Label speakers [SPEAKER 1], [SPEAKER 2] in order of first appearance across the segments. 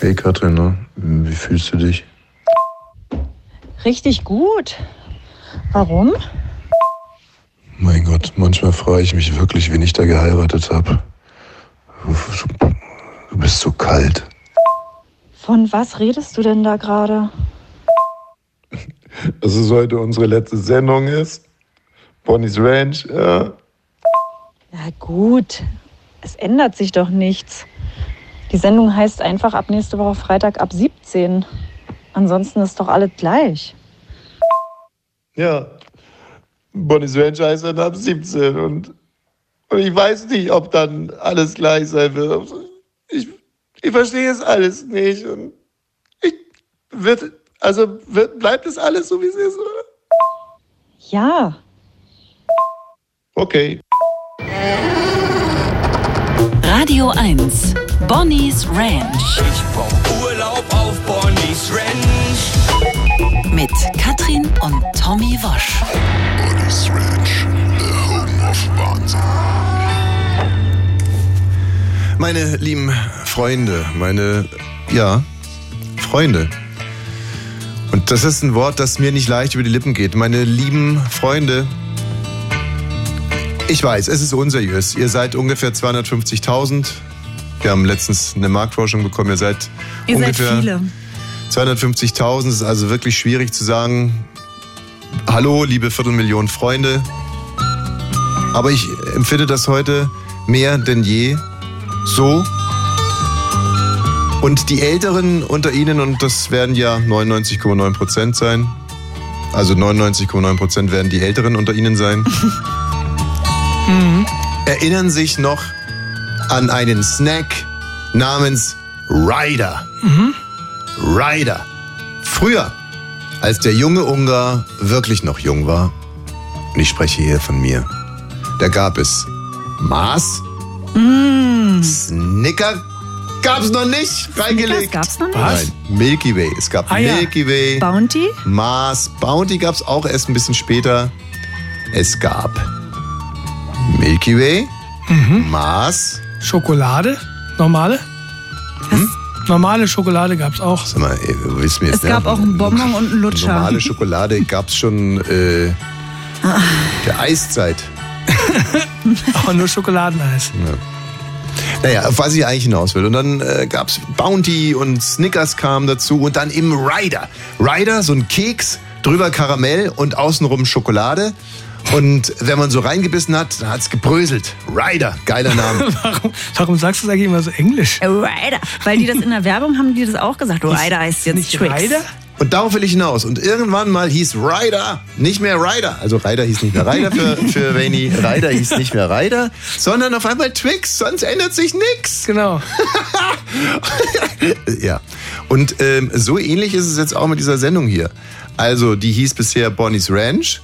[SPEAKER 1] Hey Katrin, ne? wie fühlst du dich?
[SPEAKER 2] Richtig gut. Warum?
[SPEAKER 1] Mein Gott, manchmal frage ich mich wirklich, wen ich da geheiratet habe. Du bist so kalt.
[SPEAKER 2] Von was redest du denn da gerade?
[SPEAKER 1] Dass es heute unsere letzte Sendung ist. Bonnie's Ranch, ja.
[SPEAKER 2] Na gut, es ändert sich doch nichts. Die Sendung heißt einfach ab nächste Woche Freitag ab 17. Ansonsten ist doch alles gleich.
[SPEAKER 1] Ja. Bonnie's Ranch heißt dann ab 17 und, und ich weiß nicht, ob dann alles gleich sein wird. Also Ich, ich verstehe es alles nicht und ich wird, also wird, bleibt es alles so, wie es ist, oder?
[SPEAKER 2] Ja,
[SPEAKER 1] Okay.
[SPEAKER 3] Radio 1. Bonnie's Ranch
[SPEAKER 4] Ich brauch Urlaub auf Bonnie's Ranch.
[SPEAKER 3] mit Katrin und Tommy Wosch.
[SPEAKER 5] Bonnie's Ranch, the home of Wahnsinn.
[SPEAKER 6] Meine lieben Freunde, meine, ja, Freunde. Und das ist ein Wort, das mir nicht leicht über die Lippen geht. Meine lieben Freunde. Ich weiß, es ist unseriös. Ihr seid ungefähr 250.000. Wir haben letztens eine Marktforschung bekommen. Ihr seid
[SPEAKER 7] Ihr seid
[SPEAKER 6] ungefähr
[SPEAKER 7] viele.
[SPEAKER 6] 250.000. Es ist also wirklich schwierig zu sagen, hallo, liebe Viertelmillion Freunde. Aber ich empfinde das heute mehr denn je so. Und die Älteren unter Ihnen, und das werden ja 99,9 Prozent sein, also 99,9 Prozent werden die Älteren unter Ihnen sein, Mhm. erinnern sich noch an einen Snack namens Ryder.
[SPEAKER 7] Mhm.
[SPEAKER 6] Ryder. Früher, als der junge Ungar wirklich noch jung war, und ich spreche hier von mir, da gab es Maß,
[SPEAKER 7] Mhm.
[SPEAKER 6] Snicker gab's noch nicht
[SPEAKER 7] Das
[SPEAKER 6] reingelegt.
[SPEAKER 7] gab's noch nicht.
[SPEAKER 6] Nein, Milky Way. Es gab
[SPEAKER 7] Ah ja.
[SPEAKER 6] Milky Way.
[SPEAKER 7] Bounty?
[SPEAKER 6] Mars Bounty gab es auch erst ein bisschen später. Es gab Milky Way,
[SPEAKER 7] Mhm.
[SPEAKER 6] Mars.
[SPEAKER 8] Schokolade? Normale? Hm? Normale Schokolade gab es auch.
[SPEAKER 6] Sag mal, ey, du willst mir
[SPEAKER 7] Es
[SPEAKER 6] jetzt
[SPEAKER 7] gab
[SPEAKER 6] nerven.
[SPEAKER 7] auch einen Bonbon und einen Lutscher.
[SPEAKER 6] Normale Schokolade gab es schon äh,
[SPEAKER 7] Ah.
[SPEAKER 6] der Eiszeit.
[SPEAKER 8] Aber nur Schokoladeneis.
[SPEAKER 6] Naja, auf was ich eigentlich hinaus will. Und dann äh, gab es Bounty und Snickers kamen dazu und dann eben Ryder. Ryder, so ein Keks, drüber Karamell und außenrum Schokolade. Und wenn man so reingebissen hat, dann hat's gebröselt. Ryder, geiler Name.
[SPEAKER 8] Warum, warum sagst du das eigentlich immer so englisch?
[SPEAKER 7] Rider. Äh, Weil die das in der Werbung haben, die das auch gesagt. Rider heißt jetzt
[SPEAKER 8] Nicht
[SPEAKER 7] Tricks.
[SPEAKER 8] Ryder?
[SPEAKER 6] Und darauf will ich hinaus. Und irgendwann mal hieß Ryder nicht mehr Ryder. Also Ryder hieß nicht mehr Ryder für, für Rainy. Ryder hieß nicht mehr Ryder, sondern auf einmal Twix. Sonst ändert sich nix.
[SPEAKER 8] Genau.
[SPEAKER 6] Äh, Ja. Und ähm, so ähnlich ist es jetzt auch mit dieser Sendung hier. Also, die hieß bisher Bonnie's Ranch.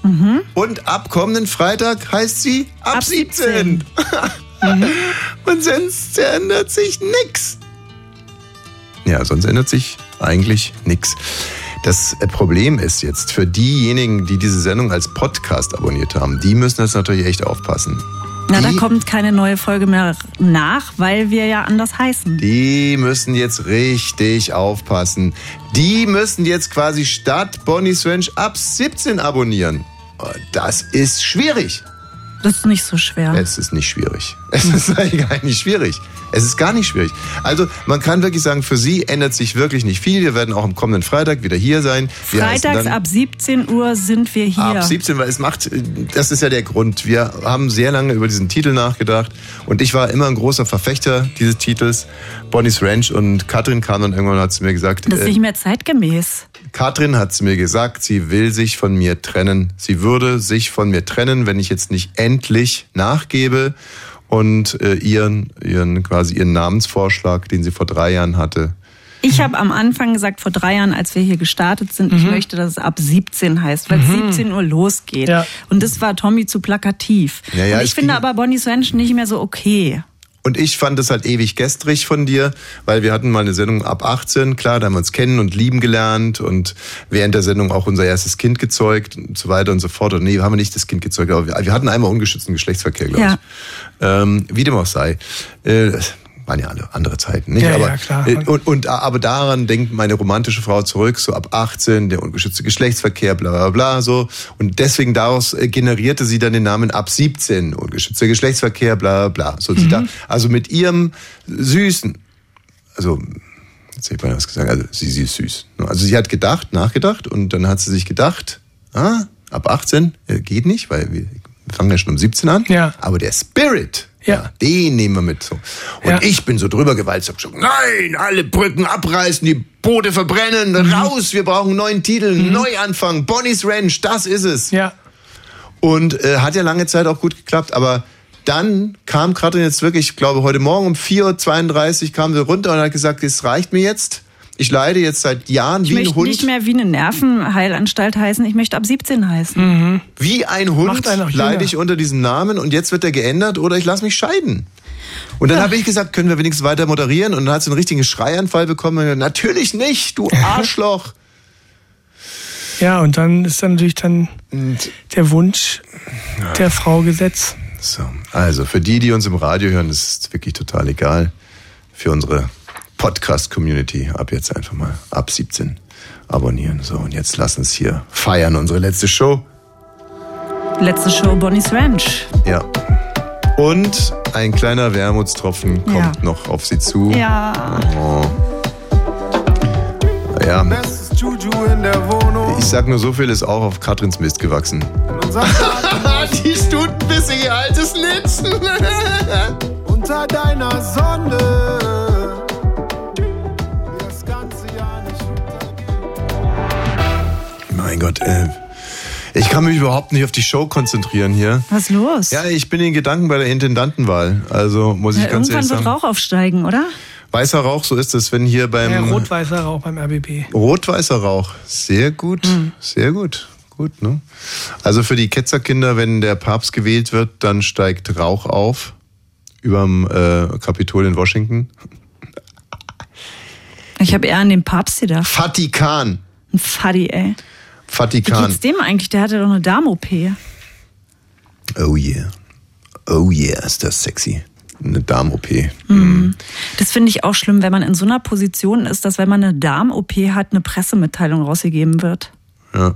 [SPEAKER 6] Und ab kommenden Freitag heißt sie ab,
[SPEAKER 7] Ab
[SPEAKER 6] 17. Und sonst ändert sich nix. Ja, sonst ändert sich eigentlich nix. Das äh, Problem ist jetzt, für diejenigen, die diese Sendung als Podcast abonniert haben, die müssen jetzt natürlich echt aufpassen.
[SPEAKER 7] Na, da
[SPEAKER 6] Die-
[SPEAKER 7] kommt keine neue Folge mehr nach, weil wir ja anders heißen.
[SPEAKER 6] Die müssen jetzt richtig aufpassen. Die müssen jetzt quasi statt Bonnie's Ranch ab 17 abonnieren. Oh, Das ist schwierig.
[SPEAKER 7] Das ist nicht so schwer.
[SPEAKER 6] Es ist nicht schwierig. Es ist eigentlich gar nicht schwierig. Es ist gar nicht schwierig. Also man kann wirklich sagen, für Sie ändert sich wirklich nicht viel. Wir werden auch am kommenden Freitag wieder hier sein. Wir heißen
[SPEAKER 7] Freitags
[SPEAKER 6] dann-
[SPEAKER 7] ab 17 Uhr sind wir hier.
[SPEAKER 6] Ab 17, weil es macht, äh, das ist ja der Grund. Wir haben sehr lange über diesen Titel nachgedacht und ich war immer ein großer Verfechter dieses Titels, Bonnie's Ranch und Katrin kam dann irgendwann und hat zu mir gesagt,
[SPEAKER 7] das ist
[SPEAKER 6] äh,
[SPEAKER 7] nicht mehr zeitgemäß.
[SPEAKER 6] Katrin hat zu mir gesagt, sie will sich von mir trennen. Sie würde sich von mir trennen, wenn ich jetzt nicht endlich nachgebe und äh, ihren, ihren, quasi ihren Namensvorschlag, den sie vor drei Jahren hatte,
[SPEAKER 7] Ich habe am Anfang gesagt, vor drei Jahren, als wir hier gestartet sind, ich möchte, dass es ab 17 heißt, weil es 17 Uhr losgeht.
[SPEAKER 8] Ja.
[SPEAKER 7] Und das war Tommy zu plakativ.
[SPEAKER 6] Ja, ja,
[SPEAKER 7] Und
[SPEAKER 6] es
[SPEAKER 7] ich finde
[SPEAKER 6] ging-
[SPEAKER 7] aber Bonnie's Ranch nicht mehr so okay.
[SPEAKER 6] Und ich fand es halt ewig gestrig von dir, weil wir hatten mal eine Sendung ab 18, klar, da haben wir uns kennen und lieben gelernt und während der Sendung auch unser erstes Kind gezeugt und so weiter und so fort. Und nee, haben wir nicht das Kind gezeugt, aber wir, wir hatten einmal ungeschützten Geschlechtsverkehr, glaube
[SPEAKER 7] Ja.
[SPEAKER 6] ich. Ähm, wie dem auch sei. Äh, waren ja alle andere Zeiten, nicht?
[SPEAKER 8] Ja,
[SPEAKER 6] aber,
[SPEAKER 8] ja, klar.
[SPEAKER 6] äh, Und, und, aber daran denkt meine romantische Frau zurück, so ab 18, der ungeschützte Geschlechtsverkehr, bla bla bla, so. Und deswegen daraus äh, generierte sie dann den Namen ab 17, ungeschützter Geschlechtsverkehr, bla bla. So,
[SPEAKER 8] Mhm.
[SPEAKER 6] sie da, also mit ihrem süßen, also jetzt hätte ich was gesagt, also sie, sie ist süß. Also sie hat gedacht, nachgedacht und dann hat sie sich gedacht, ah, ab 18 äh, geht nicht, weil wir fangen ja schon um 17 an.
[SPEAKER 8] Ja.
[SPEAKER 6] Aber der Spirit,
[SPEAKER 8] Ja.
[SPEAKER 6] den nehmen wir mit. So. Und
[SPEAKER 8] Ja.
[SPEAKER 6] ich bin so drüber gewalzt, hab gesagt, nein, alle Brücken abreißen, die Boote verbrennen, raus, wir brauchen einen neuen Titel, Neuanfang, Bonnie's Ranch, das ist es.
[SPEAKER 8] Ja.
[SPEAKER 6] Und äh, hat ja lange Zeit auch gut geklappt, aber dann kam Katrin jetzt wirklich, ich glaube heute Morgen um 4.32 Uhr kam sie runter und hat gesagt, es reicht mir jetzt. Ich leide jetzt seit Jahren
[SPEAKER 7] Ich
[SPEAKER 6] wie ein
[SPEAKER 7] möchte
[SPEAKER 6] Hund.
[SPEAKER 7] nicht mehr wie eine Nervenheilanstalt heißen, ich möchte ab 17 heißen.
[SPEAKER 6] Wie ein Hund
[SPEAKER 8] Macht einen auch
[SPEAKER 6] leide
[SPEAKER 8] jünger.
[SPEAKER 6] ich unter diesem Namen und jetzt wird er geändert oder ich lasse mich scheiden. Und dann habe ich gesagt, können wir wenigstens weiter moderieren? Und dann hat sie einen richtigen Schreianfall bekommen. Und gesagt, Natürlich nicht, du Arschloch.
[SPEAKER 8] Ja, und dann ist dann natürlich dann der Wunsch der Frau Gesetz.
[SPEAKER 6] So, also für die, die uns im Radio hören, das ist wirklich total egal. Für unsere Podcast-Community ab jetzt einfach mal ab 17 abonnieren. So, und jetzt lass uns hier feiern, unsere letzte Show.
[SPEAKER 7] Letzte Show Bonnie's Ranch.
[SPEAKER 6] Ja. Und ein kleiner Wermutstropfen kommt
[SPEAKER 7] Ja.
[SPEAKER 6] noch auf sie zu.
[SPEAKER 7] Ja.
[SPEAKER 6] Oh. Ja,
[SPEAKER 9] Bestes Juju in der Wohnung.
[SPEAKER 6] ich sag nur so viel, ist auch auf Katrins Mist gewachsen.
[SPEAKER 9] Unser
[SPEAKER 6] Die stutenbissige altes Litzen.
[SPEAKER 9] unter deiner Sonne. Das ganze Jahr nicht untergeht.
[SPEAKER 6] mein Gott, äh, ich kann mich überhaupt nicht auf die Show konzentrieren hier.
[SPEAKER 7] Was ist los?
[SPEAKER 6] Ja, ich bin in Gedanken bei der Intendantenwahl. Also muss ich
[SPEAKER 7] Ja,
[SPEAKER 6] ganz ehrlich
[SPEAKER 7] Äh, irgendwann wird
[SPEAKER 6] sagen.
[SPEAKER 7] Rauch aufsteigen, oder?
[SPEAKER 6] Weißer Rauch, so ist es, wenn hier
[SPEAKER 7] Ähm,
[SPEAKER 6] beim
[SPEAKER 8] Ja, rot-weißer Rauch beim RBB.
[SPEAKER 6] Rot-weißer Rauch. Sehr gut,
[SPEAKER 7] Hm.
[SPEAKER 6] sehr gut. Gut, ne? Also für die Ketzerkinder, wenn der Papst gewählt wird, dann steigt Rauch auf überm äh, Kapitol in Washington.
[SPEAKER 7] Ich habe eher an den Papst gedacht.
[SPEAKER 6] Vatikan.
[SPEAKER 7] Ein Faddy, ey. Wie
[SPEAKER 6] Vatikan.
[SPEAKER 7] geht's dem eigentlich? Der hatte doch eine Darm-OP.
[SPEAKER 6] Oh yeah. Oh yeah, ist das sexy. Eine Darm-OP.
[SPEAKER 7] Das finde ich auch schlimm, wenn man in so einer Position ist, dass wenn man eine Darm-OP hat, eine Pressemitteilung rausgegeben wird.
[SPEAKER 6] Ja.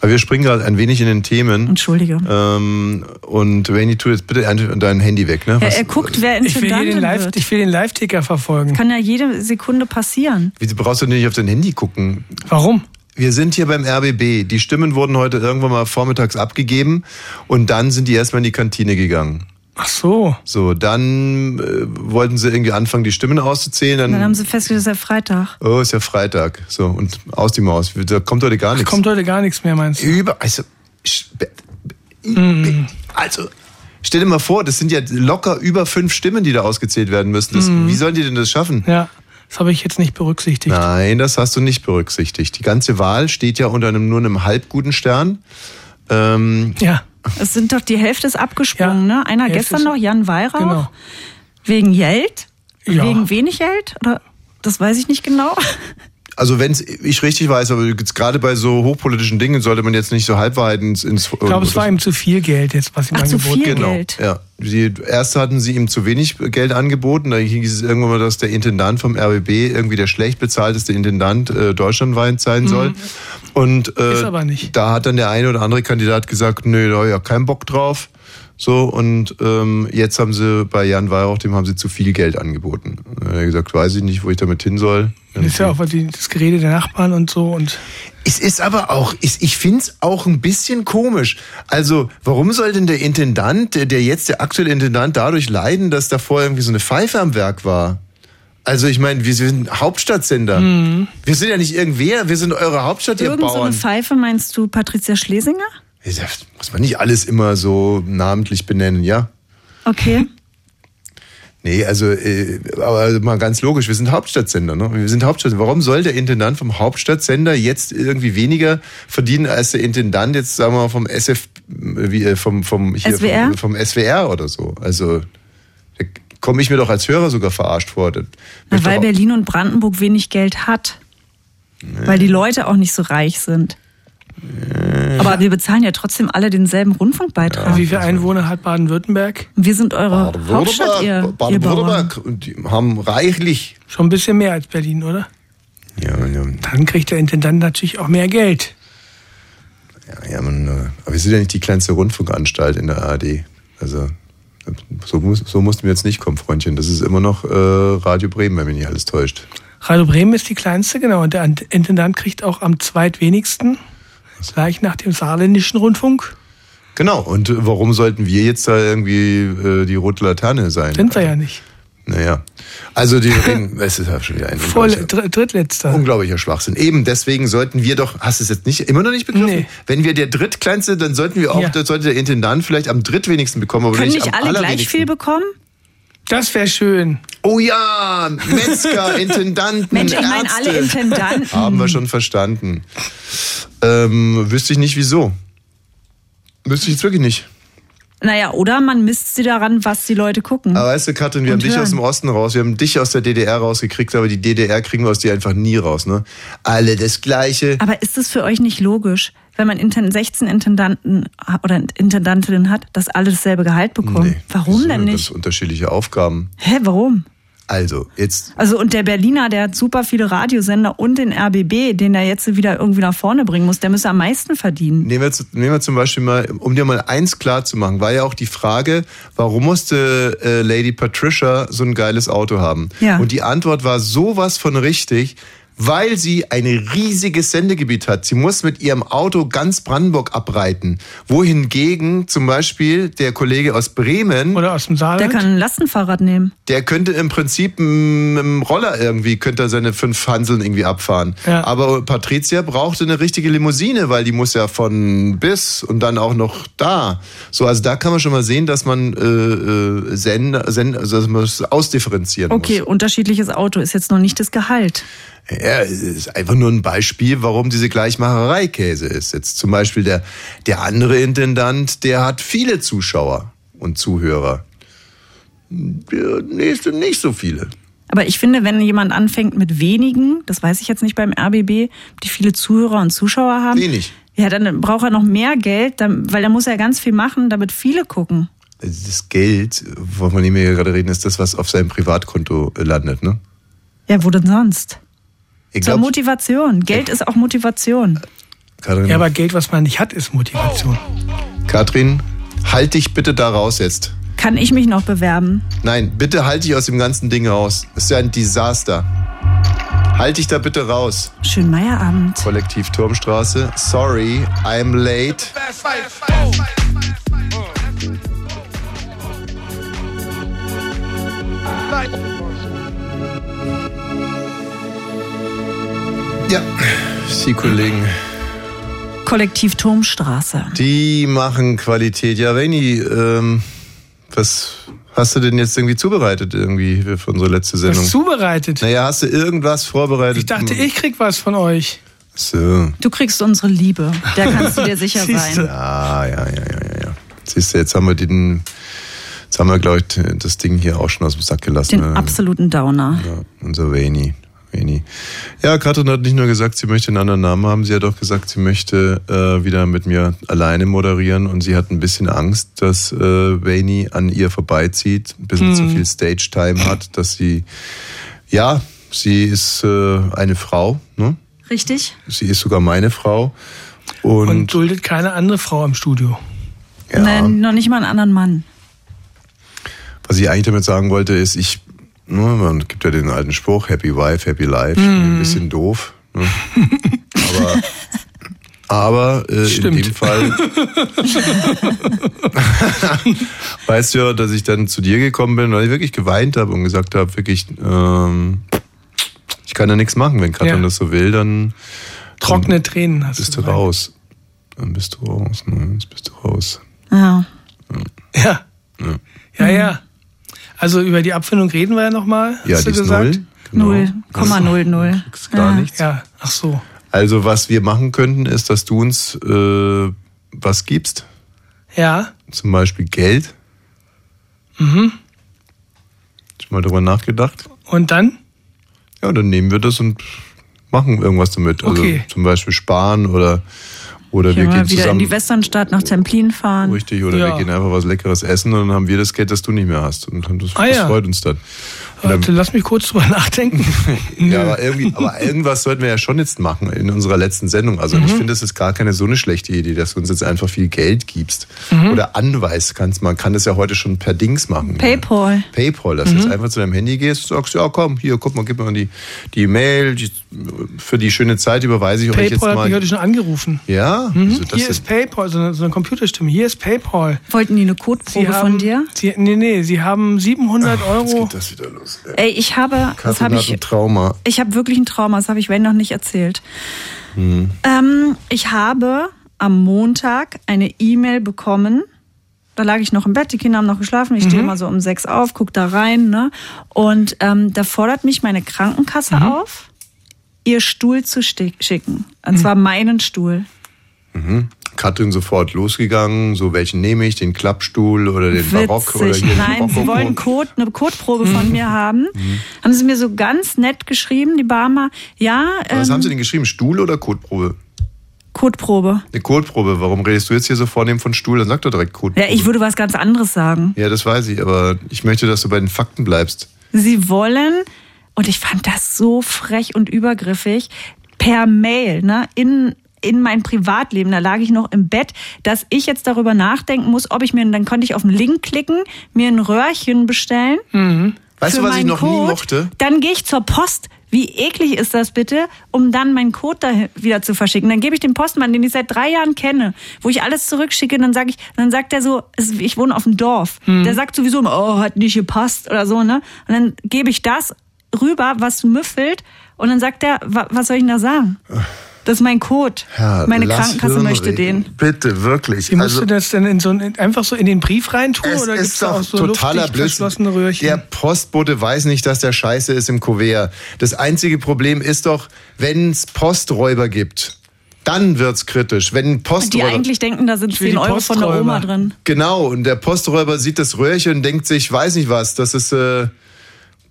[SPEAKER 6] Aber wir springen gerade ein wenig in den Themen.
[SPEAKER 7] Entschuldige.
[SPEAKER 6] Ähm, und Rainy, tu jetzt bitte ein- dein Handy weg, ne?
[SPEAKER 7] Ja,
[SPEAKER 6] Was-
[SPEAKER 7] er guckt, wer
[SPEAKER 8] Ich will, hier den
[SPEAKER 7] Intendantin
[SPEAKER 8] Live,
[SPEAKER 7] wird.
[SPEAKER 8] ich will den Live-Ticker verfolgen.
[SPEAKER 7] Kann ja jede Sekunde passieren.
[SPEAKER 6] Wieso brauchst du denn nicht auf dein Handy gucken?
[SPEAKER 8] Warum?
[SPEAKER 6] Wir sind hier beim RBB. Die Stimmen wurden heute irgendwann mal vormittags abgegeben und dann sind die erstmal in die Kantine gegangen.
[SPEAKER 8] Ach so.
[SPEAKER 6] So, dann äh, wollten sie irgendwie anfangen, die Stimmen auszuzählen. Dann,
[SPEAKER 7] Dann haben sie festgestellt, es ist ja Freitag.
[SPEAKER 6] oh, ist ja Freitag. So, und aus die Maus. Da kommt heute gar nichts.
[SPEAKER 8] Kommt heute gar nichts mehr, meinst du?
[SPEAKER 6] Über, also, sch- be-
[SPEAKER 8] Mhm.
[SPEAKER 6] be- also, stell dir mal vor, das sind ja locker über fünf Stimmen, die da ausgezählt werden müssen. Das,
[SPEAKER 8] Mhm.
[SPEAKER 6] Wie sollen die denn das schaffen?
[SPEAKER 8] Ja, das habe ich jetzt nicht berücksichtigt.
[SPEAKER 6] Nein, das hast du nicht berücksichtigt. Die ganze Wahl steht ja unter einem, nur einem halbguten Stern. Ähm,
[SPEAKER 8] Ja,
[SPEAKER 7] Es sind doch die Hälfte ist abgesprungen,
[SPEAKER 8] Ja,
[SPEAKER 7] ne? Einer
[SPEAKER 8] Hälfte
[SPEAKER 7] gestern
[SPEAKER 8] ist-
[SPEAKER 7] noch, Jan Weihrauch.
[SPEAKER 8] genau.
[SPEAKER 7] Wegen Geld?
[SPEAKER 8] Ja.
[SPEAKER 7] Wegen wenig Geld? Oder das weiß ich nicht genau.
[SPEAKER 6] also wenn ich richtig weiß, aber jetzt gerade bei so hochpolitischen Dingen sollte man jetzt nicht so Halbwahrheiten ins... ins äh,
[SPEAKER 8] ich glaube, es war ihm zu viel Geld jetzt, was ihm
[SPEAKER 7] Ach, zu
[SPEAKER 8] angeboten
[SPEAKER 7] viel
[SPEAKER 6] Genau,
[SPEAKER 7] Geld.
[SPEAKER 6] ja. Die, erst hatten sie ihm zu wenig Geld angeboten, da hieß es irgendwann mal, dass der Intendant vom RBB irgendwie der schlecht bezahlteste Intendant äh, deutschlandweit sein soll. Und äh,
[SPEAKER 8] Mhm. Ist aber nicht.
[SPEAKER 6] da hat dann der eine oder andere Kandidat gesagt, nö, da hab ich ja keinen Bock drauf. So, und ähm, jetzt haben sie bei Jan Weihrauch, dem haben sie zu viel Geld angeboten. Er hat gesagt, weiß ich nicht, wo ich damit hin soll.
[SPEAKER 8] Ist ja auch was die- das Gerede der Nachbarn und so und
[SPEAKER 6] Es ist aber auch, ich, ich find's auch ein bisschen komisch. Also, warum soll denn der Intendant, der- der jetzt der aktuelle Intendant, dadurch leiden, dass davor irgendwie so eine Pfeife am Werk war? Also, ich meine, wir sind Hauptstadtsender. Wir sind ja nicht irgendwer, wir sind eure Hauptstadt, ihr
[SPEAKER 7] Mhm. Irgend so eine
[SPEAKER 6] Bauern.
[SPEAKER 7] Pfeife meinst du Patricia Schlesinger?
[SPEAKER 6] Das muss man nicht alles immer so namentlich benennen, ja?
[SPEAKER 7] Okay.
[SPEAKER 6] Nee, also, äh, aber mal ganz logisch, wir sind Hauptstadtsender, ne? Wir sind Hauptstadtsender. Warum soll der Intendant vom Hauptstadtsender jetzt irgendwie weniger verdienen als der Intendant jetzt, sagen wir mal, vom SF, wie, äh, vom, vom, hier,
[SPEAKER 7] SWR?
[SPEAKER 6] Vom, vom SWR oder so? Also, da komme ich mir doch als Hörer sogar verarscht vor. Das
[SPEAKER 7] Na,
[SPEAKER 6] möchte
[SPEAKER 7] weil
[SPEAKER 6] doch-
[SPEAKER 7] Berlin und Brandenburg wenig Geld hat. Weil die Leute auch nicht so reich sind. Aber wir bezahlen ja trotzdem alle denselben Rundfunkbeitrag.
[SPEAKER 8] Wie viele Einwohner hat Baden-Württemberg?
[SPEAKER 7] Wir sind eure Hauptstadt, ihr, ihr Bauern.
[SPEAKER 6] Baden-Württemberg und die haben reichlich.
[SPEAKER 8] Schon ein bisschen mehr als Berlin, oder?
[SPEAKER 6] Ja, ja,
[SPEAKER 8] Dann kriegt der Intendant natürlich auch mehr Geld.
[SPEAKER 6] ja, ja, man, äh, aber wir sind ja nicht die kleinste Rundfunkanstalt in der ARD. Also so, muss, so mussten wir jetzt nicht kommen, Freundchen. Das ist immer noch äh, Radio Bremen, wenn mich nicht alles täuscht.
[SPEAKER 8] Radio Bremen ist die kleinste, genau. Und der Ant- Intendant kriegt auch am zweitwenigsten, gleich nach dem saarländischen Rundfunk.
[SPEAKER 6] Genau, und äh, warum sollten wir jetzt da irgendwie äh, die rote Laterne sein?
[SPEAKER 8] Sind wir ja nicht.
[SPEAKER 6] Naja. Also die reden, es ist ja schon wieder ein
[SPEAKER 8] Voll,
[SPEAKER 6] unglaublicher-
[SPEAKER 8] dr drittletzter.
[SPEAKER 6] Unglaublicher Schwachsinn. Eben deswegen sollten wir doch, hast du es jetzt nicht, immer noch nicht begriffen?
[SPEAKER 8] Nee.
[SPEAKER 6] Wenn wir der drittkleinste, dann sollten wir auch,
[SPEAKER 8] Ja.
[SPEAKER 6] das sollte der Intendant vielleicht am drittwenigsten bekommen, aber
[SPEAKER 7] Können
[SPEAKER 6] nicht
[SPEAKER 7] nicht
[SPEAKER 6] am
[SPEAKER 7] alle gleich
[SPEAKER 6] allerwenigsten.
[SPEAKER 7] viel bekommen?
[SPEAKER 8] Das wäre schön.
[SPEAKER 6] Oh ja, Metzger, Intendanten,
[SPEAKER 7] Mensch, ich meine
[SPEAKER 6] Ärzte.
[SPEAKER 7] alle Intendanten.
[SPEAKER 6] Haben wir schon verstanden. Ähm, wüsste ich nicht, wieso. Wüsste ich jetzt wirklich nicht.
[SPEAKER 7] Naja, oder man misst sie daran, was die Leute gucken.
[SPEAKER 6] Aber weißt du, Katrin, wir
[SPEAKER 7] Und
[SPEAKER 6] haben dich
[SPEAKER 7] hören.
[SPEAKER 6] aus dem Osten raus, wir haben dich aus der DDR rausgekriegt, aber die DDR kriegen wir aus dir einfach nie raus, ne? Alle das Gleiche.
[SPEAKER 7] Aber ist es für euch nicht logisch, wenn man Inten- 16 Intendanten ha- oder Intendantinnen hat, dass alle dasselbe Gehalt bekommen?
[SPEAKER 6] Nee, das
[SPEAKER 7] Warum
[SPEAKER 6] sind
[SPEAKER 7] denn
[SPEAKER 6] ganz
[SPEAKER 7] nicht?
[SPEAKER 6] unterschiedliche Aufgaben.
[SPEAKER 7] Hä, warum?
[SPEAKER 6] Also, jetzt
[SPEAKER 7] Also und der Berliner, der hat super viele Radiosender und den RBB, den er jetzt wieder irgendwie nach vorne bringen muss, der müsste am meisten verdienen.
[SPEAKER 6] Nehmen wir, zu- nehmen wir zum Beispiel mal, um dir mal eins klar zu machen, war ja auch die Frage, warum musste äh, Lady Patricia so ein geiles Auto haben?
[SPEAKER 7] Ja.
[SPEAKER 6] Und die Antwort war sowas von richtig, weil sie ein riesiges Sendegebiet hat. Sie muss mit ihrem Auto ganz Brandenburg abreiten. Wohingegen zum Beispiel der Kollege aus Bremen,
[SPEAKER 8] Oder aus dem
[SPEAKER 7] Der
[SPEAKER 8] Saarland.
[SPEAKER 7] kann ein Lastenfahrrad nehmen.
[SPEAKER 6] der könnte im Prinzip mit dem Roller irgendwie, könnte er seine fünf Hanseln irgendwie abfahren.
[SPEAKER 8] Ja.
[SPEAKER 6] Aber Patricia brauchte eine richtige Limousine, weil die muss ja von bis und dann auch noch da. So, also da kann man schon mal sehen, dass man äh, äh, Send, Send, also dass man es ausdifferenzieren
[SPEAKER 7] Okay,
[SPEAKER 6] muss.
[SPEAKER 7] unterschiedliches Auto ist jetzt noch nicht das Gehalt.
[SPEAKER 6] Ja, es ist einfach nur ein Beispiel, warum diese Gleichmacherei Käse ist. Jetzt zum Beispiel der, der andere Intendant, der hat viele Zuschauer und Zuhörer. Der nächste nicht so viele.
[SPEAKER 7] Aber ich finde, wenn jemand anfängt mit wenigen, das weiß ich jetzt nicht beim RBB, die viele Zuhörer und Zuschauer haben.
[SPEAKER 6] Wenig.
[SPEAKER 7] Ja, dann braucht er noch mehr Geld, dann- weil er muss ja ganz viel machen, damit viele gucken.
[SPEAKER 6] Also das Geld, wovon wir hier gerade reden, ist das, was auf seinem Privatkonto äh, landet, ne?
[SPEAKER 7] Ja, wo denn sonst?
[SPEAKER 6] Ich
[SPEAKER 7] Zur
[SPEAKER 6] glaub,
[SPEAKER 7] Motivation. Geld ist auch Motivation.
[SPEAKER 6] Katrin,
[SPEAKER 8] Ja, aber Geld, was man nicht hat, ist Motivation.
[SPEAKER 6] Katrin, halt dich bitte da raus jetzt.
[SPEAKER 7] Kann ich mich noch bewerben?
[SPEAKER 6] Nein, bitte halt dich aus dem ganzen Ding raus. Das ist ja ein Desaster. Halt dich da bitte raus.
[SPEAKER 7] Schönen Meierabend.
[SPEAKER 6] Kollektiv Turmstraße. Sorry, I'm late. Ja, die Kollegen.
[SPEAKER 7] Kollektiv Turmstraße.
[SPEAKER 6] Die machen Qualität. Ja, Vani, ähm, was hast du denn jetzt irgendwie zubereitet irgendwie für unsere letzte
[SPEAKER 8] Das
[SPEAKER 6] Sendung?
[SPEAKER 8] ist zubereitet.
[SPEAKER 6] Naja, hast du irgendwas vorbereitet? Hm,
[SPEAKER 8] Ich dachte, ich krieg was von euch.
[SPEAKER 6] So.
[SPEAKER 7] Du kriegst unsere Liebe. Da kannst du dir sicher
[SPEAKER 8] Siehste.
[SPEAKER 7] sein.
[SPEAKER 6] Ja, Ah, ja, ja, ja, ja, ja. Siehst du, jetzt haben wir den, jetzt haben wir, glaube ich, das Ding hier auch schon aus dem Sack gelassen.
[SPEAKER 7] Den
[SPEAKER 6] ne?
[SPEAKER 7] absoluten Downer.
[SPEAKER 6] Ja, unser Vani. Vani. Ja, Katrin hat nicht nur gesagt, sie möchte einen anderen Namen haben, sie hat auch gesagt, sie möchte äh, wieder mit mir alleine moderieren und sie hat ein bisschen Angst, dass äh, Vani an ihr vorbeizieht, ein bisschen zu viel Stage-Time hat, dass sie, ja, sie ist äh, eine Frau, ne?
[SPEAKER 7] Richtig?
[SPEAKER 6] sie ist sogar meine Frau und,
[SPEAKER 8] Und, duldet keine andere Frau im Studio.
[SPEAKER 6] ja.
[SPEAKER 7] Nein, noch nicht mal einen anderen Mann.
[SPEAKER 6] Was ich eigentlich damit sagen wollte, ist, ich, ne, man gibt ja den alten Spruch, Happy Wife, Happy Life,
[SPEAKER 8] Mm.
[SPEAKER 6] ein bisschen doof. Ne? Aber, aber äh, in
[SPEAKER 8] Stimmt.
[SPEAKER 6] dem Fall weißt du ja, dass ich dann zu dir gekommen bin, weil ich wirklich geweint habe und gesagt habe, wirklich, ähm, ich kann da nichts machen. Wenn Katrin
[SPEAKER 8] Ja.
[SPEAKER 6] das so will, dann
[SPEAKER 8] Trockene Tränen hast
[SPEAKER 6] bist du
[SPEAKER 8] du.
[SPEAKER 6] raus. Dann bist du raus, ne? Jetzt bist du raus.
[SPEAKER 7] Ja.
[SPEAKER 8] Ja. Ja, ja. Also über die Abfindung reden wir ja nochmal,
[SPEAKER 6] Mhm. Ja,
[SPEAKER 8] hast
[SPEAKER 6] die
[SPEAKER 8] du
[SPEAKER 6] ist
[SPEAKER 8] gesagt. Ah,
[SPEAKER 6] null. Genau.
[SPEAKER 7] 0,00.
[SPEAKER 6] Ist Gar nichts.
[SPEAKER 8] Ja, ach so.
[SPEAKER 6] Also was wir machen könnten, ist, dass du uns äh, was gibst,
[SPEAKER 8] Ja,
[SPEAKER 6] zum Beispiel Geld. Mhm. Schon mal drüber nachgedacht?
[SPEAKER 8] und dann?
[SPEAKER 6] Ja, dann nehmen wir das und machen irgendwas damit. Also
[SPEAKER 8] Okay.
[SPEAKER 6] zum Beispiel sparen oder Oder
[SPEAKER 7] Hier
[SPEAKER 6] wir
[SPEAKER 7] mal
[SPEAKER 6] gehen
[SPEAKER 7] wieder in die
[SPEAKER 6] zusammen.
[SPEAKER 7] Westernstadt nach Templin fahren.
[SPEAKER 6] Richtig, oder wir
[SPEAKER 8] Ja.
[SPEAKER 6] gehen einfach was Leckeres essen und dann haben wir das Geld, das du nicht mehr hast. Und das,
[SPEAKER 8] Ah,
[SPEAKER 6] das
[SPEAKER 8] ja.
[SPEAKER 6] freut uns dann.
[SPEAKER 8] Warte, lass mich kurz drüber nachdenken.
[SPEAKER 6] Ja, aber, irgendwie, aber irgendwas sollten wir ja schon jetzt machen in unserer letzten Sendung. Also
[SPEAKER 7] Mhm.
[SPEAKER 6] ich finde, das ist gar keine so eine schlechte Idee, dass du uns jetzt einfach viel Geld gibst
[SPEAKER 7] Mhm.
[SPEAKER 6] oder anweist kannst. Man kann das ja heute schon per Dings machen.
[SPEAKER 7] Paypal. Mhm.
[SPEAKER 6] Paypal, dass du jetzt einfach zu deinem Handy gehst und sagst, ja komm, hier, guck mal, gib mir die, die Mail, die, für die schöne Zeit überweise ich euch jetzt
[SPEAKER 8] PayPal hat mich
[SPEAKER 6] mal.
[SPEAKER 8] heute schon angerufen.
[SPEAKER 6] Ja,
[SPEAKER 7] Mhm.
[SPEAKER 6] wieso das
[SPEAKER 8] Hier
[SPEAKER 6] denn?
[SPEAKER 8] ist PayPal, so eine, so eine Computerstimme. Hier ist PayPal.
[SPEAKER 7] Wollten die eine Codeprobe von dir?
[SPEAKER 8] Sie, nee, nee, sie haben 700
[SPEAKER 6] Jetzt
[SPEAKER 8] Euro.
[SPEAKER 6] geht das wieder los. ey.
[SPEAKER 8] äh,
[SPEAKER 7] Ey, ich habe, das
[SPEAKER 6] Katrin
[SPEAKER 7] habe
[SPEAKER 6] hat
[SPEAKER 7] ich,
[SPEAKER 6] ein Trauma.
[SPEAKER 7] ich habe wirklich ein Trauma, das habe ich Wayne noch nicht erzählt.
[SPEAKER 6] Mhm.
[SPEAKER 7] Ähm, ich habe am Montag eine E-Mail bekommen. Da lag ich noch im Bett, die Kinder haben noch geschlafen. Ich stehe
[SPEAKER 6] Mhm.
[SPEAKER 7] immer so um sechs auf, guck da rein. Ne? Und ähm, da fordert mich meine
[SPEAKER 6] Mhm.
[SPEAKER 7] Krankenkasse auf, ihr Stuhl zu sti- schicken. Und
[SPEAKER 6] Mhm.
[SPEAKER 7] zwar meinen Stuhl.
[SPEAKER 6] Katrin sofort losgegangen, so welchen nehme ich, den Klappstuhl oder den Barock oder
[SPEAKER 7] Witzig.
[SPEAKER 6] hier den Mhm.
[SPEAKER 7] Nein, sie
[SPEAKER 6] Rokoko?
[SPEAKER 7] wollen Code, eine Codeprobe von mir haben. Haben sie mir so ganz nett geschrieben, die Barmer. Ja,
[SPEAKER 6] Was haben
[SPEAKER 7] ähm,
[SPEAKER 6] sie denn geschrieben? Stuhl oder Kotprobe?
[SPEAKER 7] Codeprobe.
[SPEAKER 6] Eine Kotprobe. Warum redest du jetzt hier so vornehm von Stuhl? Dann sag doch direkt
[SPEAKER 7] Ja,
[SPEAKER 6] Kotprobe.
[SPEAKER 7] ich würde was ganz anderes sagen.
[SPEAKER 6] ja, das weiß ich, aber ich möchte, dass du bei den Fakten bleibst.
[SPEAKER 7] Sie wollen, und ich fand das so frech und übergriffig, per Mail, ne, in in mein Privatleben, da lag ich noch im Bett, dass ich jetzt darüber nachdenken muss, ob ich mir, dann konnte ich auf den Link klicken, mir ein Röhrchen bestellen.
[SPEAKER 6] Weißt
[SPEAKER 7] für
[SPEAKER 6] du, was ich
[SPEAKER 7] meinen
[SPEAKER 6] noch nie
[SPEAKER 7] Code,
[SPEAKER 6] mochte?
[SPEAKER 7] Dann gehe ich zur Post. Wie eklig ist das bitte, um dann meinen Code da wieder zu verschicken? Dann gebe ich dem Postmann, den ich seit drei Jahren kenne, wo ich alles zurückschicke, und dann sage ich, dann sagt er so, es- ich wohne auf dem Dorf.
[SPEAKER 6] Hm.
[SPEAKER 7] Der sagt sowieso immer, oh, hat nicht gepasst oder so, ne? Und dann gebe ich das rüber, was müffelt, und dann sagt er, wa, was soll ich denn da sagen? Das ist mein Code.
[SPEAKER 6] Ja,
[SPEAKER 7] Meine
[SPEAKER 6] lass
[SPEAKER 7] Krankenkasse
[SPEAKER 6] Hirn
[SPEAKER 7] möchte
[SPEAKER 6] reden.
[SPEAKER 7] den.
[SPEAKER 6] Bitte, wirklich.
[SPEAKER 8] Wie musst du das denn in so ein, einfach so in den Brief reintun
[SPEAKER 6] Also es
[SPEAKER 8] oder gibt es
[SPEAKER 6] ist
[SPEAKER 8] da
[SPEAKER 6] doch
[SPEAKER 8] auch so
[SPEAKER 6] totaler
[SPEAKER 8] luftdicht verschlossene
[SPEAKER 6] Blödsinn.
[SPEAKER 8] Röhrchen?
[SPEAKER 6] Der Postbote weiß nicht, dass der Scheiße ist im Kuvert. Das einzige Problem ist doch, wenn es Posträuber gibt, dann wird's kritisch. Wenn ein
[SPEAKER 7] Die
[SPEAKER 6] Posträuber
[SPEAKER 7] eigentlich denken, da sind
[SPEAKER 8] Wie die
[SPEAKER 7] 10 Euro von der
[SPEAKER 8] Posträuber.
[SPEAKER 7] Oma drin.
[SPEAKER 6] Genau, und der Posträuber sieht das Röhrchen und denkt sich, weiß nicht was, das ist äh,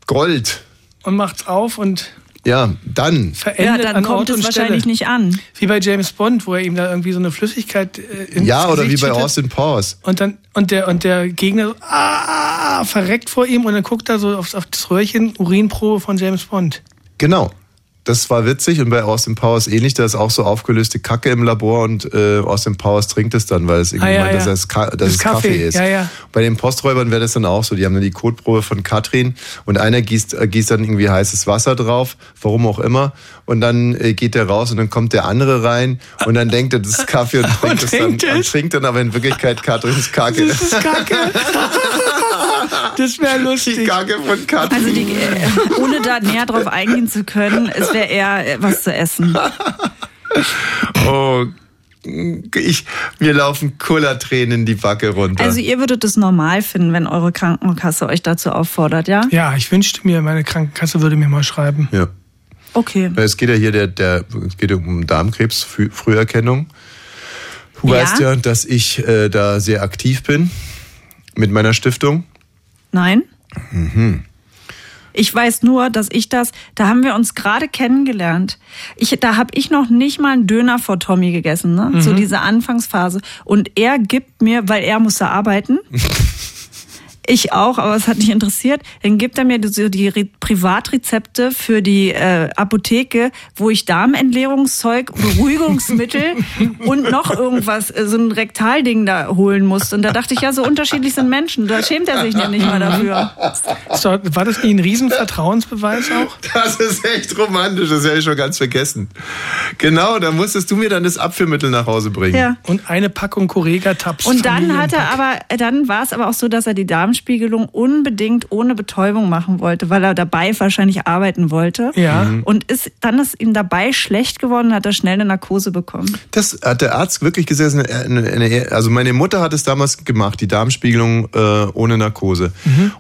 [SPEAKER 6] Gold.
[SPEAKER 8] Und macht's auf und
[SPEAKER 6] Ja, dann.
[SPEAKER 7] Ja,
[SPEAKER 8] verändert
[SPEAKER 7] dann
[SPEAKER 8] an
[SPEAKER 7] kommt
[SPEAKER 8] Ort
[SPEAKER 7] es
[SPEAKER 8] und
[SPEAKER 7] wahrscheinlich
[SPEAKER 8] Stelle.
[SPEAKER 7] nicht an.
[SPEAKER 8] Wie bei James Bond, wo er ihm da irgendwie so eine Flüssigkeit äh, ins
[SPEAKER 6] Ja, oder wie
[SPEAKER 8] Gesicht
[SPEAKER 6] bei
[SPEAKER 8] schüttet.
[SPEAKER 6] Austin Powers.
[SPEAKER 8] Und dann und der und der Gegner so, ah, verreckt vor ihm und dann guckt er so auf, auf das Röhrchen Urinprobe von James Bond.
[SPEAKER 6] Genau. Das war witzig und bei Austin Powers ähnlich, da ist auch so aufgelöste Kacke im Labor und äh, Austin Powers trinkt es dann, weil es irgendwie
[SPEAKER 8] Ah, ja,
[SPEAKER 6] meint, dass,
[SPEAKER 8] ja.
[SPEAKER 6] es Ka dass
[SPEAKER 8] Das
[SPEAKER 6] es Kaffee,
[SPEAKER 8] Kaffee,
[SPEAKER 6] ist.
[SPEAKER 8] ja, ja.
[SPEAKER 6] Bei den Posträubern wäre das dann auch so, die haben dann die Kotprobe von Katrin und einer gießt, äh, gießt dann irgendwie heißes Wasser drauf, warum auch immer, und dann äh, geht der raus und dann kommt der andere rein und dann denkt er, das ist Kaffee und trinkt es dann
[SPEAKER 8] trinkt es.
[SPEAKER 6] und trinkt dann aber in Wirklichkeit Katrins Kacke.
[SPEAKER 8] Das ist Kacke. das wäre
[SPEAKER 6] Die
[SPEAKER 8] lustig.
[SPEAKER 6] Kacke von Katrin.
[SPEAKER 7] Also die, äh, ohne da näher drauf eingehen zu können, es wäre eher äh, was zu essen.
[SPEAKER 6] Oh, ich, mir laufen Kullertränen in die Backe runter.
[SPEAKER 7] Also ihr würdet es normal finden, wenn eure Krankenkasse euch dazu auffordert, ja?
[SPEAKER 8] Ja, ich wünschte mir, meine Krankenkasse würde mir mal schreiben.
[SPEAKER 6] ja.
[SPEAKER 7] Okay.
[SPEAKER 6] Es geht ja hier der, der, es geht ja um Darmkrebs, Frü- Früherkennung. Du
[SPEAKER 7] Ja.
[SPEAKER 6] weißt ja, dass ich äh, da sehr aktiv bin mit meiner Stiftung.
[SPEAKER 7] Nein? Ich weiß nur, dass ich das, da haben wir uns gerade kennengelernt. Ich, da habe ich noch nicht mal einen Döner vor Tommy gegessen, ne? So diese Anfangsphase. Und er gibt mir, weil er musste arbeiten. Ich auch, aber es hat nicht interessiert. Dann gibt er mir so die Re Privatrezepte für die äh, Apotheke, wo ich Darmentleerungszeug, Beruhigungsmittel und noch irgendwas, äh, so ein Rektalding da holen musste. Und da dachte ich, ja, so unterschiedlich sind Menschen. Da schämt er sich ja nicht mal dafür.
[SPEAKER 8] Ist doch- War das nicht ein riesen Vertrauensbeweis auch?
[SPEAKER 6] Das ist echt romantisch, das hätte ich schon ganz vergessen. Genau, da musstest du mir dann das Abführmittel nach Hause bringen.
[SPEAKER 7] Ja.
[SPEAKER 8] Und eine Packung Correga-Tabs.
[SPEAKER 7] Und dann hat er aber, dann war es aber auch so, dass er die Darmspiegelung unbedingt ohne Betäubung machen wollte, weil er dabei wahrscheinlich arbeiten wollte.
[SPEAKER 8] Ja. Mhm.
[SPEAKER 7] Und ist, dann ist ihm dabei schlecht geworden, hat er schnell eine Narkose bekommen.
[SPEAKER 6] Das hat der Arzt wirklich gesessen. äh, eine- eine- Also meine Mutter hat es damals gemacht, die Darmspiegelung äh, ohne Narkose.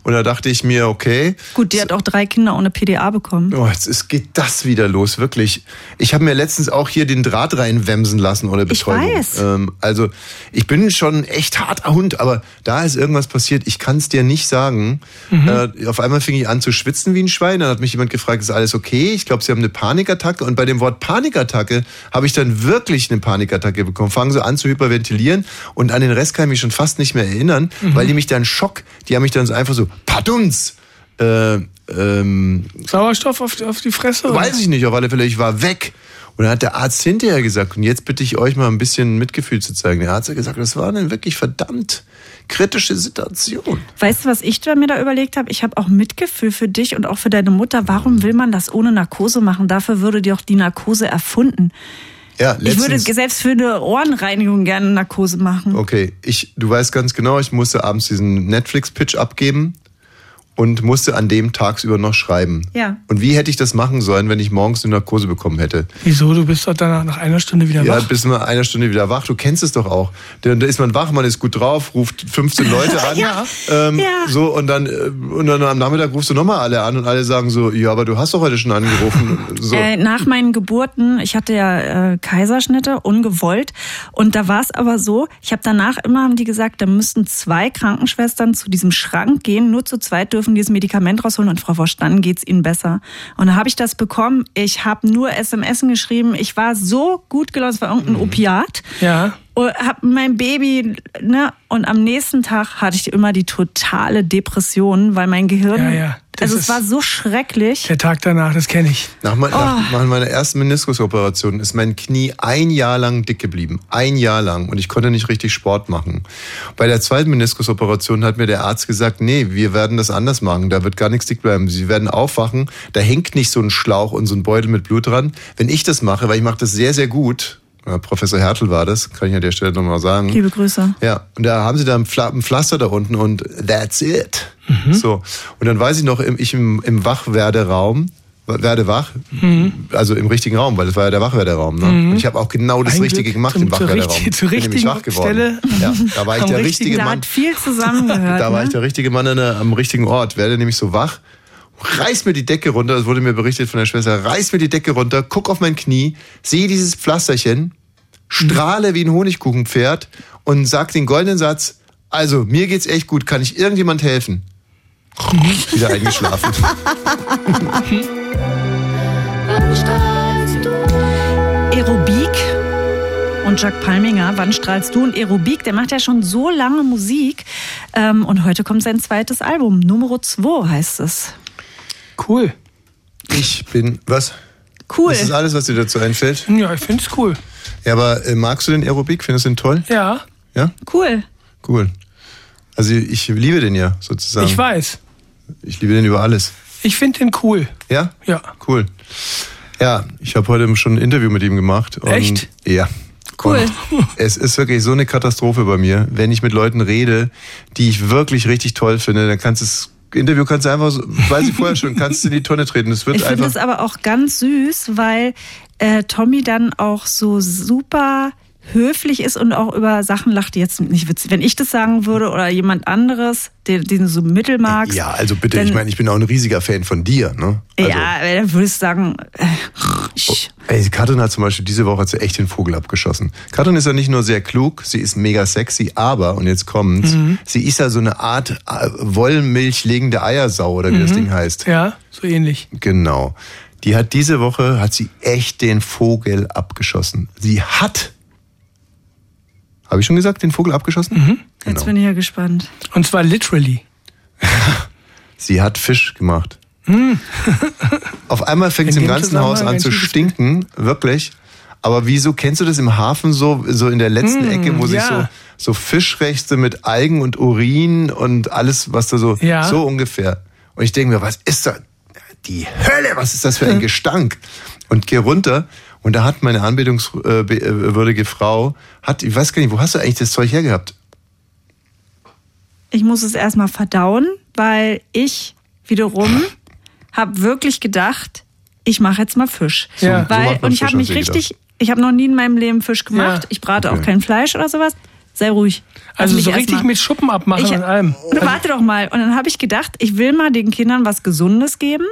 [SPEAKER 6] Und da dachte ich mir, okay,
[SPEAKER 7] Gut, die hat auch drei Kinder ohne PDA bekommen.
[SPEAKER 6] oh, jetzt ist, geht das wieder los, wirklich. Ich habe mir letztens auch hier den Draht reinwemsen lassen oder
[SPEAKER 7] Ich
[SPEAKER 6] Betäubung.
[SPEAKER 7] weiß.
[SPEAKER 6] Ähm, also ich bin schon echt harter Hund, aber da ist irgendwas passiert. Ich kann es es dir nicht sagen.
[SPEAKER 7] Mhm.
[SPEAKER 6] Äh, auf einmal fing ich an zu schwitzen wie ein Schwein. Dann hat mich jemand gefragt, ist alles okay? Ich glaube, sie haben eine Panikattacke. Und bei dem Wort Panikattacke habe ich dann wirklich eine Panikattacke bekommen. Fangen so an zu hyperventilieren. Und an den Rest kann ich mich schon fast nicht mehr erinnern,
[SPEAKER 7] Mhm.
[SPEAKER 6] weil die mich dann Schock, die haben mich dann so einfach so, Pattunz! Äh, ähm,
[SPEAKER 8] Sauerstoff auf, auf die Fresse? oder?
[SPEAKER 6] Weiß ich nicht, auf alle Fälle, ich war weg. Und dann hat der Arzt hinterher gesagt, und jetzt bitte ich euch mal ein bisschen Mitgefühl zu zeigen. Der Arzt hat gesagt, das war eine wirklich verdammt kritische Situation.
[SPEAKER 7] Weißt du, was ich da mir da überlegt habe? Ich habe auch Mitgefühl für dich und auch für deine Mutter. Warum will man das ohne Narkose machen? Dafür würde dir auch die Narkose erfunden.
[SPEAKER 6] Ja,
[SPEAKER 7] Ich würde
[SPEAKER 6] letztens,
[SPEAKER 7] selbst für eine Ohrenreinigung gerne Narkose machen.
[SPEAKER 6] okay, ich, du weißt ganz genau, ich musste abends diesen Netflix-Pitch abgeben und musste an dem tagsüber noch schreiben.
[SPEAKER 7] Ja.
[SPEAKER 6] Und wie hätte ich das machen sollen, wenn ich morgens eine Narkose bekommen hätte?
[SPEAKER 8] Wieso? Du bist doch danach nach einer Stunde wieder
[SPEAKER 6] Ja,
[SPEAKER 8] wach.
[SPEAKER 6] bist mal einer Stunde wieder wach. Du kennst es doch auch. Da, da ist man wach, man ist gut drauf, ruft 15 Leute an.
[SPEAKER 7] Ja,
[SPEAKER 6] Ähm,
[SPEAKER 7] ja.
[SPEAKER 6] So, und dann, äh, und dann am Nachmittag rufst du nochmal alle an und alle sagen so, ja, aber du hast doch heute schon angerufen. So.
[SPEAKER 7] Äh, nach meinen Geburten, ich hatte ja äh, Kaiserschnitte, ungewollt. Und da war es aber so, ich habe danach immer, haben die gesagt, da müssten zwei Krankenschwestern zu diesem Schrank gehen, nur zu zweit dürfen die das Medikament rausholen und Frau Vosch, dann geht's ihnen besser. Und da habe ich das bekommen, ich habe nur SMS geschrieben, ich war so gut gelaunt, es war irgendein Opiat.
[SPEAKER 8] Mhm. Ja.
[SPEAKER 7] Und hab mein Baby, ne? Und am nächsten Tag hatte ich immer die totale Depression, weil mein Gehirn.
[SPEAKER 8] Ja, ja, das
[SPEAKER 7] also es
[SPEAKER 8] ist-
[SPEAKER 7] war so schrecklich.
[SPEAKER 8] Der Tag danach, das kenne ich.
[SPEAKER 6] Nach, mein, nach, nach meiner ersten Meniskusoperation ist mein Knie ein Jahr lang dick geblieben. Ein Jahr lang. Und ich konnte nicht richtig Sport machen. Bei der zweiten Meniskusoperation hat mir der Arzt gesagt, nee, wir werden das anders machen. Da wird gar nichts dick bleiben. Sie werden aufwachen. Da hängt nicht so ein Schlauch und so ein Beutel mit Blut dran. Wenn ich das mache, weil ich mache das sehr, sehr gut. Ja, Professor Hertel war das, kann ich an der Stelle nochmal sagen.
[SPEAKER 7] Liebe Grüße.
[SPEAKER 6] Ja, und da haben sie da ein Pfla- ein Pflaster da unten und that's it.
[SPEAKER 8] Mhm.
[SPEAKER 6] So. Und dann weiß ich noch, im- ich im, im Wachwerderaum, werde wach,
[SPEAKER 8] Mhm.
[SPEAKER 6] also im richtigen Raum, weil das war ja der Wachwerderaum. Ne? Und ich habe auch genau das
[SPEAKER 8] Ein
[SPEAKER 6] Richtige
[SPEAKER 8] Glück
[SPEAKER 6] gemacht
[SPEAKER 8] zum-
[SPEAKER 6] im
[SPEAKER 8] zur
[SPEAKER 6] Wachwerderaum.
[SPEAKER 8] richtig- zur
[SPEAKER 6] Ich bin nämlich
[SPEAKER 8] richtigen
[SPEAKER 6] wach geworden.
[SPEAKER 8] Stelle.
[SPEAKER 6] Ja, da war ich
[SPEAKER 8] Am
[SPEAKER 6] der
[SPEAKER 8] richtigen-
[SPEAKER 6] richtige
[SPEAKER 7] Da
[SPEAKER 6] Mann.
[SPEAKER 7] hat viel zusammengehört.
[SPEAKER 6] Da war
[SPEAKER 7] ne?
[SPEAKER 6] ich der richtige Mann an der, am richtigen Ort, werde nämlich so wach, reiß mir die Decke runter, das wurde mir berichtet von der Schwester, reiß mir die Decke runter, guck auf mein Knie, sehe dieses Pflasterchen, strahle wie ein Honigkuchenpferd und sag den goldenen Satz, also mir geht's echt gut, kann ich irgendjemand helfen? Wieder eingeschlafen.
[SPEAKER 7] Aerobik und Jack Palminger, Wann strahlst du? Und Aerobik, der macht ja schon so lange Musik. Ähm, und heute kommt sein zweites Album. Numero 2 heißt es.
[SPEAKER 8] Cool.
[SPEAKER 6] Ich bin, was?
[SPEAKER 7] Cool.
[SPEAKER 6] Das ist alles, was dir dazu einfällt.
[SPEAKER 8] Ja, ich finde es cool.
[SPEAKER 6] Ja, aber äh, magst du den Aerobik? Findest du den toll?
[SPEAKER 8] Ja,
[SPEAKER 6] Ja?
[SPEAKER 7] Cool.
[SPEAKER 6] Cool. Also ich liebe den ja sozusagen.
[SPEAKER 8] ich weiß.
[SPEAKER 6] ich liebe den über alles.
[SPEAKER 8] Ich finde den cool.
[SPEAKER 6] Ja?
[SPEAKER 8] Ja.
[SPEAKER 6] Cool. Ja, ich habe heute schon ein Interview mit ihm gemacht. Und
[SPEAKER 8] Echt?
[SPEAKER 6] Ja.
[SPEAKER 7] Cool.
[SPEAKER 6] Und es ist wirklich so eine Katastrophe bei mir, wenn ich mit Leuten rede, die ich wirklich richtig toll finde, dann kannst du das Interview kannst du einfach, so, weiß ich vorher schon, kannst du in die Tonne treten. Das wird
[SPEAKER 7] Ich finde
[SPEAKER 6] einfach.
[SPEAKER 7] es aber auch ganz süß, weil äh, Tommy dann auch so super höflich ist und auch über Sachen lacht, die jetzt nicht witzig. Wenn ich das sagen würde oder jemand anderes, den, den du so mittel magst.
[SPEAKER 6] ja, also bitte,
[SPEAKER 7] dann,
[SPEAKER 6] ich meine, ich bin auch ein riesiger Fan von dir, ne? Also, Oh,
[SPEAKER 7] ja, dann würdest du sagen, äh, sch-
[SPEAKER 6] Ey, Katrin hat zum Beispiel diese Woche hat sie echt den Vogel abgeschossen. Katrin ist ja nicht nur sehr klug, sie ist mega sexy, aber, und jetzt kommt's, sie ist ja so eine Art äh, Wollmilch legende Eiersau oder wie das Ding heißt.
[SPEAKER 8] Ja, so ähnlich.
[SPEAKER 6] Genau. Die hat diese Woche, hat sie echt den Vogel abgeschossen. Sie hat, habe ich schon gesagt, den Vogel abgeschossen?
[SPEAKER 7] jetzt
[SPEAKER 6] genau.
[SPEAKER 7] bin ich ja gespannt.
[SPEAKER 8] Und zwar literally.
[SPEAKER 6] Sie hat Fisch gemacht.
[SPEAKER 8] Hm.
[SPEAKER 6] Auf einmal fängt es
[SPEAKER 8] In
[SPEAKER 6] im
[SPEAKER 8] dem
[SPEAKER 6] ganzen Haus
[SPEAKER 8] Zusammenhang
[SPEAKER 6] an
[SPEAKER 8] ganz
[SPEAKER 6] zu
[SPEAKER 8] schön
[SPEAKER 6] stinken, wirklich. Aber wieso kennst du das im Hafen so, so in der letzten Ecke, wo sich so,
[SPEAKER 8] Hm, ja.
[SPEAKER 6] so Fischreste mit Algen und Urin und alles, was da so,
[SPEAKER 8] Ja.
[SPEAKER 6] so ungefähr. Und ich denke mir, was ist da? Die Hölle, was ist das für
[SPEAKER 8] Hm.
[SPEAKER 6] ein Gestank? Und geh runter. Und da hat meine anbetungswürdige Frau, hat, ich weiß gar nicht, wo hast du eigentlich das Zeug hergehabt?
[SPEAKER 7] Ich muss es erstmal verdauen, weil ich wiederum habe wirklich gedacht, ich mache jetzt mal Fisch.
[SPEAKER 8] Ja.
[SPEAKER 6] So
[SPEAKER 7] Weil,
[SPEAKER 6] macht man
[SPEAKER 7] und ich
[SPEAKER 6] Fisch,
[SPEAKER 7] habe mich
[SPEAKER 6] hat sie
[SPEAKER 7] richtig, ich habe noch nie in meinem Leben Fisch gemacht.
[SPEAKER 8] Ja.
[SPEAKER 7] Ich brate auch
[SPEAKER 6] Okay.
[SPEAKER 7] kein Fleisch oder sowas. Sei ruhig. Lass
[SPEAKER 8] Also
[SPEAKER 7] mich
[SPEAKER 8] so
[SPEAKER 7] erst
[SPEAKER 8] richtig
[SPEAKER 7] mal.
[SPEAKER 8] mit Schuppen abmachen
[SPEAKER 7] Ich-
[SPEAKER 8] und allem. Also,
[SPEAKER 7] Na, warte doch mal. Und dann habe ich gedacht, ich will mal den Kindern was Gesundes geben.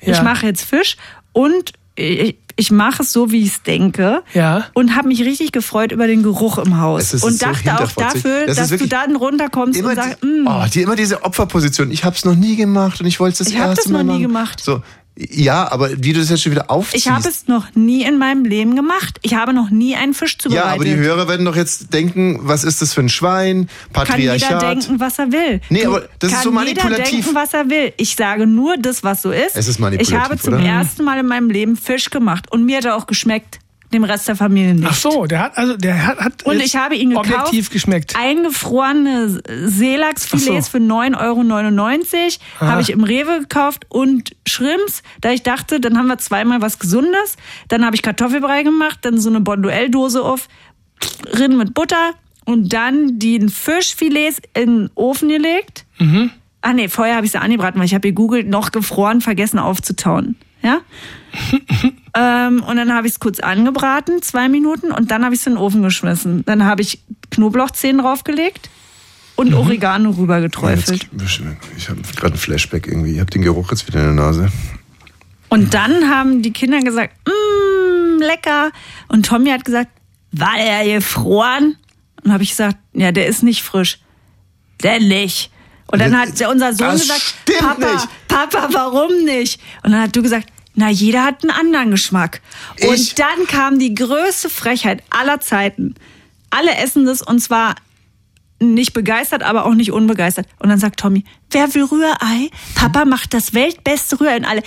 [SPEAKER 8] Ja.
[SPEAKER 7] Ich mache jetzt Fisch und ich, ich mache es so, wie ich es denke.
[SPEAKER 8] Ja.
[SPEAKER 7] Und habe mich richtig gefreut über den Geruch im Haus.
[SPEAKER 6] Es ist
[SPEAKER 7] und
[SPEAKER 6] so
[SPEAKER 7] dachte auch
[SPEAKER 6] hinterfotzig.
[SPEAKER 7] dafür,
[SPEAKER 6] Das ist
[SPEAKER 7] dass du
[SPEAKER 6] wirklich
[SPEAKER 7] dann runterkommst
[SPEAKER 6] Immer,
[SPEAKER 7] und
[SPEAKER 6] die,
[SPEAKER 7] sagst, "Mm,
[SPEAKER 6] oh, die, immer diese Opferposition. Ich habe es noch nie gemacht und ich wollte es das
[SPEAKER 7] Ich hab
[SPEAKER 6] erste
[SPEAKER 7] das
[SPEAKER 6] Mal
[SPEAKER 7] noch nie
[SPEAKER 6] machen.
[SPEAKER 7] gemacht.
[SPEAKER 6] So, ja, aber wie du das jetzt schon wieder aufziehst.
[SPEAKER 7] ich habe es noch nie in meinem Leben gemacht. Ich habe noch nie einen Fisch zubereitet.
[SPEAKER 6] ja, aber die Hörer werden doch jetzt denken, was ist das für ein Schwein?
[SPEAKER 7] kann jeder
[SPEAKER 6] Patriarchat.
[SPEAKER 7] denken, was er will.
[SPEAKER 6] Nee,
[SPEAKER 7] Du-
[SPEAKER 6] aber das ist
[SPEAKER 7] kann
[SPEAKER 6] so manipulativ.
[SPEAKER 7] Jeder denken, was er will. Ich sage nur das, was so ist.
[SPEAKER 6] Es ist manipulativ,
[SPEAKER 7] Ich habe zum
[SPEAKER 6] oder?
[SPEAKER 7] ersten Mal in meinem Leben Fisch gemacht und mir hat er auch geschmeckt, dem Rest der Familie nicht.
[SPEAKER 8] Ach so, der hat also der hat, hat
[SPEAKER 7] Und
[SPEAKER 8] jetzt
[SPEAKER 7] ich habe ihn gekauft.
[SPEAKER 8] objektiv geschmeckt.
[SPEAKER 7] Eingefrorene Seelachsfilets
[SPEAKER 8] Ach so.
[SPEAKER 7] für 9,99 Euro habe ich im Rewe gekauft und Schrimps, da ich dachte, dann haben wir zweimal was Gesundes. Dann habe ich Kartoffelbrei gemacht, dann so eine Bonduelle-Dose auf, Rinnen mit Butter und dann den Fischfilets in den Ofen gelegt.
[SPEAKER 8] Mhm.
[SPEAKER 7] Ah nee, vorher habe ich sie angebraten, weil ich habe gegoogelt, noch gefroren, vergessen aufzutauen. Ja? Ähm, und dann habe ich es kurz angebraten, zwei Minuten, und dann habe ich es in den Ofen geschmissen. Dann habe ich Knoblauchzehen draufgelegt und Oregano rübergeträufelt.
[SPEAKER 6] Jetzt, ich habe gerade ein Flashback irgendwie. Ich habe den Geruch jetzt wieder in der Nase.
[SPEAKER 7] Und dann haben die Kinder gesagt, mmm, lecker. Und Tommy hat gesagt, war er gefroren? Und habe ich gesagt, ja, der ist nicht frisch. Der nicht. Und dann hat der- unser Sohn
[SPEAKER 6] Das
[SPEAKER 7] gesagt,
[SPEAKER 6] stimmt
[SPEAKER 7] Papa,
[SPEAKER 6] nicht."
[SPEAKER 7] Papa, warum nicht? Und dann hat du gesagt, na, jeder hat einen anderen Geschmack. Und
[SPEAKER 6] Ich-
[SPEAKER 7] dann kam die größte Frechheit aller Zeiten. Alle essen das und zwar nicht begeistert, aber auch nicht unbegeistert. Und dann sagt Tommy, wer will Rührei? Papa macht das weltbeste Rührei in alle.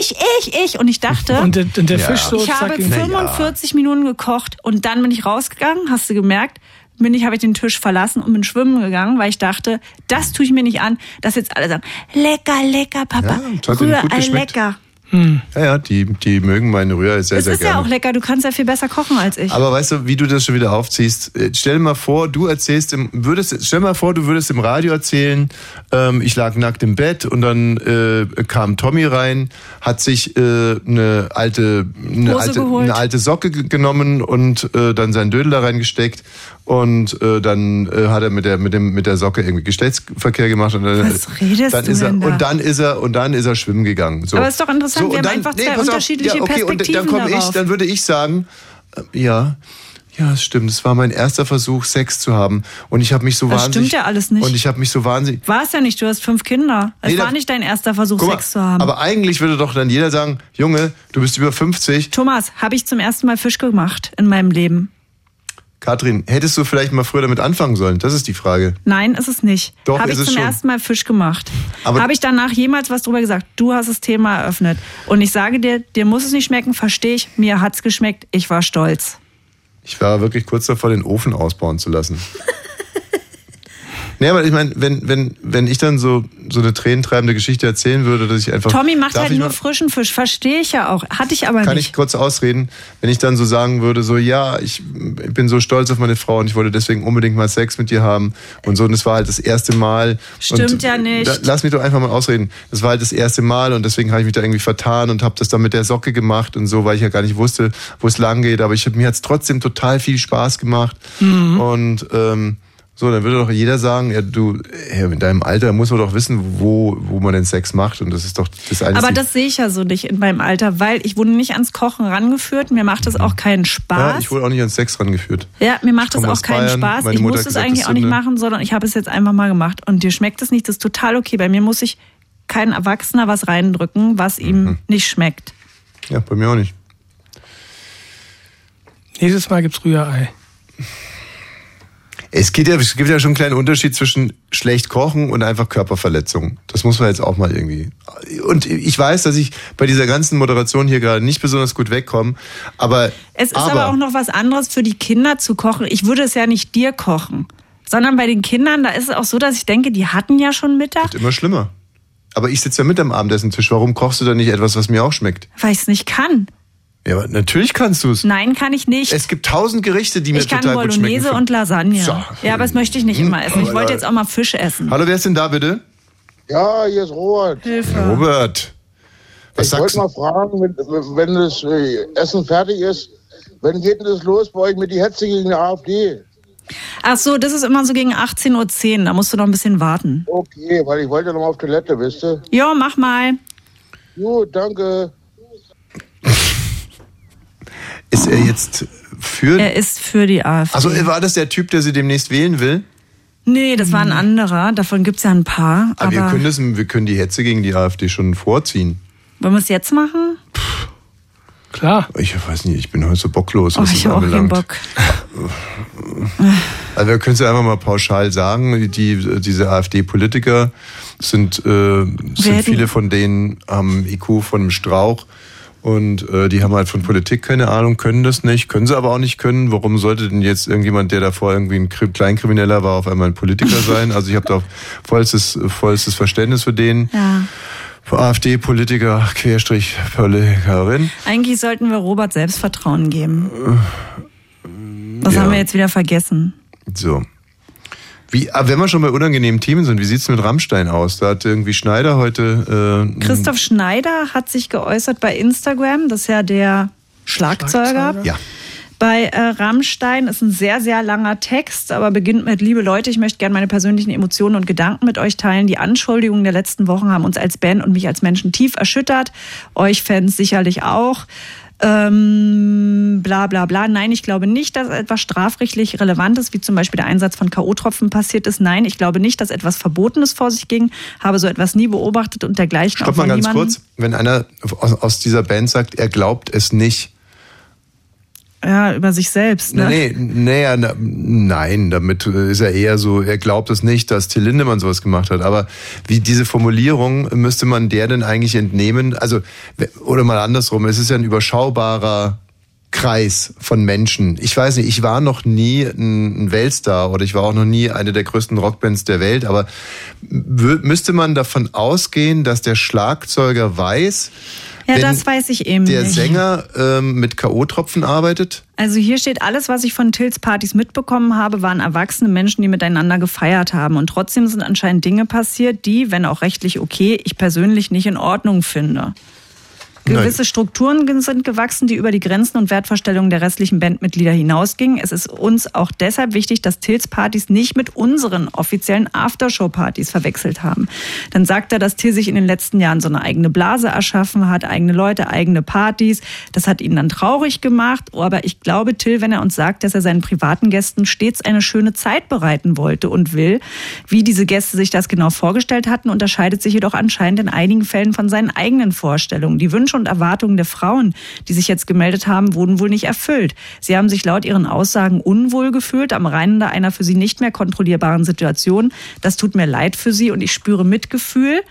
[SPEAKER 7] Ich, ich, ich. Und ich dachte,
[SPEAKER 8] Und der, und der Fisch so
[SPEAKER 7] ich habe
[SPEAKER 8] zack, ihn-
[SPEAKER 7] 45 Minuten gekocht und dann bin ich rausgegangen, hast du gemerkt, bin ich, habe ich den Tisch verlassen und bin schwimmen gegangen, weil ich dachte, das tue ich mir nicht an, dass jetzt alle sagen, lecker, lecker, Papa,
[SPEAKER 6] Ja, das hat ihnen gut
[SPEAKER 7] Rührei,
[SPEAKER 6] geschmeckt.
[SPEAKER 7] lecker.
[SPEAKER 6] Ja, ja, die, die mögen meine Rührei sehr,
[SPEAKER 7] Das
[SPEAKER 6] sehr
[SPEAKER 7] ist
[SPEAKER 6] gerne. Also
[SPEAKER 7] ja auch lecker, du kannst ja viel besser kochen als ich.
[SPEAKER 6] Aber weißt du, wie du das schon wieder aufziehst? Äh, Stell dir mal vor, du erzählst im, würdest, stell dir mal vor, du würdest im Radio erzählen, ähm, ich lag nackt im Bett und dann äh, kam Tommy rein, hat sich äh, eine alte, eine
[SPEAKER 7] Hose
[SPEAKER 6] alte,
[SPEAKER 7] geholt.
[SPEAKER 6] eine alte Socke ge- genommen und äh, dann seinen Dödel da reingesteckt und äh, dann äh, hat er mit der mit dem mit der Socke irgendwie Geschlechtsverkehr gemacht und dann,
[SPEAKER 7] Was redest
[SPEAKER 6] dann
[SPEAKER 7] du
[SPEAKER 6] ist er,
[SPEAKER 7] denn da?
[SPEAKER 6] und dann ist er und dann ist er schwimmen gegangen. So.
[SPEAKER 7] Aber ist doch interessant,
[SPEAKER 6] und
[SPEAKER 7] wir haben einfach zwei
[SPEAKER 6] pass auf,
[SPEAKER 7] unterschiedliche
[SPEAKER 6] ja, okay, und
[SPEAKER 7] Perspektiven
[SPEAKER 6] dann komme ich,
[SPEAKER 7] darauf.
[SPEAKER 6] dann würde ich sagen, äh, ja, ja, es stimmt. Es war mein erster Versuch, Sex zu haben. Und ich habe mich so
[SPEAKER 7] Das
[SPEAKER 6] wahnsinnig.
[SPEAKER 7] stimmt ja alles nicht.
[SPEAKER 6] Und ich habe mich so wahnsinnig.
[SPEAKER 7] War es ja nicht, du hast fünf Kinder. Es
[SPEAKER 6] Nee, da-
[SPEAKER 7] war nicht dein erster Versuch,
[SPEAKER 6] Guck mal,
[SPEAKER 7] Sex zu haben.
[SPEAKER 6] Aber eigentlich würde doch dann jeder sagen, Junge, du bist über 50.
[SPEAKER 7] Thomas, habe ich zum ersten Mal Fisch gemacht in meinem Leben?
[SPEAKER 6] Katrin, hättest du vielleicht mal früher damit anfangen sollen? Das ist die Frage.
[SPEAKER 7] Nein, ist es nicht.
[SPEAKER 6] Doch,
[SPEAKER 7] Habe
[SPEAKER 6] ist
[SPEAKER 7] ich
[SPEAKER 6] es
[SPEAKER 7] zum
[SPEAKER 6] schon.
[SPEAKER 7] ersten Mal Fisch gemacht.
[SPEAKER 6] Aber-
[SPEAKER 7] Habe ich danach jemals was drüber gesagt? Du hast das Thema eröffnet. Und ich sage dir, dir muss es nicht schmecken, verstehe ich. Mir hat's geschmeckt. Ich war stolz.
[SPEAKER 6] Ich war wirklich kurz davor, den Ofen ausbauen zu lassen. Nee, aber ich meine, wenn, wenn, wenn ich dann so, so eine tränentreibende Geschichte erzählen würde, dass ich einfach.
[SPEAKER 7] Tommy macht
[SPEAKER 6] Darf
[SPEAKER 7] halt
[SPEAKER 6] ich
[SPEAKER 7] nur
[SPEAKER 6] mal-
[SPEAKER 7] frischen Fisch. Verstehe ich ja auch. Hatte ich aber
[SPEAKER 6] Kann ich
[SPEAKER 7] nicht.
[SPEAKER 6] kurz ausreden, wenn ich dann so sagen würde, so ja, ich bin so stolz auf meine Frau und ich wollte deswegen unbedingt mal Sex mit ihr haben und so und es war halt das erste Mal.
[SPEAKER 7] Stimmt
[SPEAKER 6] und,
[SPEAKER 7] ja nicht.
[SPEAKER 6] Da, lass mich doch einfach mal ausreden. Das war halt das erste Mal und deswegen habe ich mich da irgendwie vertan und habe das dann mit der Socke gemacht und so, weil ich ja gar nicht wusste, wo es lang geht, aber ich mir hat es trotzdem total viel Spaß gemacht
[SPEAKER 7] Mhm.
[SPEAKER 6] und ähm, so, dann würde doch jeder sagen, ja, du, ja, mit deinem Alter muss man doch wissen, wo, wo man den Sex macht. Und das ist doch das eine.
[SPEAKER 7] aber das sehe ich ja so nicht in meinem Alter, weil ich wurde nicht ans Kochen rangeführt. Mir macht das auch keinen Spaß.
[SPEAKER 6] ja, ich wurde auch nicht an Sex rangeführt.
[SPEAKER 7] Ja, mir macht
[SPEAKER 6] Ich
[SPEAKER 7] das
[SPEAKER 6] komme
[SPEAKER 7] auch
[SPEAKER 6] aus
[SPEAKER 7] keinen
[SPEAKER 6] Bayern.
[SPEAKER 7] Spaß.
[SPEAKER 6] Meine
[SPEAKER 7] Ich
[SPEAKER 6] Mutter
[SPEAKER 7] muss
[SPEAKER 6] hat
[SPEAKER 7] es
[SPEAKER 6] gesagt,
[SPEAKER 7] eigentlich
[SPEAKER 6] das
[SPEAKER 7] auch nicht
[SPEAKER 6] ist eine-
[SPEAKER 7] machen, sondern ich habe es jetzt einfach mal gemacht. Und dir schmeckt es nicht, das ist total okay. Bei mir muss ich kein Erwachsener was reindrücken, was ihm
[SPEAKER 6] Mhm.
[SPEAKER 7] nicht schmeckt.
[SPEAKER 6] Ja, bei mir auch nicht.
[SPEAKER 8] Nächstes Mal gibt's Rührei.
[SPEAKER 6] Es, geht ja, es gibt ja schon einen kleinen Unterschied zwischen schlecht kochen und einfach Körperverletzung. Das muss man jetzt auch mal irgendwie. Und ich weiß, dass ich bei dieser ganzen Moderation hier gerade nicht besonders gut wegkomme, aber.
[SPEAKER 7] Es ist aber, auch noch was anderes für die Kinder zu kochen. Ich würde es ja nicht dir kochen, sondern bei den Kindern, da ist es auch so, dass ich denke, die hatten ja schon Mittag,
[SPEAKER 6] Wird immer schlimmer. Aber ich sitze ja mit am Abendessentisch. Warum kochst du dann nicht etwas, was mir auch schmeckt?
[SPEAKER 7] weil ich es nicht kann.
[SPEAKER 6] Ja, aber natürlich kannst du es.
[SPEAKER 7] Nein, kann ich nicht.
[SPEAKER 6] Es gibt tausend Gerichte, die mir
[SPEAKER 7] ich kann
[SPEAKER 6] total gut schmecken.
[SPEAKER 7] Bolognese und Lasagne.
[SPEAKER 6] So. Mhm.
[SPEAKER 7] Ja, aber das möchte ich nicht immer essen. Ich
[SPEAKER 6] Aber-
[SPEAKER 7] wollte jetzt auch mal Fisch essen.
[SPEAKER 6] Hallo, wer ist denn da bitte?
[SPEAKER 10] Ja, hier ist Robert.
[SPEAKER 7] Hilfe.
[SPEAKER 6] Robert. Was
[SPEAKER 10] Ich
[SPEAKER 6] sagst
[SPEAKER 10] wollte
[SPEAKER 6] du?
[SPEAKER 10] mal fragen, wenn, wenn das äh, Essen fertig ist, wann geht denn das los bei euch mit die Hetze gegen die AfD?
[SPEAKER 7] Ach so, das ist immer so gegen 18.10 Uhr. Da musst du noch ein bisschen warten.
[SPEAKER 10] Okay, weil ich wollte noch mal auf Toilette, wisst ihr?
[SPEAKER 7] Jo, mach mal.
[SPEAKER 10] Gut, danke.
[SPEAKER 6] Ist er jetzt für.
[SPEAKER 7] Er ist für die AfD.
[SPEAKER 6] Also war das der Typ, der sie demnächst wählen will?
[SPEAKER 7] Nee, das war ein anderer. Davon gibt es ja ein paar.
[SPEAKER 6] Aber, hm. Ah, wir,
[SPEAKER 7] Aber
[SPEAKER 6] können das, wir können die Hetze gegen die AfD schon vorziehen.
[SPEAKER 7] wollen wir es jetzt machen?
[SPEAKER 8] Klar.
[SPEAKER 6] Ich weiß nicht, ich bin heute so bocklos,
[SPEAKER 7] Oh,
[SPEAKER 6] was
[SPEAKER 7] ich
[SPEAKER 6] das
[SPEAKER 7] habe auch keinen
[SPEAKER 6] anbelangt.
[SPEAKER 7] Bock.
[SPEAKER 6] Also wir können es ja einfach mal pauschal sagen, die, diese AfD-Politiker sind, äh, sind
[SPEAKER 7] hätten-
[SPEAKER 6] viele von denen am IQ von einem Strauch und äh, die haben halt von Politik keine Ahnung, können das nicht, können sie aber auch nicht können. Warum sollte denn jetzt irgendjemand, der davor irgendwie ein Kri- Kleinkrimineller war, auf einmal ein Politiker sein? Also ich habe da vollstes, vollstes Verständnis für den.
[SPEAKER 7] Ja.
[SPEAKER 6] Für AfD-Politiker, Querstrich, Politikerin.
[SPEAKER 7] Eigentlich sollten wir Robert Selbstvertrauen geben. Das
[SPEAKER 6] Äh, ja.
[SPEAKER 7] haben wir jetzt wieder vergessen.
[SPEAKER 6] So. Wie, aber wenn wir schon bei unangenehmen Themen sind, wie sieht's mit Rammstein aus? Da hat irgendwie Schneider heute. Äh,
[SPEAKER 7] Christoph Schneider hat sich geäußert bei Instagram, das ist ja der Schlagzeuger.
[SPEAKER 6] Ja.
[SPEAKER 7] Bei äh, Rammstein ist ein sehr, sehr langer Text, aber beginnt mit, liebe Leute, ich möchte gerne meine persönlichen Emotionen und Gedanken mit euch teilen. Die Anschuldigungen der letzten Wochen haben uns als Band und mich als Menschen tief erschüttert. Euch Fans sicherlich auch. Ähm, bla bla bla. Nein, ich glaube nicht, dass etwas strafrechtlich Relevantes, wie zum Beispiel der Einsatz von K.O.-Tropfen passiert ist. Nein, ich glaube nicht, dass etwas Verbotenes vor sich ging. Habe so etwas nie beobachtet und dergleichen.
[SPEAKER 6] Stopp
[SPEAKER 7] auch von
[SPEAKER 6] mal ganz
[SPEAKER 7] niemandem.
[SPEAKER 6] kurz. Wenn einer aus, aus dieser Band sagt, er glaubt es nicht.
[SPEAKER 7] Ja, über sich selbst. Ne?
[SPEAKER 6] Nee, nee, ja, na, nein, damit äh, ist er eher so, er glaubt es nicht, dass Till Lindemann sowas gemacht hat. Aber wie diese Formulierung müsste man der denn eigentlich entnehmen? Also, w- oder mal andersrum, es ist ja ein überschaubarer Kreis von Menschen. Ich weiß nicht, ich war noch nie ein ein Weltstar oder ich war auch noch nie eine der größten Rockbands der Welt, aber wü- müsste man davon ausgehen, dass der Schlagzeuger weiß,
[SPEAKER 7] Ja,
[SPEAKER 6] wenn
[SPEAKER 7] das weiß ich eben
[SPEAKER 6] der
[SPEAKER 7] nicht.
[SPEAKER 6] Sänger ähm, mit K.O.-Tropfen arbeitet?
[SPEAKER 7] Also hier steht, alles, was ich von Tills Partys mitbekommen habe, waren erwachsene Menschen, die miteinander gefeiert haben. Und trotzdem sind anscheinend Dinge passiert, die, wenn auch rechtlich okay, ich persönlich nicht in Ordnung finde.
[SPEAKER 6] Nein.
[SPEAKER 7] Gewisse Strukturen ge- sind gewachsen, die über die Grenzen und Wertvorstellungen der restlichen Bandmitglieder hinausgingen. Es ist uns auch deshalb wichtig, dass Tills Partys nicht mit unseren offiziellen Aftershow-Partys verwechselt haben. Dann sagt er, dass Till sich in den letzten Jahren so eine eigene Blase erschaffen hat, eigene Leute, eigene Partys. Das hat ihn dann traurig gemacht. Oh, Aber ich glaube, Till, wenn er uns sagt, dass er seinen privaten Gästen stets eine schöne Zeit bereiten wollte und will, wie diese Gäste sich das genau vorgestellt hatten, unterscheidet sich jedoch anscheinend in einigen Fällen von seinen eigenen Vorstellungen. Die Wünsche und Erwartungen der Frauen, die sich jetzt gemeldet haben, wurden wohl nicht erfüllt. Sie haben sich laut ihren Aussagen unwohl gefühlt, am Rande einer für sie nicht mehr kontrollierbaren Situation. Das tut mir leid für sie und ich spüre Mitgefühl.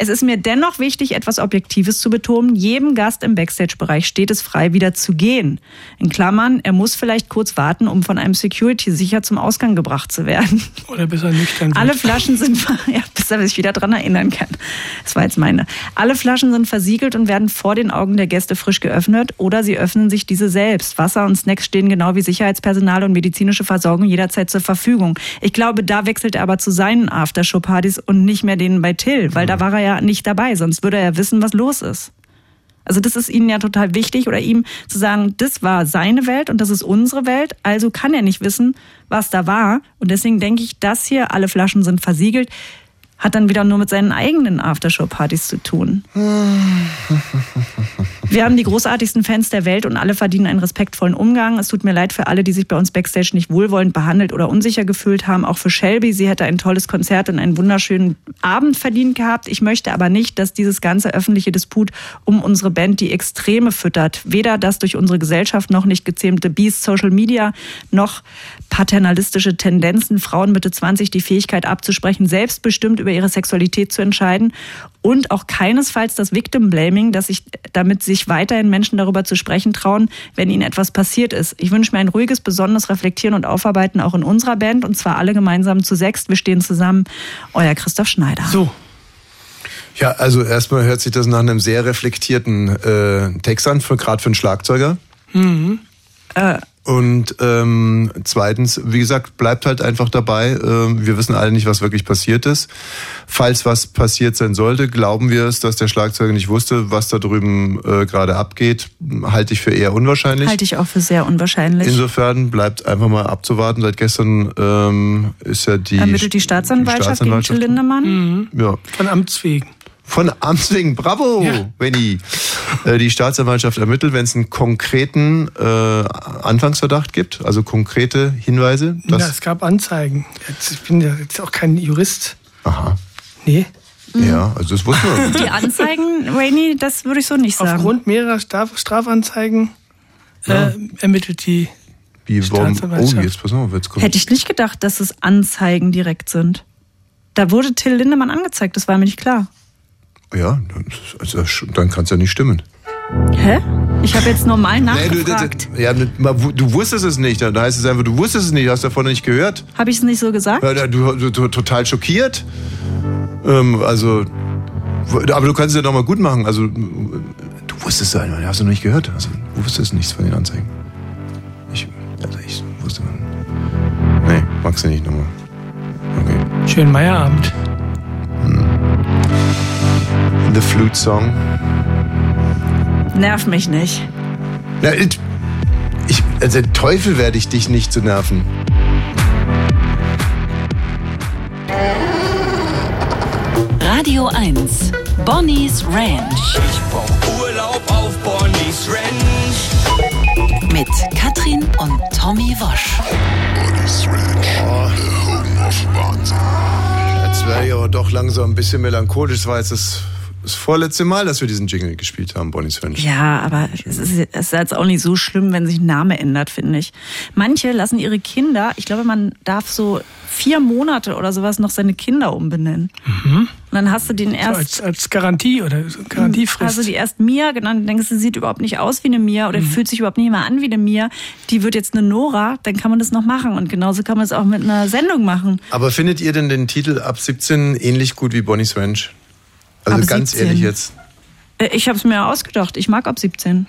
[SPEAKER 7] Es ist mir dennoch wichtig, etwas Objektives zu betonen. Jedem Gast im Backstage-Bereich steht es frei, wieder zu gehen. In Klammern, er muss vielleicht kurz warten, um von einem Security sicher zum Ausgang gebracht zu werden.
[SPEAKER 8] Oder besser nüchtern.
[SPEAKER 7] Alle Flaschen sind, ja, bis er sich wieder dran erinnern kann. Das war jetzt meine. Alle Flaschen sind versiegelt und werden vor den Augen der Gäste frisch geöffnet oder sie öffnen sich diese selbst. Wasser und Snacks stehen genau wie Sicherheitspersonal und medizinische Versorgung jederzeit zur Verfügung. Ich glaube, da wechselt er aber zu seinen Aftershow-Partys und nicht mehr denen bei Till, weil da war er ja nicht dabei, sonst würde er wissen, was los ist. Also das ist ihnen ja total wichtig oder ihm zu sagen, das war seine Welt und das ist unsere Welt, also kann er nicht wissen, was da war. Und deswegen denke ich, das hier, alle Flaschen sind versiegelt, hat dann wieder nur mit seinen eigenen Aftershow-Partys zu tun. Wir haben die großartigsten Fans der Welt und alle verdienen einen respektvollen Umgang. Es tut mir leid für alle, die sich bei uns Backstage nicht wohlwollend behandelt oder unsicher gefühlt haben. Auch für Shelby, sie hätte ein tolles Konzert und einen wunderschönen Abend verdient gehabt. Ich möchte aber nicht, dass dieses ganze öffentliche Disput um unsere Band die Extreme füttert. Weder das durch unsere Gesellschaft noch nicht gezähmte Beast Social Media noch paternalistische Tendenzen, Frauen Mitte 20 die Fähigkeit abzusprechen, selbstbestimmt über ihre Sexualität zu entscheiden und auch keinesfalls das Victim Blaming, dass sich, damit sich weiterhin Menschen darüber zu sprechen trauen, wenn ihnen etwas passiert ist. Ich wünsche mir ein ruhiges, besonnenes Reflektieren und Aufarbeiten auch in unserer Band und zwar alle gemeinsam zu sechst. Wir stehen zusammen. Euer Christoph Schneider.
[SPEAKER 8] So.
[SPEAKER 6] Ja, also erstmal hört sich das nach einem sehr reflektierten äh, Text an, für, gerade für einen Schlagzeuger.
[SPEAKER 8] Mhm.
[SPEAKER 7] Äh.
[SPEAKER 6] Und ähm, zweitens, wie gesagt, bleibt halt einfach dabei. Ähm, wir wissen alle nicht, was wirklich passiert ist. Falls was passiert sein sollte, glauben wir es, dass der Schlagzeuger nicht wusste, was da drüben äh, gerade abgeht. Halte ich für eher unwahrscheinlich.
[SPEAKER 7] Halte ich auch für sehr unwahrscheinlich.
[SPEAKER 6] Insofern bleibt einfach mal abzuwarten. Seit gestern ähm, ist ja die
[SPEAKER 7] Ermittelt die Staatsanwaltschaft, gegen Till Lindemann.
[SPEAKER 6] Ja,
[SPEAKER 8] Von Amts wegen.
[SPEAKER 6] von Amts wegen. Bravo, wenn die, äh, die Staatsanwaltschaft ermittelt, wenn es einen konkreten äh, Anfangsverdacht gibt, also konkrete Hinweise.
[SPEAKER 8] Ja, es gab Anzeigen. Jetzt, ich bin ja jetzt auch kein Jurist.
[SPEAKER 6] Aha.
[SPEAKER 8] Nee.
[SPEAKER 6] Ja, also das wusste man.
[SPEAKER 7] Die Anzeigen, Rainy, das würde ich so nicht sagen.
[SPEAKER 8] Aufgrund mehrerer Straf Strafanzeigen äh, ermittelt die.
[SPEAKER 6] Wie, warum, oh,
[SPEAKER 7] Staatsanwaltschaft.
[SPEAKER 6] jetzt pass auf, jetzt kommt.
[SPEAKER 7] Hätte ich nicht gedacht, dass es Anzeigen direkt sind. Da wurde Till Lindemann angezeigt, das war mir nicht klar.
[SPEAKER 6] Ja, dann, also, dann kann es ja nicht stimmen.
[SPEAKER 7] Hä? Ich habe jetzt normal
[SPEAKER 6] Nee, du, das,
[SPEAKER 7] nachgefragt.
[SPEAKER 6] ja, man- du wusstest es nicht. Dann heißt es einfach, du wusstest es nicht, hast davon nicht gehört.
[SPEAKER 7] Habe ich es nicht so gesagt?
[SPEAKER 6] Ja, da- du, du, du total schockiert. Ähm, also, w- aber du kannst es ja nochmal gut machen. Also, du wusstest es einfach, hast du nicht gehört. Also, du wusstest nichts von den Anzeigen. Ich, also ich wusste man. Nee, magst du nicht nochmal.
[SPEAKER 8] Schönen Meierabend.
[SPEAKER 6] The Flute Song.
[SPEAKER 7] Nerv mich nicht.
[SPEAKER 6] Na, ich, ich, also, Teufel werde ich dich nicht zu nerven.
[SPEAKER 3] Radio 1. Bonnie's Ranch.
[SPEAKER 4] Ich brauch Urlaub auf Bonnie's Ranch.
[SPEAKER 3] Mit Katrin und Tommy Wosch.
[SPEAKER 6] Jetzt wäre ich aber doch langsam ein bisschen melancholisch. Das war jetzt das, das vorletzte Mal, dass wir diesen Jingle gespielt haben, Bonnie's Ranch.
[SPEAKER 7] Ja, aber es ist, es ist jetzt auch nicht so schlimm, wenn sich ein Name ändert, finde ich. Manche lassen ihre Kinder, ich glaube, man darf so vier Monate oder sowas noch seine Kinder umbenennen.
[SPEAKER 6] Mhm.
[SPEAKER 7] Und dann hast du den erst.
[SPEAKER 8] als, als Garantie oder so Garantiefrist.
[SPEAKER 7] Also die erst Mia genannt, dann denkst du, sie sieht überhaupt nicht aus wie eine Mia oder fühlt sich überhaupt nicht mehr an wie eine Mia. Die wird jetzt eine Nora, dann kann man das noch machen. Und genauso kann man es auch mit einer Sendung machen.
[SPEAKER 6] Aber findet ihr denn den Titel ab 17 ähnlich gut wie Bonnie's Ranch? Also
[SPEAKER 7] Ab
[SPEAKER 6] ganz
[SPEAKER 7] 17.
[SPEAKER 6] ehrlich jetzt.
[SPEAKER 7] Äh, Ich habe es mir ausgedacht. Ich mag ab 17.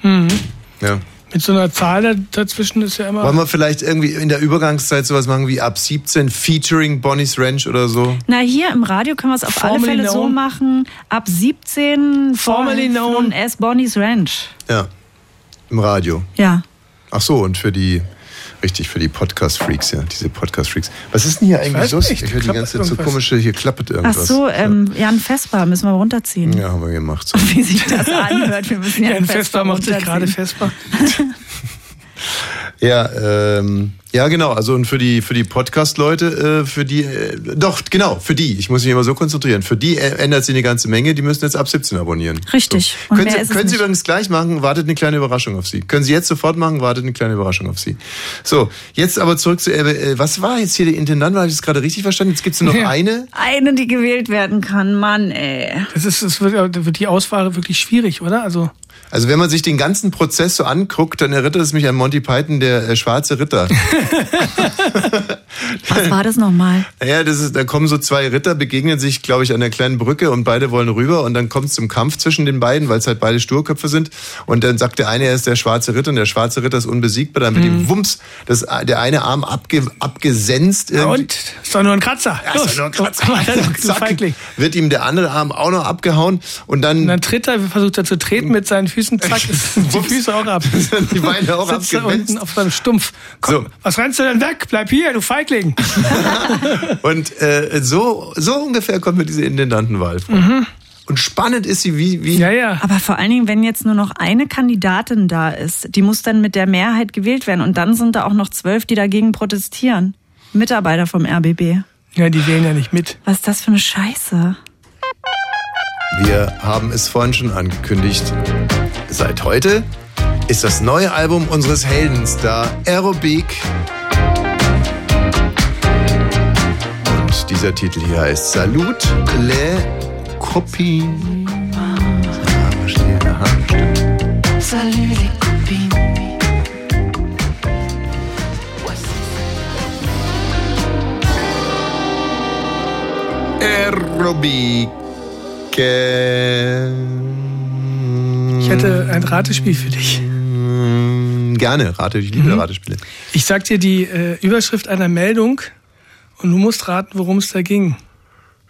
[SPEAKER 6] Ja.
[SPEAKER 8] Mit so einer Zahl da- dazwischen ist ja
[SPEAKER 7] Oh.
[SPEAKER 8] immer.
[SPEAKER 6] Wollen wir vielleicht irgendwie in der Übergangszeit sowas machen wie ab 17 featuring Bonnie's Ranch oder so?
[SPEAKER 7] Na, hier im Radio können wir es auf
[SPEAKER 8] Formerly
[SPEAKER 7] alle Fälle so
[SPEAKER 8] known-
[SPEAKER 7] machen. Ab 17
[SPEAKER 8] Formerly
[SPEAKER 7] known as Bonnie's Ranch.
[SPEAKER 6] Ja. Im Radio.
[SPEAKER 7] Ja.
[SPEAKER 6] Ach so, und für die, richtig, für die Podcast-Freaks, ja, diese Podcast-Freaks. Was ist denn hier eigentlich
[SPEAKER 8] weiß
[SPEAKER 6] los?
[SPEAKER 8] nicht,
[SPEAKER 6] Ich höre die
[SPEAKER 8] klappt
[SPEAKER 6] ganze Zeit so
[SPEAKER 8] irgendwas.
[SPEAKER 6] komische, hier klappert
[SPEAKER 7] Ach
[SPEAKER 6] irgendwas.
[SPEAKER 7] so, ähm, Jan Vesper müssen wir runterziehen.
[SPEAKER 6] Ja, haben wir gemacht. So.
[SPEAKER 7] Wie sich das anhört. Wir müssen
[SPEAKER 8] ja,
[SPEAKER 7] Jan
[SPEAKER 8] ein Vespa
[SPEAKER 7] Vesper
[SPEAKER 8] macht sich gerade
[SPEAKER 7] runterziehen.
[SPEAKER 8] festbar.
[SPEAKER 6] Ja, ähm, ja, genau. Also und für die für die Podcast-Leute, äh, für die, äh, doch genau, für die. Ich muss mich immer so konzentrieren. Für die äh, ändert sich eine ganze Menge. Die müssen jetzt ab 17 abonnieren.
[SPEAKER 7] Richtig. Und
[SPEAKER 6] Können,
[SPEAKER 7] mehr
[SPEAKER 6] Sie,
[SPEAKER 7] ist es
[SPEAKER 6] können Sie
[SPEAKER 7] nicht.
[SPEAKER 6] übrigens gleich machen, wartet eine kleine Überraschung auf Sie. Können Sie jetzt sofort machen, wartet eine kleine Überraschung auf Sie. So, jetzt aber zurück zu Elbe. Äh, Was war jetzt hier der Intendant? Habe ich das gerade richtig verstanden? Jetzt gibt es nur noch
[SPEAKER 8] Ja.
[SPEAKER 6] eine.
[SPEAKER 7] Eine, die gewählt werden kann. Mann, ey.
[SPEAKER 8] Das ist, das wird, da wird die Auswahl wirklich schwierig, oder? Also
[SPEAKER 6] Also wenn man sich den ganzen Prozess so anguckt, dann erinnert es mich an Monty Python, der äh, schwarze Ritter.
[SPEAKER 7] Was war das nochmal?
[SPEAKER 6] Naja, das ist, da kommen so zwei Ritter, begegnen sich, glaube ich, an der kleinen Brücke und beide wollen rüber und dann kommt es zum Kampf zwischen den beiden, weil es halt beide Sturköpfe sind. Und dann sagt der eine, er ist der schwarze Ritter und der schwarze Ritter ist unbesiegbar. Dann wird ihm
[SPEAKER 8] Mhm.
[SPEAKER 6] Wumms das, der eine Arm abge, abgesenzt.
[SPEAKER 8] ja,
[SPEAKER 6] irgendwie.
[SPEAKER 8] und ist doch nur ein Kratzer.
[SPEAKER 6] Ja, ist doch nur ein Kratzer.
[SPEAKER 8] komm, Alter, du
[SPEAKER 6] Zack,
[SPEAKER 8] Feigling.
[SPEAKER 6] wird ihm der andere Arm auch noch abgehauen und dann,
[SPEAKER 8] Und dann tritt er, versucht er zu treten mit seinen Füßen, zack, ist die Füße auch ab.
[SPEAKER 6] sind die Beine auch
[SPEAKER 8] Sitzt er
[SPEAKER 6] abgewetzt.
[SPEAKER 8] unten auf seinem Stumpf. Komm,
[SPEAKER 6] So.
[SPEAKER 8] was rennst du denn weg? Bleib hier, du Feigling.
[SPEAKER 6] und äh, so, so ungefähr kommt mir diese Intendantenwahl vor. Und spannend ist sie, wie, wie
[SPEAKER 8] Ja, ja.
[SPEAKER 7] Aber vor allen Dingen, wenn jetzt nur noch eine Kandidatin da ist, die muss dann mit der Mehrheit gewählt werden. Und dann sind da auch noch zwölf, die dagegen protestieren. Mitarbeiter vom RBB.
[SPEAKER 8] Ja, die wählen ja nicht mit.
[SPEAKER 7] Was ist das für eine Scheiße?
[SPEAKER 6] Wir haben es vorhin schon angekündigt. Seit heute ist das neue Album unseres Heldens da, Aerobic. Und dieser Titel hier heißt Salut le Copie. Ah, verstehe. Aha, stimmt. Aerobic.
[SPEAKER 8] Ich hätte ein Ratespiel für dich.
[SPEAKER 6] Gerne, rate, ich liebe Ratespiele.
[SPEAKER 8] Ich sag dir die äh, Überschrift einer Meldung und du musst raten, worum es da ging.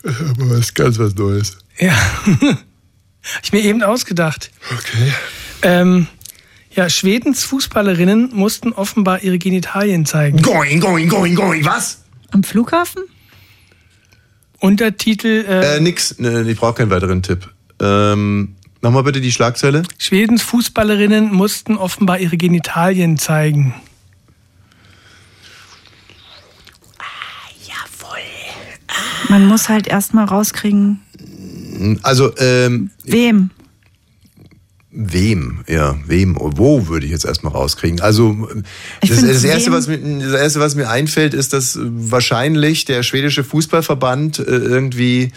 [SPEAKER 6] Äh, Aber es ist ganz was Neues.
[SPEAKER 8] Ja. Hab ich mir eben ausgedacht.
[SPEAKER 6] Okay.
[SPEAKER 8] Ähm, ja, Schwedens Fußballerinnen mussten offenbar ihre Genitalien zeigen.
[SPEAKER 6] Going, going, going, going, was?
[SPEAKER 7] Am Flughafen?
[SPEAKER 8] Untertitel, äh,
[SPEAKER 6] Äh, nix, ne, ich brauche keinen weiteren Tipp. Ähm, Nochmal bitte die Schlagzeile.
[SPEAKER 8] Schwedens Fußballerinnen mussten offenbar ihre Genitalien zeigen.
[SPEAKER 7] Man muss halt erstmal rauskriegen,
[SPEAKER 6] Also, ähm,
[SPEAKER 7] wem.
[SPEAKER 6] Wem, ja, wem, wo würde ich jetzt erstmal rauskriegen? Also,
[SPEAKER 7] Ich
[SPEAKER 6] das,
[SPEAKER 7] find,
[SPEAKER 6] das, erste,
[SPEAKER 7] wem-
[SPEAKER 6] was mir, das Erste, was mir einfällt, ist, dass äh, wahrscheinlich der schwedische Fußballverband äh, irgendwie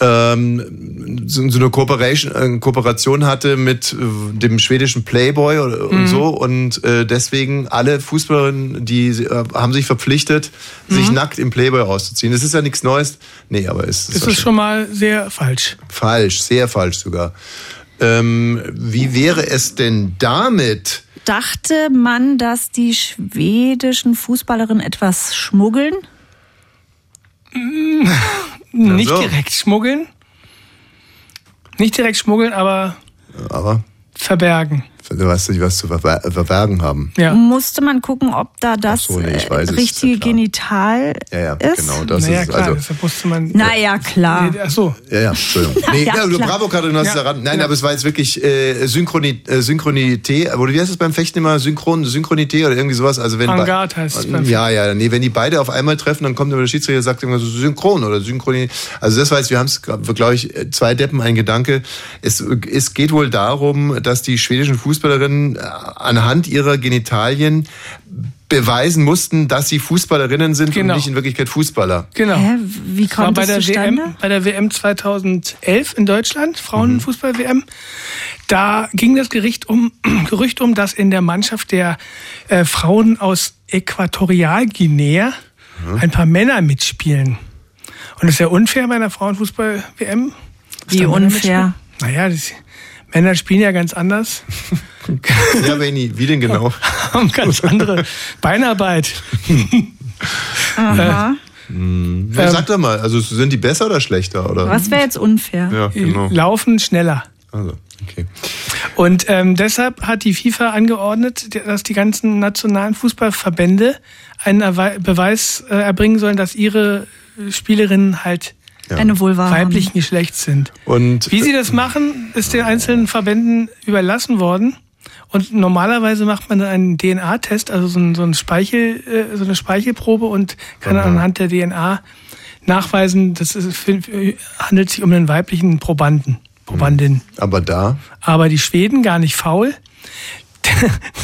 [SPEAKER 6] ähm, so, so eine Kooperation, äh, Kooperation hatte mit äh, dem schwedischen Playboy oder, und
[SPEAKER 11] Mhm.
[SPEAKER 6] so und äh, deswegen alle Fußballerinnen, die äh, haben sich verpflichtet, sich nackt im Playboy auszuziehen. Das ist ja nichts Neues. Nee, aber es ist,
[SPEAKER 8] Das ist schon mal sehr falsch.
[SPEAKER 6] Falsch, sehr falsch sogar. Ähm, wie wäre es denn damit?
[SPEAKER 7] Dachte man, dass die schwedischen Fußballerinnen etwas schmuggeln?
[SPEAKER 8] Nicht
[SPEAKER 6] so.
[SPEAKER 8] direkt schmuggeln. Nicht direkt schmuggeln, aber
[SPEAKER 6] Aber
[SPEAKER 8] verbergen.
[SPEAKER 6] du weißt nicht, was zu verber verbergen haben.
[SPEAKER 7] Musste man gucken, ob da das
[SPEAKER 6] so, nee, ich
[SPEAKER 7] äh,
[SPEAKER 6] weiß es, ist ja
[SPEAKER 7] richtige Genital
[SPEAKER 6] Ja, ja,
[SPEAKER 7] ist?
[SPEAKER 6] genau, das
[SPEAKER 8] naja,
[SPEAKER 6] ist es.
[SPEAKER 8] klar,
[SPEAKER 6] Also,
[SPEAKER 8] deshalb musste man.
[SPEAKER 7] Naja, klar.
[SPEAKER 8] Nee, ach so.
[SPEAKER 6] ja, ja, Entschuldigung. Nee,
[SPEAKER 7] Ja,
[SPEAKER 6] ja, du
[SPEAKER 7] klar.
[SPEAKER 6] Bravo, Katrin, du hast
[SPEAKER 8] Ja,
[SPEAKER 6] ja, ran. Nein, aber es war jetzt wirklich äh, Synchroni äh, Synchronität, oder wie heißt es beim Fechten immer? Synchron, Synchronität oder irgendwie sowas? Also wenn bei-
[SPEAKER 8] Avantgarde heißt es beim
[SPEAKER 6] Ja, ja, nee, wenn die beide auf einmal treffen, dann kommt immer der Schiedsrichter und sagt immer so synchron oder synchronität. Also das heißt, wir haben es, glaube ich, zwei Deppen, ein Gedanke. Es, es geht wohl darum, dass die schwedischen Fußballerinnen äh, anhand ihrer Genitalien beweisen mussten, dass sie Fußballerinnen sind
[SPEAKER 8] Genau.
[SPEAKER 6] und nicht in Wirklichkeit Fußballer.
[SPEAKER 8] Genau.
[SPEAKER 7] Hä, wie
[SPEAKER 8] Das war
[SPEAKER 7] kommt
[SPEAKER 8] bei
[SPEAKER 7] das
[SPEAKER 8] der
[SPEAKER 7] zustande?
[SPEAKER 8] WM, bei der WM 2011 in Deutschland, Frauenfußball-WM, da ging das Gericht um, Gerücht um, dass in der Mannschaft der äh, Frauen aus Äquatorialguinea
[SPEAKER 6] Mhm.
[SPEAKER 8] ein paar Männer mitspielen. Und das ist ja unfair bei einer Frauenfußball-WM. dass
[SPEAKER 7] Wie
[SPEAKER 8] da Männer
[SPEAKER 7] unfair?
[SPEAKER 8] mitspielen. Naja, das, Männer spielen ja ganz anders,
[SPEAKER 6] Ja, Benny, wie denn genau?
[SPEAKER 8] haben ganz andere Beinarbeit.
[SPEAKER 6] Äh,
[SPEAKER 7] Aha.
[SPEAKER 6] Ja, sag doch mal, also sind die besser oder schlechter? Oder?
[SPEAKER 7] Was wäre jetzt unfair?
[SPEAKER 6] Ja, genau.
[SPEAKER 8] Laufen schneller.
[SPEAKER 6] Also, okay.
[SPEAKER 8] Und ähm, deshalb hat die FIFA angeordnet, dass die ganzen nationalen Fußballverbände einen Erwe Beweis äh, erbringen sollen, dass ihre Spielerinnen halt
[SPEAKER 7] Eine Vulva. haben.
[SPEAKER 8] weiblichen Geschlechts sind.
[SPEAKER 6] Und
[SPEAKER 8] Wie sie das machen, ist den einzelnen Verbänden überlassen worden. Und normalerweise macht man dann einen DNA-Test, also so, ein, so, ein Speichel, äh, so eine Speichelprobe und kann dann anhand der DNA nachweisen, das ist, handelt sich um einen weiblichen Probanden, Probandin.
[SPEAKER 6] aber da,
[SPEAKER 8] Aber die Schweden gar nicht faul.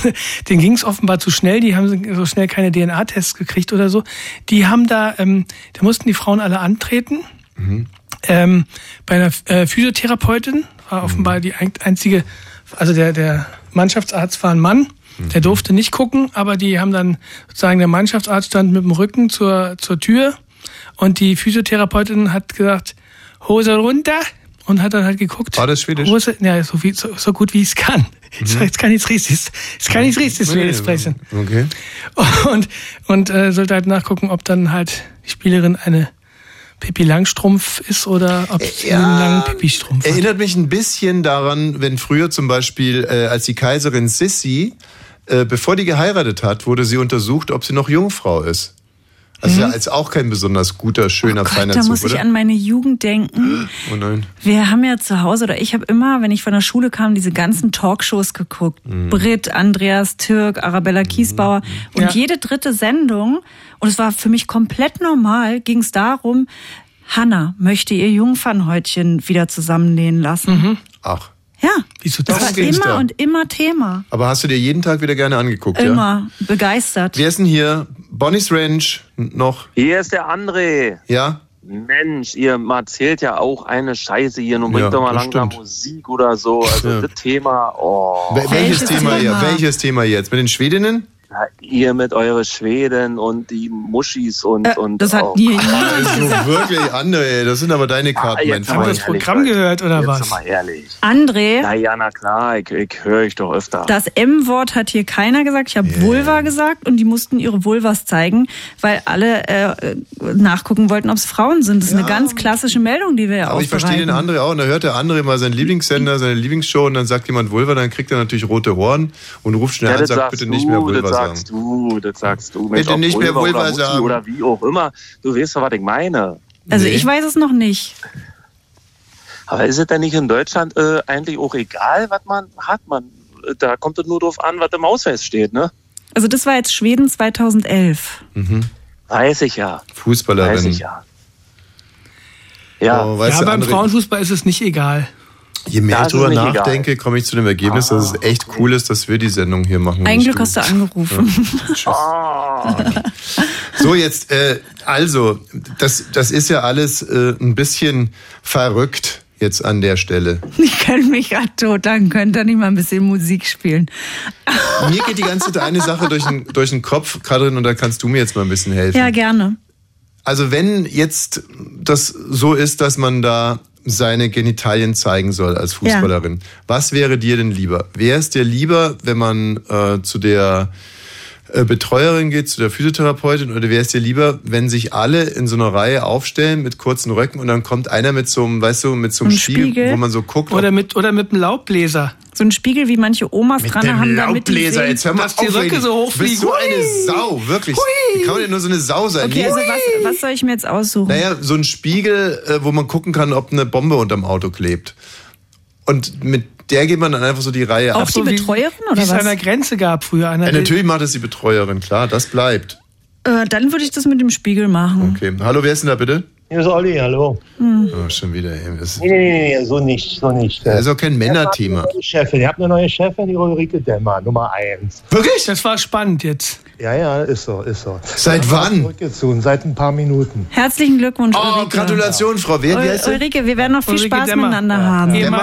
[SPEAKER 8] Den ging es offenbar zu schnell, die haben so schnell keine DNA-Tests gekriegt oder so. Die haben da, ähm, da mussten die Frauen alle antreten. Ähm, bei einer äh, Physiotherapeutin war offenbar die ein- einzige, also der, der Mannschaftsarzt war ein Mann,
[SPEAKER 6] Mhm.
[SPEAKER 8] der durfte nicht gucken, aber die haben dann sozusagen, der Mannschaftsarzt stand mit dem Rücken zur, zur Tür und die Physiotherapeutin hat gesagt, Hose runter und hat dann halt geguckt.
[SPEAKER 6] War das Schwedisch? Mhm.
[SPEAKER 8] Hose, ja, so, viel, so, so gut wie ich es kann. Ich Jetzt kann ich richtig, jetzt kann ich richtig
[SPEAKER 6] Nee, nee,
[SPEAKER 8] sprechen.
[SPEAKER 6] okay.
[SPEAKER 8] Und, und äh, sollte halt nachgucken, ob dann halt die Spielerin eine Pippi Langstrumpf ist oder ob sie einen langen Pipi-Strumpf hat.
[SPEAKER 6] Erinnert mich ein bisschen daran, wenn früher zum Beispiel, äh, als die Kaiserin Sissi, äh, bevor die geheiratet hat, wurde sie untersucht, ob sie noch Jungfrau ist. Also ja, als auch kein besonders guter, schöner,
[SPEAKER 7] Mhm. Oh
[SPEAKER 6] feiner
[SPEAKER 7] Gott, da
[SPEAKER 6] Zug,
[SPEAKER 7] muss ich
[SPEAKER 6] oder?
[SPEAKER 7] an meine Jugend denken.
[SPEAKER 6] oh nein.
[SPEAKER 7] Wir haben ja zu Hause oder ich habe immer, wenn ich von der Schule kam, diese ganzen Talkshows geguckt.
[SPEAKER 6] Mhm.
[SPEAKER 7] Brit, Andreas Türk, Arabella Kiesbauer und
[SPEAKER 8] Ja.
[SPEAKER 7] jede dritte Sendung und es war für mich komplett normal, ging es darum, Hanna möchte ihr Jungfernhäutchen wieder zusammennähen lassen.
[SPEAKER 6] Mhm. Ach.
[SPEAKER 7] Ja,
[SPEAKER 8] Wieso
[SPEAKER 7] das
[SPEAKER 8] das
[SPEAKER 7] war
[SPEAKER 6] ging's
[SPEAKER 7] immer
[SPEAKER 6] da?
[SPEAKER 7] und immer Thema.
[SPEAKER 6] Aber hast du dir jeden Tag wieder gerne angeguckt, ja?
[SPEAKER 7] Immer begeistert.
[SPEAKER 6] Wer ist denn hier? Bonnie's Ranch noch?
[SPEAKER 12] Hier ist der André.
[SPEAKER 6] Ja?
[SPEAKER 12] Mensch, ihr erzählt ja auch eine Scheiße hier. Nun
[SPEAKER 6] Ja,
[SPEAKER 12] bringt doch mal
[SPEAKER 6] das
[SPEAKER 12] langsam
[SPEAKER 6] stimmt.
[SPEAKER 12] Musik oder so. Also
[SPEAKER 6] Ja.
[SPEAKER 12] das Thema, oh,
[SPEAKER 6] Wel- welches
[SPEAKER 7] Welches
[SPEAKER 6] Thema,
[SPEAKER 7] Thema?
[SPEAKER 6] Thema? Welches Thema jetzt? Mit den Schwedinnen?
[SPEAKER 12] ja, ihr mit eure Schweden und die Muschis und...
[SPEAKER 7] Äh,
[SPEAKER 12] und
[SPEAKER 7] das hat
[SPEAKER 12] oh,
[SPEAKER 7] nie
[SPEAKER 6] Also wirklich, André, das sind aber deine
[SPEAKER 12] Ah,
[SPEAKER 6] Karten,
[SPEAKER 12] jetzt
[SPEAKER 6] mein
[SPEAKER 12] mal
[SPEAKER 8] Haben wir das
[SPEAKER 6] Freund.
[SPEAKER 12] ehrlich,
[SPEAKER 8] Programm
[SPEAKER 12] Leute.
[SPEAKER 8] gehört oder
[SPEAKER 12] jetzt
[SPEAKER 8] was?
[SPEAKER 12] mal ehrlich.
[SPEAKER 7] André,
[SPEAKER 12] Na ja, na klar, ich, ich höre ich doch öfter.
[SPEAKER 7] Das M-Wort hat hier keiner gesagt. Ich habe Vulva gesagt und die mussten ihre Vulvas zeigen, weil alle äh, nachgucken wollten, ob es Frauen sind. Das ist eine ganz klassische Meldung, die wir ja
[SPEAKER 6] Aber Also ich verstehe den
[SPEAKER 7] aufbereiten.
[SPEAKER 6] André auch. Und da hört der André mal seinen Lieblingssender, seine Lieblingsshow und dann sagt jemand Vulva, dann kriegt er natürlich rote Ohren und ruft schnell
[SPEAKER 12] Ja,
[SPEAKER 6] an und
[SPEAKER 12] das
[SPEAKER 6] sagt,
[SPEAKER 12] sagst
[SPEAKER 6] bitte
[SPEAKER 12] du,
[SPEAKER 6] nicht mehr Vulva
[SPEAKER 12] das
[SPEAKER 6] sagen.
[SPEAKER 12] sagst du, das sagst du.
[SPEAKER 6] Bitte
[SPEAKER 12] ob
[SPEAKER 6] nicht mehr Vulva
[SPEAKER 12] oder Mutti
[SPEAKER 6] sagen.
[SPEAKER 12] Oder wie auch immer. Du weißt doch, was ich meine.
[SPEAKER 7] Also
[SPEAKER 6] Nee.
[SPEAKER 7] ich weiß es noch nicht.
[SPEAKER 12] Aber ist es denn nicht in Deutschland äh, eigentlich auch egal, was man hat? Man,
[SPEAKER 13] äh,
[SPEAKER 12] da kommt es nur drauf an, was im Ausweis steht, ne?
[SPEAKER 7] Also das war jetzt Schweden 2011.
[SPEAKER 6] Mhm.
[SPEAKER 12] Weiß ich ja.
[SPEAKER 6] Fußballerin.
[SPEAKER 12] Weiß ich ja. Ja,
[SPEAKER 6] Oh, weißt
[SPEAKER 8] ja,
[SPEAKER 6] du,
[SPEAKER 8] beim
[SPEAKER 6] André-
[SPEAKER 8] Frauenfußball ist es nicht egal.
[SPEAKER 6] Je mehr
[SPEAKER 8] Da ist
[SPEAKER 6] ich
[SPEAKER 8] es
[SPEAKER 6] drüber
[SPEAKER 8] nicht egal.
[SPEAKER 6] nachdenke, komme ich zu dem Ergebnis, dass es echt cool ist, dass wir die Sendung hier machen. und
[SPEAKER 7] Ein
[SPEAKER 6] nicht
[SPEAKER 7] Glück
[SPEAKER 6] du.
[SPEAKER 7] hast du angerufen.
[SPEAKER 6] So, jetzt, äh, also, das, das ist ja alles äh, ein bisschen verrückt jetzt an der Stelle.
[SPEAKER 7] Ich könnte mich gerade tot, dann könnt ihr nicht mal ein bisschen Musik spielen.
[SPEAKER 6] Mir geht die ganze Zeit eine Sache durch den, durch den Kopf, Katrin, und da kannst du mir jetzt mal ein bisschen helfen.
[SPEAKER 7] Ja, gerne.
[SPEAKER 6] Also wenn jetzt das so ist, dass man da seine Genitalien zeigen soll als Fußballerin, was wäre dir denn lieber? Wäre es dir lieber, wenn man äh, zu der äh, Betreuerin geht, zu der Physiotherapeutin, oder wäre es dir lieber, wenn sich alle in so einer Reihe aufstellen mit kurzen Röcken und dann kommt einer mit so einem, weißt du, mit so einem
[SPEAKER 7] Ein
[SPEAKER 6] Spiegel,
[SPEAKER 7] Spiegel.
[SPEAKER 6] wo man so guckt,
[SPEAKER 8] Oder mit, oder mit einem Laubbläser.
[SPEAKER 7] So ein Spiegel, wie manche Omas dran haben, damit die sehen,
[SPEAKER 8] dass die Röcke
[SPEAKER 6] Leni.
[SPEAKER 8] so
[SPEAKER 6] Du
[SPEAKER 8] hochfliegen.
[SPEAKER 6] bist so eine Sau, wirklich. Wie kann man denn nur so eine Sau sein?
[SPEAKER 7] Okay,
[SPEAKER 6] Wie-
[SPEAKER 7] also was, was soll ich mir jetzt aussuchen?
[SPEAKER 6] Naja, so ein Spiegel, äh, wo man gucken kann, ob eine Bombe unterm Auto klebt. Und mit der geht man dann einfach so die Reihe ab.
[SPEAKER 8] Ach so, wie- Wie es an der Grenze gab früher. An der
[SPEAKER 6] Ja, Äh, natürlich macht es die Betreuerin, klar, das bleibt.
[SPEAKER 7] Äh, dann würde ich das mit dem Spiegel machen.
[SPEAKER 6] Okay. Hallo, wer ist denn da bitte?
[SPEAKER 11] Hier ist Olli, hallo.
[SPEAKER 7] Hm.
[SPEAKER 6] Oh, schon wieder. Ey. Das
[SPEAKER 11] Nee, nee, nee, nee, so nicht, so nicht.
[SPEAKER 6] Das ist auch kein Männerthema.
[SPEAKER 11] Ihr habt eine neue Chefin, ihr habt eine neue Chefin, die Ulrike Dämmer, Nummer eins.
[SPEAKER 8] Wirklich? Das war spannend jetzt.
[SPEAKER 11] Ja, ja, ist so, ist so.
[SPEAKER 6] Seit wann?
[SPEAKER 11] Zurückgezogen, seit ein paar Minuten.
[SPEAKER 7] Herzlichen Glückwunsch,
[SPEAKER 11] Oh,
[SPEAKER 7] Ulrike.
[SPEAKER 11] Gratulation, Frau Wehr, wie
[SPEAKER 7] Ul-
[SPEAKER 11] heißt sie?
[SPEAKER 7] Ulrike, wir werden noch viel
[SPEAKER 8] Ulrike
[SPEAKER 7] Spaß
[SPEAKER 8] Demmer.
[SPEAKER 7] miteinander
[SPEAKER 8] Ja.
[SPEAKER 7] haben.
[SPEAKER 8] Ehema-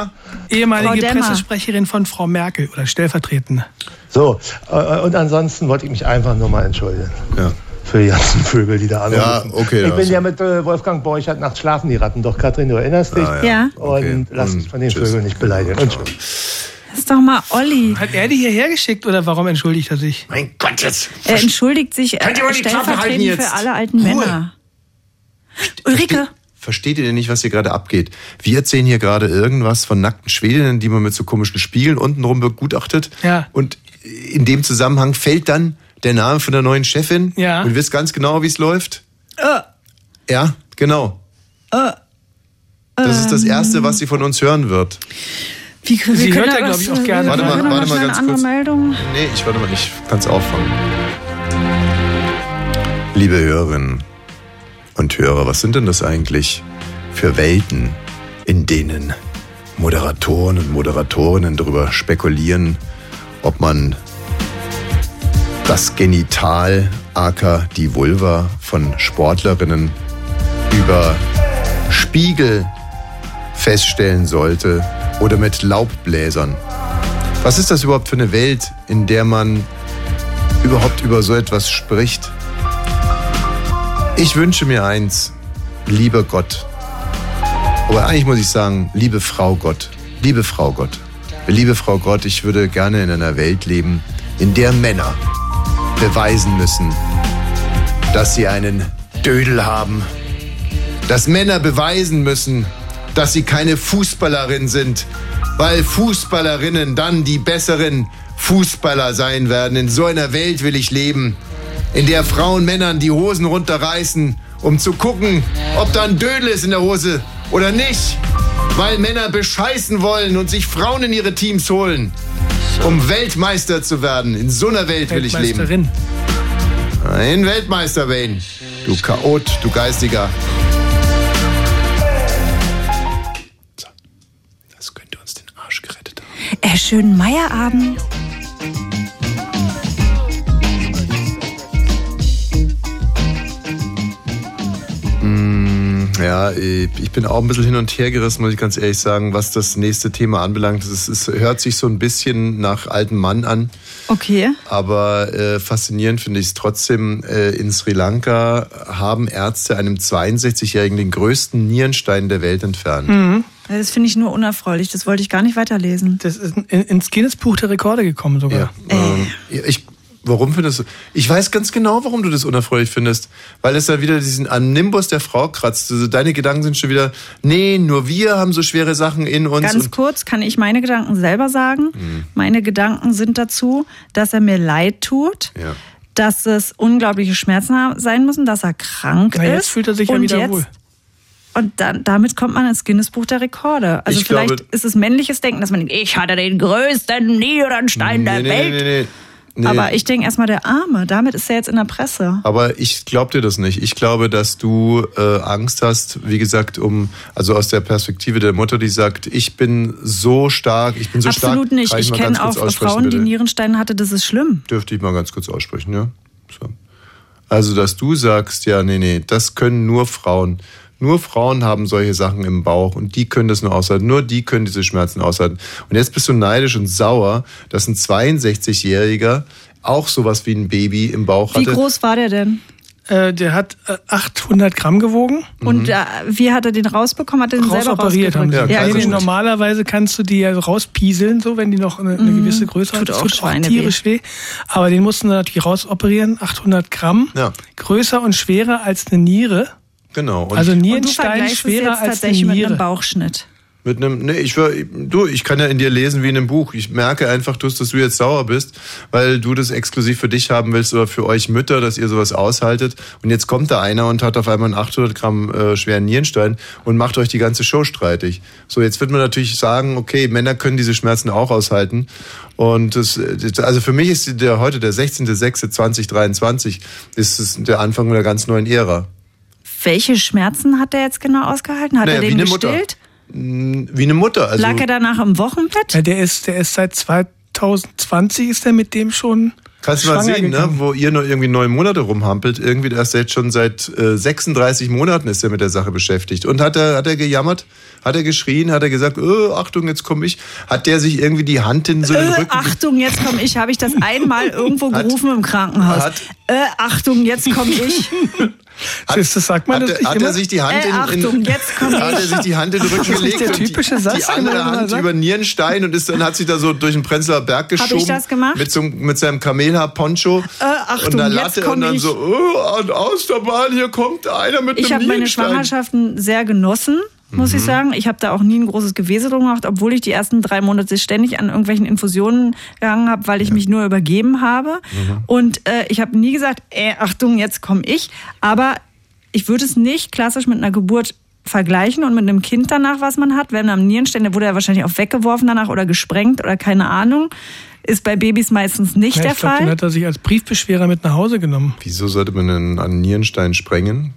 [SPEAKER 7] Frau
[SPEAKER 8] ehemalige
[SPEAKER 7] Demmer.
[SPEAKER 8] Pressesprecherin von Frau Merkel oder stellvertretende.
[SPEAKER 11] So, äh, und ansonsten wollte ich mich einfach nur mal entschuldigen.
[SPEAKER 6] Ja.
[SPEAKER 11] Für die ganzen Vögel, die da anrufen.
[SPEAKER 6] Ja, okay,
[SPEAKER 11] Ich bin
[SPEAKER 6] also.
[SPEAKER 11] ja mit äh, Wolfgang Borchert nachts schlafen die Ratten doch, Katrin, du erinnerst dich.
[SPEAKER 6] Ah, Hm.
[SPEAKER 7] ja. Ja.
[SPEAKER 11] Und lass dich von den Vögeln nicht beleidigen. Und
[SPEAKER 7] Das ist doch mal Olli.
[SPEAKER 8] Hat er die hierher geschickt oder warum entschuldigt er sich?
[SPEAKER 6] Mein Gott, jetzt.
[SPEAKER 7] Er entschuldigt sich äh,
[SPEAKER 8] Könnt ihr mal die Klappe halten
[SPEAKER 7] stellvertretend
[SPEAKER 8] jetzt?
[SPEAKER 7] für alle alten
[SPEAKER 8] Ruhe.
[SPEAKER 7] Männer. Ulrike.
[SPEAKER 6] Versteht ihr denn nicht, was hier gerade abgeht? Wir erzählen hier gerade irgendwas von nackten Schwedinnen, die man mit so komischen Spiegeln untenrum begutachtet.
[SPEAKER 8] Ja.
[SPEAKER 6] Und in dem Zusammenhang fällt dann der Name von der neuen Chefin.
[SPEAKER 8] Ja.
[SPEAKER 6] Und ihr wisst ganz genau, wie es läuft.
[SPEAKER 7] Äh,
[SPEAKER 6] Ja, genau.
[SPEAKER 7] äh,
[SPEAKER 6] Das ist das
[SPEAKER 7] ähm,
[SPEAKER 6] Erste, was sie von uns hören wird.
[SPEAKER 7] Wie, wie
[SPEAKER 8] Sie
[SPEAKER 7] können
[SPEAKER 8] hört
[SPEAKER 7] wir
[SPEAKER 8] ja,
[SPEAKER 7] das-
[SPEAKER 8] glaub ich, auch gerne.
[SPEAKER 7] wir-
[SPEAKER 6] Warte
[SPEAKER 7] wir
[SPEAKER 6] mal,
[SPEAKER 7] können
[SPEAKER 6] warte
[SPEAKER 7] noch
[SPEAKER 6] mal
[SPEAKER 7] schnell
[SPEAKER 6] ganz
[SPEAKER 7] eine
[SPEAKER 6] kurz.
[SPEAKER 7] andere Meldung.
[SPEAKER 6] Nee, ich warte mal, ich kann es auffangen. Liebe Hörerinnen und Hörer, was sind denn das eigentlich
[SPEAKER 7] Äh,
[SPEAKER 6] für Welten, in denen Moderatoren und Moderatorinnen darüber spekulieren, ob man das Genital, aka die Vulva von Sportlerinnen über Spiegel feststellen sollte oder mit Laubbläsern. Was ist das überhaupt für eine Welt, in der man überhaupt über so etwas spricht? Ich wünsche mir eins, lieber Gott. Aber eigentlich muss ich sagen, liebe Frau Gott, liebe Frau Gott, liebe Frau Gott, ich würde gerne in einer Welt leben, in der Männer beweisen müssen, dass sie einen Dödel haben, dass Männer beweisen müssen, dass sie keine Fußballerin sind, weil Fußballerinnen dann die besseren Fußballer sein werden. In so einer Welt will ich leben, in der Frauen Männern die Hosen runterreißen, um zu gucken, ob da ein Dödel ist in der Hose oder nicht, weil Männer bescheißen wollen und sich Frauen in ihre Teams holen, um Weltmeister zu werden. In so einer Welt will ich leben.
[SPEAKER 8] Weltmeisterin.
[SPEAKER 6] Ein Weltmeister, Wayne. Du Chaot, du Geistiger. So. Das könnte uns den Arsch gerettet haben.
[SPEAKER 7] Äh, schönen Meierabend.
[SPEAKER 6] Mm, Ja, ich bin auch ein bisschen hin und her gerissen, muss ich ganz ehrlich sagen, was das nächste Thema anbelangt. Es, ist- es hört sich so ein bisschen nach alten Mann an,
[SPEAKER 7] Okay.
[SPEAKER 6] aber äh, faszinierend finde ich es trotzdem. Äh, in Sri Lanka haben Ärzte einem 62-Jährigen den größten Nierenstein der Welt entfernt.
[SPEAKER 7] Das finde ich nur unerfreulich. Das wollte ich gar nicht weiterlesen.
[SPEAKER 8] Das ist in, ins Guinness-Buch der Rekorde gekommen sogar.
[SPEAKER 6] Ähm,
[SPEAKER 7] Äh.
[SPEAKER 6] ja, ich, warum findest du? Ich weiß ganz genau, warum du das unerfreulich findest. Weil es dann wieder diesen am Nimbus der Frau kratzt. Also deine Gedanken sind schon wieder, nee, nur wir haben so schwere Sachen in uns.
[SPEAKER 7] Ganz
[SPEAKER 6] und,
[SPEAKER 7] kurz kann ich meine Gedanken selber sagen. Meine Gedanken sind dazu, dass er mir leid tut,
[SPEAKER 6] ja.
[SPEAKER 7] dass es unglaubliche Schmerzen ha- sein müssen, dass er krank
[SPEAKER 8] Na,
[SPEAKER 7] ist.
[SPEAKER 8] jetzt fühlt er sich ja
[SPEAKER 7] und
[SPEAKER 8] wieder
[SPEAKER 7] jetzt
[SPEAKER 8] wohl.
[SPEAKER 7] Und dann, damit kommt man ins Guinness-Buch der Rekorde. Also
[SPEAKER 6] Ich glaube-
[SPEAKER 7] vielleicht ist es männliches Denken, dass man denkt, ich hatte den größten Nierenstein der
[SPEAKER 6] Nee, nee,
[SPEAKER 7] Welt.
[SPEAKER 6] nee, nee, nee. Nee.
[SPEAKER 7] Aber ich denke erstmal, der Arme, damit ist er jetzt in der Presse.
[SPEAKER 6] Aber ich glaube dir das nicht. Ich glaube, dass du äh, Angst hast, wie gesagt, um, also aus der Perspektive der Mutter, die sagt, ich bin so stark, ich bin so stark.
[SPEAKER 7] Absolut nicht.
[SPEAKER 6] Kann
[SPEAKER 7] Ich
[SPEAKER 6] mal ganz
[SPEAKER 7] kenne
[SPEAKER 6] kurz
[SPEAKER 7] auch
[SPEAKER 6] aussprechen,
[SPEAKER 7] Frauen, die
[SPEAKER 6] bitte?
[SPEAKER 7] Nierensteine hatte, das ist schlimm.
[SPEAKER 6] Dürfte ich mal ganz kurz aussprechen, ja? So. Also, dass du sagst, ja, nee, nee, das können nur Frauen. Nur Frauen haben solche Sachen im Bauch und die können das nur aushalten. Nur die können diese Schmerzen aushalten. Und jetzt bist du neidisch und sauer, dass ein 62-Jähriger auch sowas wie ein Baby im Bauch
[SPEAKER 7] Wie
[SPEAKER 6] hatte.
[SPEAKER 7] groß war der denn?
[SPEAKER 8] Äh, der hat äh, 800 Gramm gewogen.
[SPEAKER 6] Mhm.
[SPEAKER 7] Und äh, wie hat er den rausbekommen? Hat er den selber
[SPEAKER 8] Rausoperiert haben die.
[SPEAKER 7] rausgedrückt?
[SPEAKER 8] nee, nee,
[SPEAKER 7] gut.
[SPEAKER 8] normalerweise kannst du die ja rauspieseln, so wenn die noch eine, eine gewisse Größe
[SPEAKER 7] Mhm. tut
[SPEAKER 8] hat. Das
[SPEAKER 7] auch Schweineweh.
[SPEAKER 8] tierisch weh. Aber den mussten sie natürlich rausoperieren. 800 Gramm. Größer und schwerer als eine Niere.
[SPEAKER 6] Genau. Und
[SPEAKER 8] also
[SPEAKER 7] Und du
[SPEAKER 8] Nierenstein
[SPEAKER 7] vergleichst es
[SPEAKER 8] schwerer
[SPEAKER 7] jetzt
[SPEAKER 8] als eine
[SPEAKER 7] tatsächlich mit
[SPEAKER 8] Niere.
[SPEAKER 7] einem Bauchschnitt.
[SPEAKER 6] Mit einem, nee, ich war, du, ich kann ja in dir lesen wie in einem Buch. Ich merke einfach, dass, dass du jetzt sauer bist, weil du das exklusiv für dich haben willst oder für euch Mütter, dass ihr sowas aushaltet. Und jetzt kommt da einer und hat auf einmal einen 800 Gramm äh, schweren Nierenstein und macht euch die ganze Show streitig. So, jetzt wird man natürlich sagen, okay, Männer können diese Schmerzen auch aushalten. Und das, das- also für mich ist der heute der 16.06.2023 ist es der Anfang einer ganz neuen Ära.
[SPEAKER 7] Welche Schmerzen hat er jetzt genau ausgehalten? Hat
[SPEAKER 6] Naja,
[SPEAKER 7] er
[SPEAKER 6] wie
[SPEAKER 7] den
[SPEAKER 6] eine Mutter.
[SPEAKER 7] gestillt?
[SPEAKER 6] Mm, Wie eine Mutter. Also
[SPEAKER 7] Lag er danach im Wochenbett?
[SPEAKER 8] Ja, der ist, der ist seit 2020 ist der mit dem schon.
[SPEAKER 6] Kannst du mal
[SPEAKER 8] schwanger
[SPEAKER 6] sehen, ne?
[SPEAKER 8] gegangen.
[SPEAKER 6] wo ihr noch irgendwie neun Monate rumhampelt. Irgendwie, der ist jetzt schon seit äh, 36 Monaten ist er mit der Sache beschäftigt. Und hat er, hat er gejammert? Hat er geschrien? Hat er gesagt, äh, Achtung, jetzt komme ich? Hat der sich irgendwie die Hand in so den
[SPEAKER 7] Äh,
[SPEAKER 6] Rücken...
[SPEAKER 7] Achtung, jetzt komme ich. Habe ich das einmal irgendwo gerufen im Krankenhaus?
[SPEAKER 6] hat-
[SPEAKER 7] äh, Achtung, jetzt komme ich.
[SPEAKER 6] Hat,
[SPEAKER 8] das sagt man
[SPEAKER 6] hat,
[SPEAKER 8] das
[SPEAKER 6] er-
[SPEAKER 8] nicht
[SPEAKER 6] hat
[SPEAKER 8] immer?
[SPEAKER 6] er sich die Hand
[SPEAKER 7] Äh,
[SPEAKER 6] in,
[SPEAKER 7] Achtung,
[SPEAKER 6] in
[SPEAKER 7] jetzt komm ich.
[SPEAKER 6] hat er sich die Hand in den
[SPEAKER 8] Das
[SPEAKER 6] Rücken
[SPEAKER 8] ist
[SPEAKER 6] gelegt
[SPEAKER 8] der
[SPEAKER 6] und die-
[SPEAKER 8] typische Satz,
[SPEAKER 6] die andere
[SPEAKER 8] den man
[SPEAKER 6] Hand
[SPEAKER 8] sagt.
[SPEAKER 6] über den Nierenstein und ist dann hat sich da so durch den Prenzlauer Berg
[SPEAKER 7] ich
[SPEAKER 6] geschoben
[SPEAKER 7] das gemacht?
[SPEAKER 6] mit so einem- mit seinem Kamelhaar-Poncho
[SPEAKER 7] Äh, Achtung,
[SPEAKER 6] und einer
[SPEAKER 7] jetzt
[SPEAKER 6] Latte
[SPEAKER 7] komm
[SPEAKER 6] und dann
[SPEAKER 7] ich.
[SPEAKER 6] so oh, und aus der Bahn hier kommt einer mit
[SPEAKER 7] Ich
[SPEAKER 6] einem
[SPEAKER 7] habe meine
[SPEAKER 6] Nierenstein.
[SPEAKER 7] Schwangerschaften sehr genossen, muss
[SPEAKER 8] Mhm.
[SPEAKER 7] ich sagen. Ich habe da auch nie ein großes Gewese drum gemacht, obwohl ich die ersten drei Monate ständig an irgendwelchen Infusionen gegangen habe, weil ich mich nur übergeben habe.
[SPEAKER 8] Mhm.
[SPEAKER 7] Und äh, ich habe nie gesagt, äh, Achtung, jetzt komme ich. Aber ich würde es nicht klassisch mit einer Geburt vergleichen und mit einem Kind danach, was man hat. Wenn am Nierenstein, der wurde ja wahrscheinlich auch weggeworfen danach oder gesprengt oder keine Ahnung. Ist bei Babys meistens nicht
[SPEAKER 8] Ja,
[SPEAKER 7] der
[SPEAKER 8] ich glaube,
[SPEAKER 7] Fall.
[SPEAKER 8] den hat er sich als Briefbeschwerer mit nach Hause genommen.
[SPEAKER 6] Wieso sollte man einen, einen Nierenstein sprengen?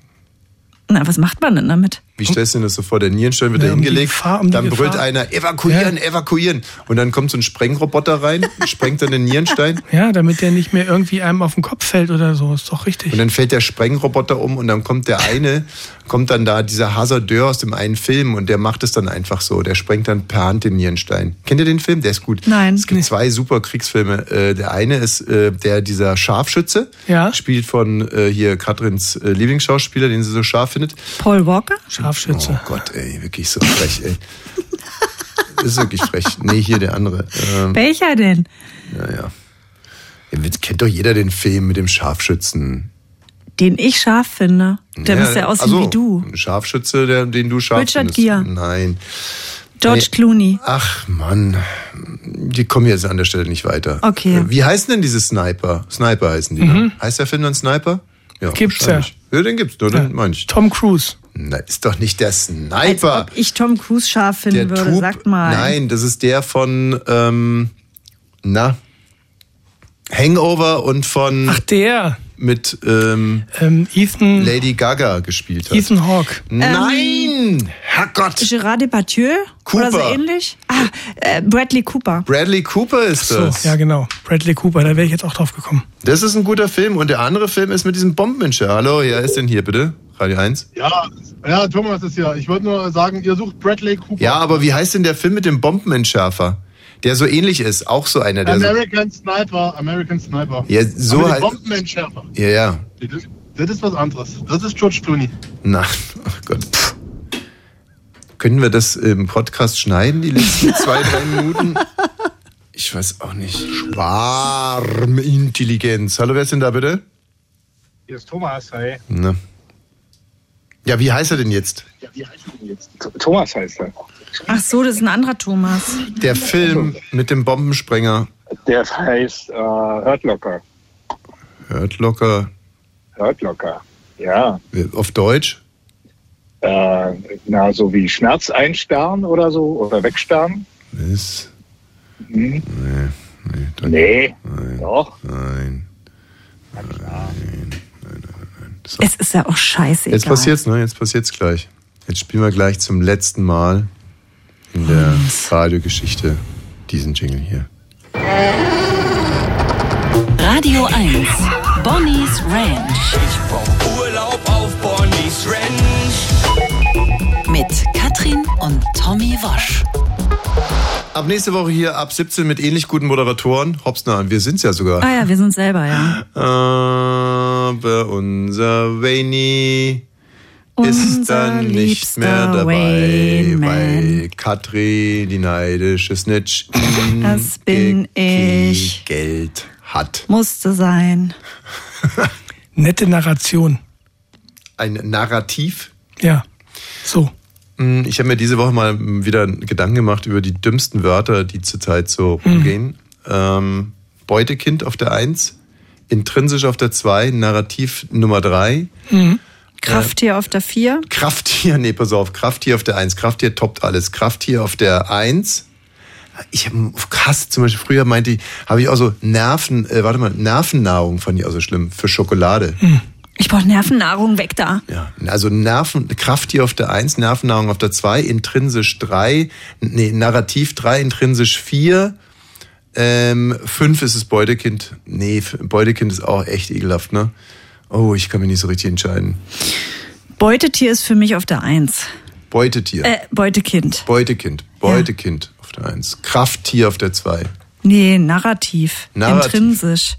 [SPEAKER 7] Na, was macht man denn damit?
[SPEAKER 6] Wie stellst du dir das so vor? Der Nierenstein wird
[SPEAKER 8] Um Ja,
[SPEAKER 6] da
[SPEAKER 8] um die
[SPEAKER 6] hingelegt,
[SPEAKER 8] Gefahr- um die
[SPEAKER 6] dann brüllt
[SPEAKER 8] Gefahr.
[SPEAKER 6] einer, evakuieren, evakuieren. Und dann kommt so ein Sprengroboter rein, sprengt dann den Nierenstein
[SPEAKER 8] Ja, damit der nicht mehr irgendwie einem auf den Kopf fällt oder so. Ist doch richtig.
[SPEAKER 6] und dann fällt der Sprengroboter um und dann kommt der eine, kommt dann da dieser Hasardeur aus dem einen Film und der macht es dann einfach so. Der sprengt dann per Hand den Nierenstein. Kennt ihr den Film? Der ist gut.
[SPEAKER 7] Nein.
[SPEAKER 6] Es gibt zwei super Kriegsfilme. Äh, Der eine ist äh, der dieser Scharfschütze,
[SPEAKER 8] Ja.
[SPEAKER 6] gespielt von äh, hier Katrins äh, Lieblingsschauspieler, den sie so scharf findet.
[SPEAKER 7] Paul Walker?
[SPEAKER 8] Scharfschütze.
[SPEAKER 6] Oh Gott, ey, wirklich so frech, ey. Ist wirklich frech. Nee, hier der andere. Ähm,
[SPEAKER 7] Welcher denn?
[SPEAKER 6] naja. Ihr wisst- kennt doch jeder den Film mit dem Scharfschützen.
[SPEAKER 7] den ich scharf finde. Der müsste ja aussehen
[SPEAKER 6] ach so,
[SPEAKER 7] wie du.
[SPEAKER 6] Ein also, Scharfschütze, der, den du scharf
[SPEAKER 7] Richard
[SPEAKER 6] findest.
[SPEAKER 7] Gere.
[SPEAKER 6] Nein.
[SPEAKER 7] George
[SPEAKER 6] Nee.
[SPEAKER 7] Clooney.
[SPEAKER 6] Ach Mann, die kommen jetzt an der Stelle nicht weiter.
[SPEAKER 7] Okay.
[SPEAKER 6] Äh, Wie heißen denn diese Sniper? Sniper heißen die, ne? Heißt der Film dann Sniper? Ja,
[SPEAKER 8] Gibt's
[SPEAKER 6] wahrscheinlich. Ja, den gibt's, nur den meine ich.
[SPEAKER 8] Tom Cruise.
[SPEAKER 6] Na, ist doch nicht der
[SPEAKER 7] Als
[SPEAKER 6] Sniper.
[SPEAKER 7] ob ich Tom Cruise scharf finden würde,
[SPEAKER 6] Troop-
[SPEAKER 7] sag mal.
[SPEAKER 6] Nein, das ist der von, ähm, na, Hangover und von
[SPEAKER 8] Ach, der.
[SPEAKER 6] mit ähm,
[SPEAKER 8] Ähm,
[SPEAKER 7] Äh.
[SPEAKER 8] Ethan,
[SPEAKER 6] Lady Gaga gespielt hat.
[SPEAKER 8] Ethan Hawke.
[SPEAKER 7] Ähm.
[SPEAKER 6] Nein, Herrgott.
[SPEAKER 7] Gerard Depardieu
[SPEAKER 6] Cooper.
[SPEAKER 7] oder so ähnlich? Ah, äh, Bradley Cooper.
[SPEAKER 6] Bradley Cooper ist
[SPEAKER 8] So,
[SPEAKER 6] das.
[SPEAKER 8] ja, genau. Bradley Cooper, da wäre ich jetzt auch drauf gekommen.
[SPEAKER 6] Das ist ein guter Film und der andere Film ist mit diesem Bombenmenschen. Hallo, wer ist denn hier bitte? Radio 1.
[SPEAKER 14] Ja, ja, Thomas ist ja. Ich wollte nur sagen, ihr sucht Bradley Cooper.
[SPEAKER 6] Ja, aber wie heißt denn der Film mit dem Bombenentschärfer? Der so ähnlich ist, auch so einer, der so,
[SPEAKER 14] American Sniper, American Sniper.
[SPEAKER 6] Ja, so
[SPEAKER 14] Aber die
[SPEAKER 6] halt-
[SPEAKER 14] Bombenentschärfer.
[SPEAKER 6] Ja, ja.
[SPEAKER 14] Das- Das ist was anderes. Das ist George Clooney.
[SPEAKER 6] Na, ach Gott. Pff. Können wir das im Podcast schneiden, die letzten zwei, drei Minuten? Ich weiß auch nicht. Schwarmintelligenz. Hallo, wer ist denn da bitte?
[SPEAKER 14] Hier ist Thomas, hey.
[SPEAKER 6] Na. Ja, wie heißt er denn jetzt?
[SPEAKER 15] Thomas heißt er.
[SPEAKER 7] Ach so, das ist ein anderer Thomas.
[SPEAKER 6] Der Film mit dem Bombensprenger.
[SPEAKER 15] Der heißt äh, Hört locker.
[SPEAKER 6] Hört locker. äh,
[SPEAKER 15] Hört locker. Ja.
[SPEAKER 6] Auf Deutsch?
[SPEAKER 15] äh, na, so wie Schmerz einstarren oder so oder wegstarren.
[SPEAKER 6] Was?
[SPEAKER 15] Hm?
[SPEAKER 6] Nee. Nee, dann-
[SPEAKER 15] Nee,
[SPEAKER 6] Nein.
[SPEAKER 15] doch.
[SPEAKER 6] Nein.
[SPEAKER 7] Es ist ja auch scheiße.
[SPEAKER 6] Jetzt passiert's, ne? Jetzt passiert's gleich. Jetzt spielen wir gleich zum letzten Mal in der Radiogeschichte diesen Jingle hier.
[SPEAKER 3] Radio 1. Bonnie's Ranch.
[SPEAKER 4] Ich brauch Urlaub auf Bonnie's Ranch.
[SPEAKER 3] Mit Katrin und Tommy Wasch.
[SPEAKER 6] Ab nächste Woche hier ab 17 mit ähnlich guten Moderatoren. Hopsner, wir sind's ja sogar.
[SPEAKER 7] Ah ja, wir sind selber, ja.
[SPEAKER 6] Aber unser Wayne ist dann nicht mehr dabei, weil Katri, die neidische Snitch,
[SPEAKER 7] Das bin ich.
[SPEAKER 6] Geld hat.
[SPEAKER 7] Musste sein.
[SPEAKER 8] Nette Narration.
[SPEAKER 6] Ein Narrativ.
[SPEAKER 8] Ja. So.
[SPEAKER 6] Mm, Ich habe mir diese Woche mal wieder Gedanken gemacht über die dümmsten Wörter, die zurzeit so umgehen. Ähm, Beutekind auf der 1, intrinsisch auf der 2, Narrativ Nummer 3.
[SPEAKER 7] Mhm. Krafttier auf der 4.
[SPEAKER 6] Krafttier, nee, pass auf, Krafttier auf der 1. Krafttier toppt alles. Krafttier auf der 1. Ich habe Hass, zum Beispiel früher meinte ich, habe ich auch so Nerven, äh, warte mal, Nervennahrung fand ich auch so schlimm für Schokolade.
[SPEAKER 7] Ich brauche Nervennahrung weg da.
[SPEAKER 6] Ja, also Nerven, Krafttier auf der 1, Nervennahrung auf der 2, intrinsisch 3, nee, Narrativ 3, intrinsisch 4, ähm, 5 ist es Beutekind. Nee, F- Beutekind ist auch echt ekelhaft, ne? Oh, ich kann mich nicht so richtig entscheiden.
[SPEAKER 7] Beutetier ist für mich auf der 1.
[SPEAKER 6] Beutetier.
[SPEAKER 7] Äh, Beutekind.
[SPEAKER 6] Beutekind, Beutekind auf der 1, Krafttier auf der 2.
[SPEAKER 7] Nee, narrativ.
[SPEAKER 6] Narrativ. Hm.
[SPEAKER 7] Intrinsisch.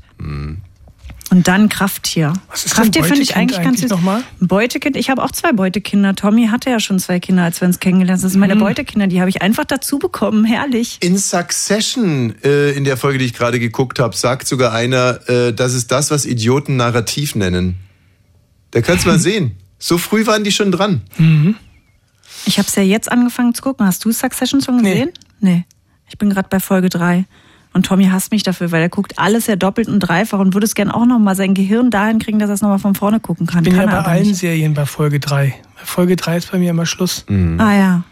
[SPEAKER 7] Und dann Krafttier. Was
[SPEAKER 8] ist denn
[SPEAKER 7] Krafttier finde ich
[SPEAKER 8] Beutekind
[SPEAKER 7] eigentlich ganz
[SPEAKER 8] eigentlich
[SPEAKER 7] süß. Ein Beutekind, ich habe auch zwei Beutekinder. Tommy hatte ja schon zwei Kinder, als wir uns kennengelernt haben. Das sind meine Beutekinder, die habe ich einfach dazu bekommen. Herrlich.
[SPEAKER 6] In Succession, äh, in der Folge, die ich gerade geguckt habe, sagt sogar einer, äh, das ist das, was Idioten Narrativ nennen. Da kannst du mal sehen. So früh waren die schon dran.
[SPEAKER 7] Ich habe es ja jetzt angefangen zu gucken. Hast du Succession schon gesehen? Nee. Ich bin gerade bei Folge 3. Und Tommy hasst mich dafür, weil er guckt alles ja doppelt und dreifach und würde es gern auch nochmal sein Gehirn dahin kriegen, dass er es nochmal von vorne gucken kann.
[SPEAKER 8] Ich bin ja
[SPEAKER 7] kann
[SPEAKER 8] bei
[SPEAKER 7] er aber
[SPEAKER 8] allen
[SPEAKER 7] nicht.
[SPEAKER 8] Serien bei Folge 3. Bei Folge 3 ist bei mir immer Schluss.
[SPEAKER 6] Mhm.
[SPEAKER 7] Ah ja.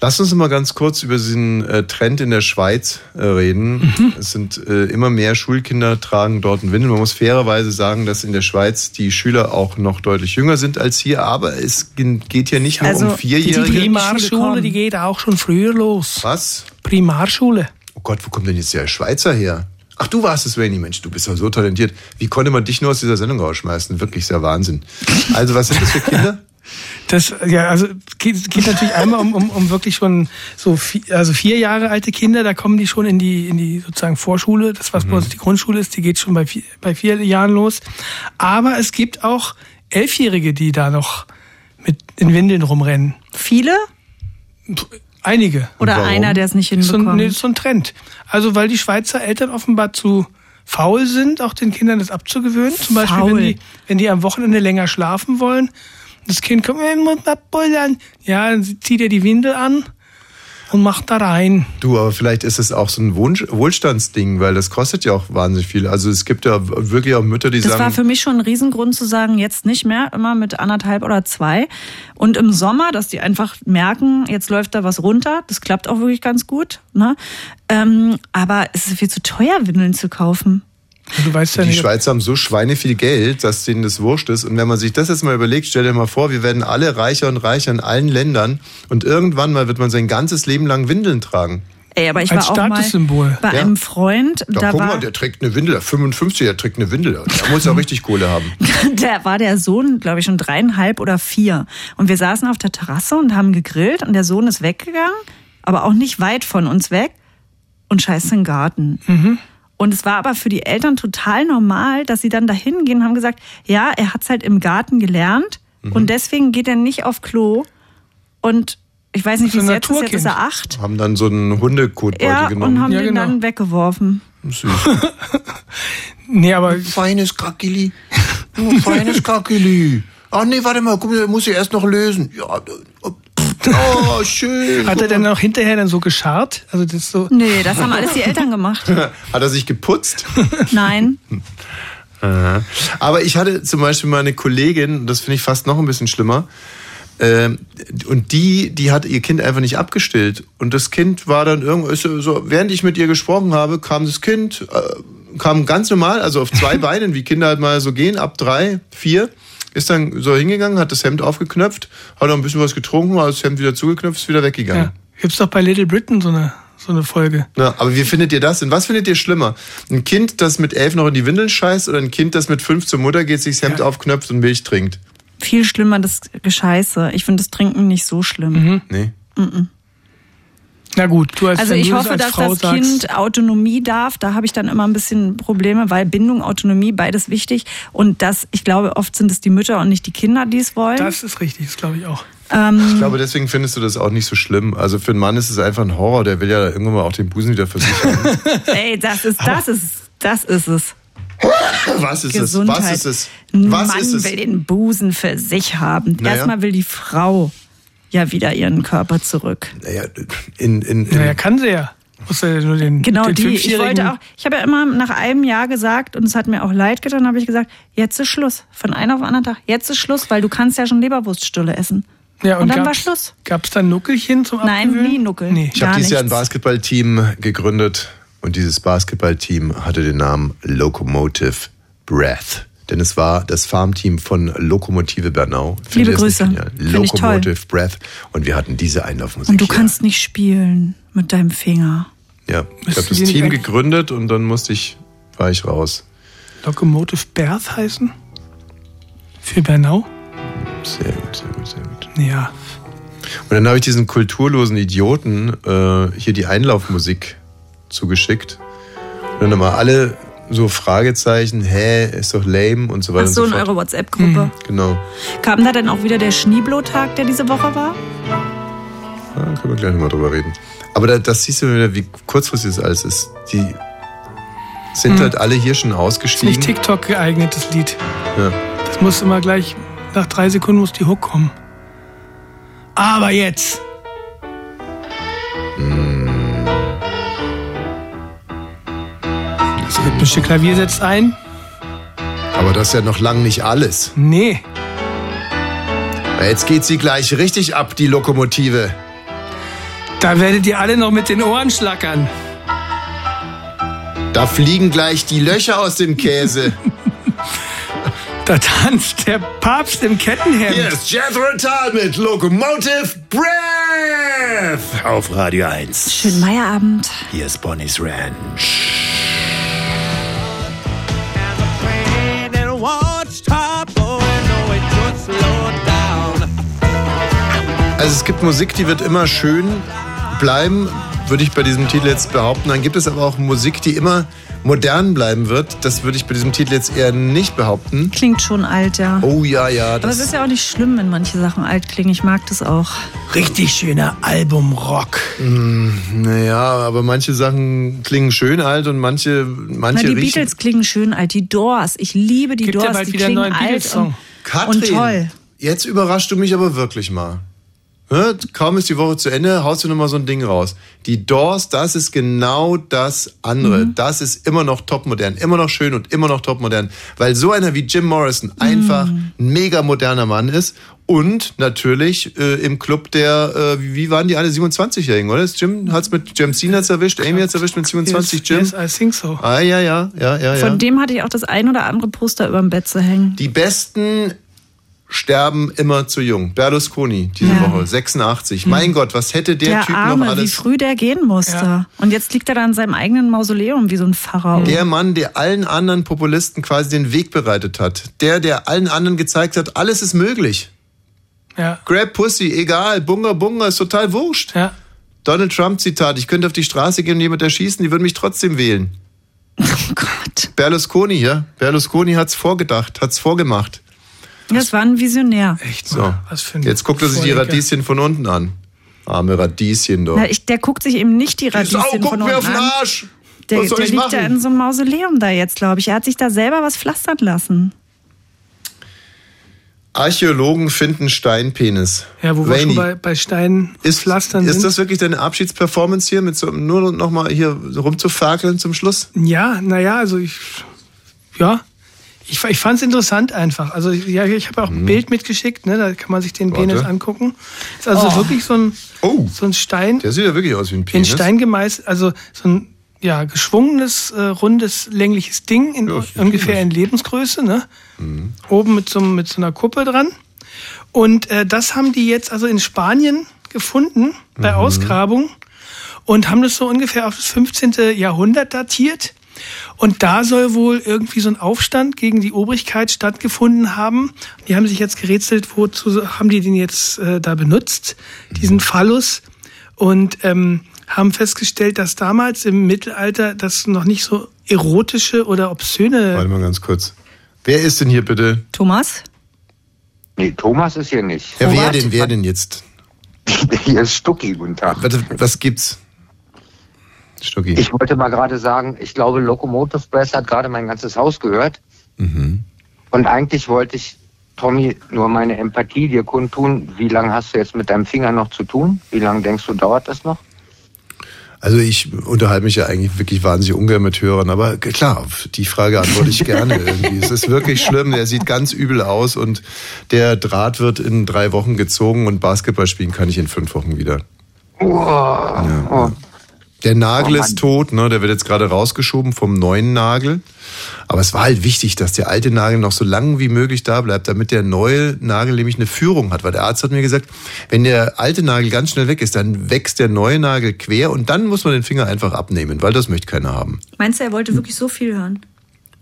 [SPEAKER 6] Lass uns mal ganz kurz über diesen äh, Trend in der Schweiz äh, reden. Es sind äh, immer mehr Schulkinder tragen dort einen Windel. Man muss fairerweise sagen, dass in der Schweiz die Schüler auch noch deutlich jünger sind als hier, aber es ge- geht hier nicht nur um Vierjährige.
[SPEAKER 8] Die Primarschule, die geht auch schon früher los.
[SPEAKER 6] Was?
[SPEAKER 8] Primarschule.
[SPEAKER 6] Oh Gott, wo kommt denn jetzt der Schweizer her? Ach, du warst es, Rainy, Mensch, du bist ja so talentiert. Wie konnte man dich nur aus dieser Sendung rausschmeißen? Wirklich sehr Wahnsinn. Also, was sind das für Kinder?
[SPEAKER 8] Das, ja, also geht, geht natürlich einmal um, um, um wirklich schon so vier, also vier Jahre alte Kinder, da kommen die schon in die, in die sozusagen Vorschule, das was bei uns die Grundschule ist, die geht schon bei vier, bei vier Jahren los. Aber es gibt auch Elfjährige, die da noch mit in Windeln rumrennen.
[SPEAKER 7] Viele?
[SPEAKER 8] Einige.
[SPEAKER 7] Oder Warum? einer, der es nicht
[SPEAKER 8] So,
[SPEAKER 7] hinbekommt.
[SPEAKER 8] ein- nee, ist so ein Trend. Also weil die Schweizer Eltern offenbar zu faul sind, auch den Kindern das abzugewöhnen. Zum Beispiel,
[SPEAKER 7] Faul.
[SPEAKER 8] wenn die, wenn die am Wochenende länger schlafen wollen, das Kind kommt, ich muss mal bullern. Ja, dann zieht er die Windel an und macht da rein.
[SPEAKER 6] Du, aber vielleicht ist es auch so ein Wunsch, Wohlstandsding, weil das kostet ja auch wahnsinnig viel. Also, es gibt ja wirklich auch Mütter, die
[SPEAKER 7] Das war
[SPEAKER 6] sagen,
[SPEAKER 7] für mich schon ein Riesengrund zu sagen, jetzt nicht mehr, immer mit anderthalb oder zwei. Und im Sommer, dass die einfach merken, jetzt läuft da was runter. Das klappt auch wirklich ganz gut. Ne? Ähm, aber es ist viel zu teuer, Windeln zu kaufen.
[SPEAKER 8] Du weißt ja
[SPEAKER 6] die
[SPEAKER 8] nicht, ob-
[SPEAKER 6] Schweizer haben so Schweine viel Geld, dass denen das wurscht ist. Und wenn man sich das jetzt mal überlegt, stell dir mal vor, wir werden alle reicher und reicher in allen Ländern und irgendwann mal wird man sein ganzes Leben lang Windeln tragen.
[SPEAKER 7] Ey, aber ich
[SPEAKER 6] Als
[SPEAKER 7] war auch mal
[SPEAKER 6] Statussymbol.
[SPEAKER 7] bei
[SPEAKER 6] Ja.
[SPEAKER 7] einem Freund,
[SPEAKER 6] Da,
[SPEAKER 7] da,
[SPEAKER 6] guck
[SPEAKER 7] war,
[SPEAKER 6] mal, der trägt eine Windel, der 55, der trägt eine Windel. Der muss ja richtig Kohle haben.
[SPEAKER 7] da war der Sohn, glaube ich, schon dreieinhalb oder vier. Und wir saßen auf der Terrasse und haben gegrillt und der Sohn ist weggegangen, aber auch nicht weit von uns weg und scheißt in den Garten. Und es war aber für die Eltern total normal, dass sie dann dahin gehen und haben gesagt, ja, er hat es halt im Garten gelernt
[SPEAKER 6] Mhm.
[SPEAKER 7] und deswegen geht er nicht auf Klo. Und ich weiß nicht, wie es
[SPEAKER 8] Das ist ein
[SPEAKER 7] jetzt ist, jetzt ist er
[SPEAKER 8] Naturkind.
[SPEAKER 7] acht.
[SPEAKER 6] Haben dann so einen Hundekotbeutel
[SPEAKER 7] Ja,
[SPEAKER 6] genommen.
[SPEAKER 7] und haben den dann weggeworfen.
[SPEAKER 8] Nee, aber.
[SPEAKER 6] Feines Kakeli. Feines Kakeli. Ach nee, warte mal, guck mal, muss ich erst noch lösen. Ja, oh, schön.
[SPEAKER 8] Hat er dann auch hinterher dann so gescharrt? Also das so.
[SPEAKER 7] Nee, das haben alles die Eltern gemacht.
[SPEAKER 6] Hat er sich geputzt?
[SPEAKER 7] Nein.
[SPEAKER 6] Aha. Aber ich hatte zum Beispiel mal eine Kollegin, das finde ich fast noch ein bisschen schlimmer. Ähm, und die, die hat ihr Kind einfach nicht abgestillt. Und das Kind war dann irgendwo, ist so, während ich mit ihr gesprochen habe, kam das Kind, äh, kam ganz normal, also auf zwei Beinen, wie Kinder halt mal so gehen, ab drei, vier, ist dann so hingegangen, hat das Hemd aufgeknöpft, hat noch ein bisschen was getrunken, hat das Hemd wieder zugeknöpft, ist wieder weggegangen.
[SPEAKER 8] Gibt's doch bei Little Britain so eine, so eine Folge.
[SPEAKER 6] Na, aber wie findet ihr das denn? Was findet ihr schlimmer? Ein Kind, das mit elf noch in die Windeln scheißt oder ein Kind, das mit fünf zur Mutter geht, sich das Hemd aufknöpft und Milch trinkt?
[SPEAKER 7] Viel schlimmer das Gescheiße. Ich finde das Trinken nicht so schlimm.
[SPEAKER 6] Nee.
[SPEAKER 7] Mhm.
[SPEAKER 8] Na gut, du als
[SPEAKER 7] Also
[SPEAKER 8] wenn
[SPEAKER 7] ich
[SPEAKER 8] du
[SPEAKER 7] hoffe,
[SPEAKER 8] als
[SPEAKER 7] dass
[SPEAKER 8] Frau
[SPEAKER 7] das
[SPEAKER 8] sagst,
[SPEAKER 7] Kind Autonomie darf. Da habe ich dann immer ein bisschen Probleme, weil Bindung, Autonomie, beides wichtig. Und das, ich glaube, oft sind es die Mütter und nicht die Kinder, die es wollen.
[SPEAKER 8] Das ist richtig, das glaube ich auch.
[SPEAKER 7] Ähm,
[SPEAKER 6] Ich glaube, deswegen findest du das auch nicht so schlimm. Also für einen Mann ist es einfach ein Horror, der will ja irgendwann mal auch den Busen wieder versichern.
[SPEAKER 7] ey, das ist, das ist, das ist es.
[SPEAKER 6] Was ist es?
[SPEAKER 7] Gesundheit.
[SPEAKER 6] Was ist es?
[SPEAKER 7] Ein
[SPEAKER 6] Was
[SPEAKER 7] Mann
[SPEAKER 6] ist es?
[SPEAKER 7] will den Busen für sich haben.
[SPEAKER 6] Naja.
[SPEAKER 7] Erstmal will die Frau ja wieder ihren Körper zurück.
[SPEAKER 6] Naja, in, in, in
[SPEAKER 8] Naja, kann sie ja. Muss ja nur den
[SPEAKER 7] Genau
[SPEAKER 8] den
[SPEAKER 7] die. Ich
[SPEAKER 8] Fünfjährigen-
[SPEAKER 7] wollte auch. Ich habe ja immer nach einem Jahr gesagt und es hat mir auch leid getan, habe ich gesagt, jetzt ist Schluss. Von einem auf den anderen Tag, jetzt ist Schluss, weil du kannst ja schon Leberwurststulle essen.
[SPEAKER 8] Ja,
[SPEAKER 7] und,
[SPEAKER 8] und
[SPEAKER 7] dann war
[SPEAKER 8] gab's-
[SPEAKER 7] Schluss.
[SPEAKER 8] Gab es da Nuckelchen zum
[SPEAKER 7] Nein,
[SPEAKER 8] Abgewöhnen?
[SPEAKER 7] nie Nuckel.
[SPEAKER 6] ich habe
[SPEAKER 7] gar
[SPEAKER 6] dieses Jahr ein
[SPEAKER 7] nichts.
[SPEAKER 6] Basketballteam gegründet und dieses Basketballteam hatte den Namen Locomotive Breath. Denn es war das Farmteam von Lokomotive Bernau.
[SPEAKER 7] Liebe
[SPEAKER 6] ihr das nicht
[SPEAKER 7] Grüße.
[SPEAKER 6] genial?
[SPEAKER 7] Find ich toll.
[SPEAKER 6] Locomotive Breath. Und wir hatten diese Einlaufmusik.
[SPEAKER 7] Und du kannst nicht spielen mit deinem Finger.
[SPEAKER 6] Ja, ich habe
[SPEAKER 8] Müssen
[SPEAKER 6] das
[SPEAKER 8] wir nicht
[SPEAKER 6] Team
[SPEAKER 8] eigentlich-
[SPEAKER 6] gegründet und dann musste ich, war ich raus.
[SPEAKER 8] Locomotive Berth heißen? Für Bernau?
[SPEAKER 6] Sehr gut, sehr gut, sehr gut.
[SPEAKER 8] Ja.
[SPEAKER 6] Und dann habe ich diesen kulturlosen Idioten äh, hier die Einlaufmusik zugeschickt. Und dann nochmal alle so Fragezeichen, hä, ist doch lame und so weiter
[SPEAKER 7] Ach so,
[SPEAKER 6] und
[SPEAKER 7] in
[SPEAKER 6] so fort.
[SPEAKER 7] eurer WhatsApp-Gruppe.
[SPEAKER 6] Genau.
[SPEAKER 7] Kam da dann auch wieder der Schneeblo-Tag, der diese Woche war?
[SPEAKER 6] Da Ah, können wir gleich nochmal drüber reden. Aber da, das siehst du wieder, wie kurzfristig das alles ist. Die sind
[SPEAKER 8] Hm.
[SPEAKER 6] halt alle hier schon
[SPEAKER 8] Ist nicht
[SPEAKER 6] ausgestiegen.
[SPEAKER 8] TikTok geeignetes Lied.
[SPEAKER 6] Ja.
[SPEAKER 8] Das muss immer gleich, nach drei Sekunden muss die Hook kommen. Aber jetzt!
[SPEAKER 6] Hm.
[SPEAKER 8] Das rhythmische Klavier setzt ein.
[SPEAKER 6] Aber das ist ja noch lang nicht alles.
[SPEAKER 8] Nee.
[SPEAKER 6] Jetzt geht sie gleich richtig ab, die Lokomotive.
[SPEAKER 8] Da werdet ihr alle noch mit den Ohren schlackern.
[SPEAKER 6] Da fliegen gleich die Löcher aus dem Käse.
[SPEAKER 8] Da tanzt der Papst im Kettenhemd.
[SPEAKER 6] Hier ist Jethro Tull mit Locomotive Breath auf Radio 1.
[SPEAKER 7] Schönen Meierabend.
[SPEAKER 6] Hier ist Bonnie's Ranch.
[SPEAKER 4] And it won't stop, oh, no, it don't slow down.
[SPEAKER 6] Also es gibt Musik, die wird immer schön bleiben, würde ich bei diesem Titel jetzt behaupten. Dann gibt es aber auch Musik, die immer modern bleiben wird. Das würde ich bei diesem Titel jetzt eher nicht behaupten.
[SPEAKER 7] Klingt schon alt, ja.
[SPEAKER 6] Oh ja, ja.
[SPEAKER 7] Aber es
[SPEAKER 6] Das
[SPEAKER 7] ist ja auch nicht schlimm, wenn manche Sachen alt klingen. Ich mag das auch.
[SPEAKER 8] Richtig schöner Albumrock.
[SPEAKER 6] naja, aber manche Sachen klingen schön alt und manche, manche
[SPEAKER 7] Na, die
[SPEAKER 6] riechen.
[SPEAKER 7] Beatles klingen schön alt. Die Doors. Ich liebe die
[SPEAKER 8] Gibt ja
[SPEAKER 7] Doors.
[SPEAKER 8] bald
[SPEAKER 7] die
[SPEAKER 8] wieder einen
[SPEAKER 7] klingen
[SPEAKER 8] neuen
[SPEAKER 7] alt
[SPEAKER 8] Beatles-Song.
[SPEAKER 7] und,
[SPEAKER 6] Katrin,
[SPEAKER 7] und toll.
[SPEAKER 6] jetzt überraschst du mich aber wirklich mal. Hä? Kaum ist die Woche zu Ende, haust du nochmal so ein Ding raus. Die Doors, das ist genau das andere.
[SPEAKER 7] Mhm.
[SPEAKER 6] Das ist immer noch topmodern, immer noch schön und immer noch topmodern. Weil so einer wie Jim Morrison einfach
[SPEAKER 7] Mhm.
[SPEAKER 6] ein mega moderner Mann ist. Und natürlich äh, im Club der, äh, wie wie waren die alle 27-Jährigen, oder? Ist Jim hat's mit Jim Cena erwischt, Amy hat's erwischt mit 27 Jim.
[SPEAKER 8] Yes, I think so.
[SPEAKER 6] Ah, ja, ja, ja, ja, ja.
[SPEAKER 7] Von dem hatte ich auch das ein oder andere Poster über dem Bett zu hängen.
[SPEAKER 6] Die Besten sterben immer zu jung. Berlusconi diese
[SPEAKER 7] Ja. Hm.
[SPEAKER 6] Woche, 86. Mein Gott, was hätte der, Typ
[SPEAKER 7] Arme,
[SPEAKER 6] noch
[SPEAKER 7] wie
[SPEAKER 6] alles...
[SPEAKER 7] früh der gehen musste. Und jetzt liegt er da in seinem eigenen Mausoleum wie so ein Oh Pharao.
[SPEAKER 6] Der Mann, der allen anderen Populisten quasi den Weg bereitet hat. Der, der allen anderen gezeigt hat, alles ist möglich.
[SPEAKER 8] Ja.
[SPEAKER 6] Grab Pussy, egal, Bunga Bunga, ist total wurscht.
[SPEAKER 8] Ja.
[SPEAKER 6] Donald Trump Zitat, ich könnte auf die Straße gehen und jemand erschießen, die würden mich trotzdem wählen. Oh
[SPEAKER 7] Gott.
[SPEAKER 6] Berlusconi, ja. Berlusconi hat's vorgedacht, hat's vorgemacht.
[SPEAKER 7] das war ein Visionär.
[SPEAKER 8] Echt?
[SPEAKER 6] So.
[SPEAKER 8] Was für ein
[SPEAKER 6] Jetzt guckt er sich die
[SPEAKER 8] Vorleger.
[SPEAKER 6] Radieschen von unten an. Arme Radieschen doch.
[SPEAKER 7] Na, ich, der guckt sich eben nicht die
[SPEAKER 6] Sau,
[SPEAKER 7] Radieschen
[SPEAKER 6] guck
[SPEAKER 7] von
[SPEAKER 6] mir
[SPEAKER 7] unten
[SPEAKER 6] auf den
[SPEAKER 7] an.
[SPEAKER 6] Arsch.
[SPEAKER 7] Der,
[SPEAKER 6] Was soll
[SPEAKER 7] der
[SPEAKER 6] ich
[SPEAKER 7] liegt
[SPEAKER 6] machen?
[SPEAKER 7] ja in so einem Mausoleum da jetzt, glaube ich. Er hat sich da selber was pflastern lassen.
[SPEAKER 6] Archäologen finden Steinpenis.
[SPEAKER 8] Ja, wo wir schon
[SPEAKER 6] Rainy,
[SPEAKER 8] bei, bei Steinen
[SPEAKER 6] ist,
[SPEAKER 8] pflastern
[SPEAKER 6] ist
[SPEAKER 8] sind.
[SPEAKER 6] das wirklich deine Abschiedsperformance hier, mit so, nur noch mal hier rumzufakeln zum Schluss?
[SPEAKER 8] Ja, naja, also ich. Ja. Ich, fa- ich fand es interessant einfach. Also ja, ich habe auch ein Bild mitgeschickt, ne? da kann man sich den
[SPEAKER 6] Mhm. Warte.
[SPEAKER 8] Penis angucken. Ist also
[SPEAKER 6] Oh.
[SPEAKER 8] wirklich so ein, so ein Stein.
[SPEAKER 6] Der sieht ja wirklich aus wie ein
[SPEAKER 8] In
[SPEAKER 6] Penis.
[SPEAKER 8] Stein gemeißelt, also so ein ja, geschwungenes, äh, rundes, längliches Ding, in, ungefähr in Lebensgröße, ne?
[SPEAKER 6] Mhm.
[SPEAKER 8] Oben mit so, einem- mit so einer Kuppe dran. Und äh, das haben die jetzt also in Spanien gefunden bei
[SPEAKER 6] Mhm.
[SPEAKER 8] Ausgrabung und haben das so ungefähr auf das 15. Jahrhundert datiert. Und da soll wohl irgendwie so ein Aufstand gegen die Obrigkeit stattgefunden haben. Die haben sich jetzt gerätselt, wozu haben die den jetzt äh, da benutzt, diesen Phallus. Und ähm, haben festgestellt, dass damals im Mittelalter das noch nicht so erotische oder obszöne.
[SPEAKER 6] Warte mal ganz kurz. Wer ist denn hier bitte?
[SPEAKER 7] Thomas?
[SPEAKER 13] Nee, Thomas ist hier nicht.
[SPEAKER 6] Ja, wer denn, wer denn jetzt?
[SPEAKER 13] Hier ist Stucki, guten Tag.
[SPEAKER 6] Warte, was gibt's? Stucki.
[SPEAKER 13] Ich wollte mal gerade sagen, ich glaube, Locomotive Press hat gerade mein ganzes Haus gehört. Und eigentlich wollte ich, Tommy, nur meine Empathie dir kundtun. Wie lange hast du jetzt mit deinem Finger noch zu tun? Wie lange denkst du, dauert das noch?
[SPEAKER 6] Also ich unterhalte mich ja eigentlich wirklich wahnsinnig ungern mit Hörern, aber klar, auf die Frage antworte ich gerne irgendwie. Es ist wirklich schlimm, der sieht ganz übel aus und der Draht wird in drei Wochen gezogen und Basketball spielen kann ich in fünf Wochen wieder. Ja, ja. Der Nagel
[SPEAKER 13] Oh Mann.
[SPEAKER 6] ist tot, ne? der wird jetzt gerade rausgeschoben vom neuen Nagel. Aber es war halt wichtig, dass der alte Nagel noch so lang wie möglich da bleibt, damit der neue Nagel nämlich eine Führung hat. Weil der Arzt hat mir gesagt, wenn der alte Nagel ganz schnell weg ist, dann wächst der neue Nagel quer und dann muss man den Finger einfach abnehmen, weil das möchte keiner haben.
[SPEAKER 7] Meinst du, er wollte wirklich so viel hören?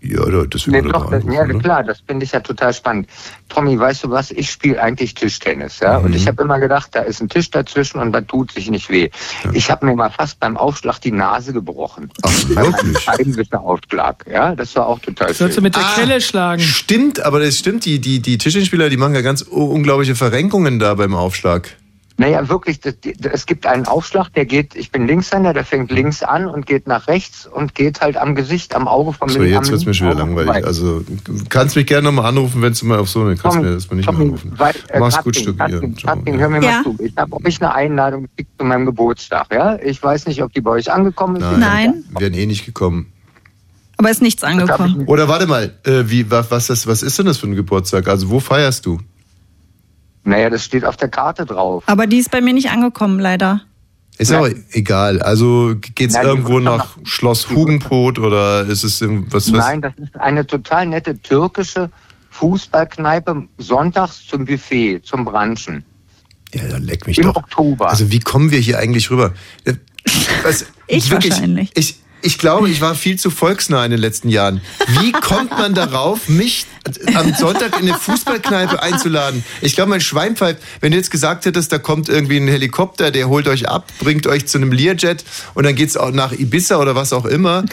[SPEAKER 6] Ja, da- deswegen
[SPEAKER 13] Nee,
[SPEAKER 6] hat er da
[SPEAKER 13] doch, das,
[SPEAKER 6] angerufen,
[SPEAKER 13] ja,
[SPEAKER 6] ne?
[SPEAKER 13] klar, das finde ich ja total spannend. Tommy, weißt du was? Ich spiele eigentlich Tischtennis, ja. Und
[SPEAKER 6] Mhm.
[SPEAKER 13] ich habe immer gedacht, da ist ein Tisch dazwischen und da tut sich nicht weh. Ich habe mir mal fast beim Aufschlag die Nase gebrochen. Ach, wirklich? Ein Aufschlag, ja. Das war auch total schön.
[SPEAKER 8] Sollst du mit der Kelle schlagen?
[SPEAKER 6] Stimmt, aber das stimmt, die, die, die Tischtennisspieler, die machen ja ganz u- unglaubliche Verrenkungen da beim Aufschlag.
[SPEAKER 13] Naja, wirklich, das, die- es gibt einen Aufschlag, der geht, ich bin Linkshänder, der fängt links an und geht nach rechts und geht halt am Gesicht, am Auge vom
[SPEAKER 6] So,
[SPEAKER 13] lin-
[SPEAKER 6] jetzt
[SPEAKER 13] am
[SPEAKER 6] wird es mir schon wieder
[SPEAKER 13] linken Auge
[SPEAKER 6] langweilig.
[SPEAKER 13] vorbei.
[SPEAKER 6] Also, du kannst mich gerne nochmal anrufen, wenn du mal auf so eine kannst.
[SPEAKER 13] Tommy,
[SPEAKER 6] mir das mal nicht mehr anrufen.
[SPEAKER 13] Weil, äh,
[SPEAKER 6] Mach's
[SPEAKER 13] Katrin,
[SPEAKER 6] gut, Stück.
[SPEAKER 13] Katrin, Katrin, hör mir
[SPEAKER 7] Ja.
[SPEAKER 13] mal zu. Ich habe euch eine Einladung gekriegt zu meinem Geburtstag, ja? Ich weiß nicht, ob die bei euch angekommen ist.
[SPEAKER 6] Nein.
[SPEAKER 7] Nein.
[SPEAKER 6] Wären eh nicht gekommen.
[SPEAKER 7] Aber ist nichts angekommen.
[SPEAKER 6] Oder warte mal, äh, wie, wa- was, das, was ist denn das für ein Geburtstag? Also, wo feierst du?
[SPEAKER 13] Naja, das steht auf der Karte drauf.
[SPEAKER 7] Aber die ist bei mir nicht angekommen, leider.
[SPEAKER 6] Ist ja auch egal. Also, geht's
[SPEAKER 13] Nein, die
[SPEAKER 6] irgendwo
[SPEAKER 13] wird doch
[SPEAKER 6] nach Schloss Hugenpot oder ist es irgendwas, was?
[SPEAKER 13] Nein, das ist eine total nette türkische Fußballkneipe sonntags zum Buffet, zum Branchen.
[SPEAKER 6] Ja, dann leck mich
[SPEAKER 13] Im
[SPEAKER 6] doch.
[SPEAKER 13] Oktober.
[SPEAKER 6] Also, wie kommen wir hier eigentlich rüber? Äh, Was,
[SPEAKER 13] Ich wahrscheinlich.
[SPEAKER 6] Ich, ich glaube, ich war viel zu volksnah in den letzten Jahren. Wie kommt man darauf, mich am Sonntag in eine Fußballkneipe einzuladen? Ich glaube, mein Schwein pfeift, wenn du jetzt gesagt hättest, da kommt irgendwie ein Helikopter, der holt euch ab, bringt euch zu einem Learjet und dann geht's auch nach Ibiza oder was auch immer.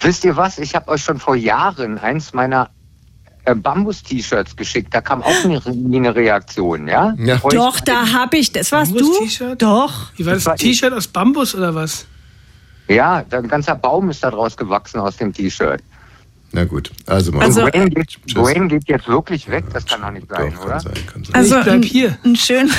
[SPEAKER 13] Wisst ihr was? Ich habe euch schon vor Jahren eins meiner äh, Bambus-T-Shirts geschickt. Da kam auch nie, nie eine Reaktion, ja? Euch-
[SPEAKER 7] Doch, da hab ich. Das warst du? Doch.
[SPEAKER 8] Wie war das?
[SPEAKER 13] Das war
[SPEAKER 8] Ein T-Shirt aus Bambus oder was?
[SPEAKER 13] Ja, da- ein ganzer Baum ist da draus gewachsen aus dem T-Shirt.
[SPEAKER 6] Na gut, also mal.
[SPEAKER 13] Also, Wayne, geht, Wayne geht jetzt wirklich weg, das kann doch nicht sein, oder?
[SPEAKER 7] Also ein, ein schön.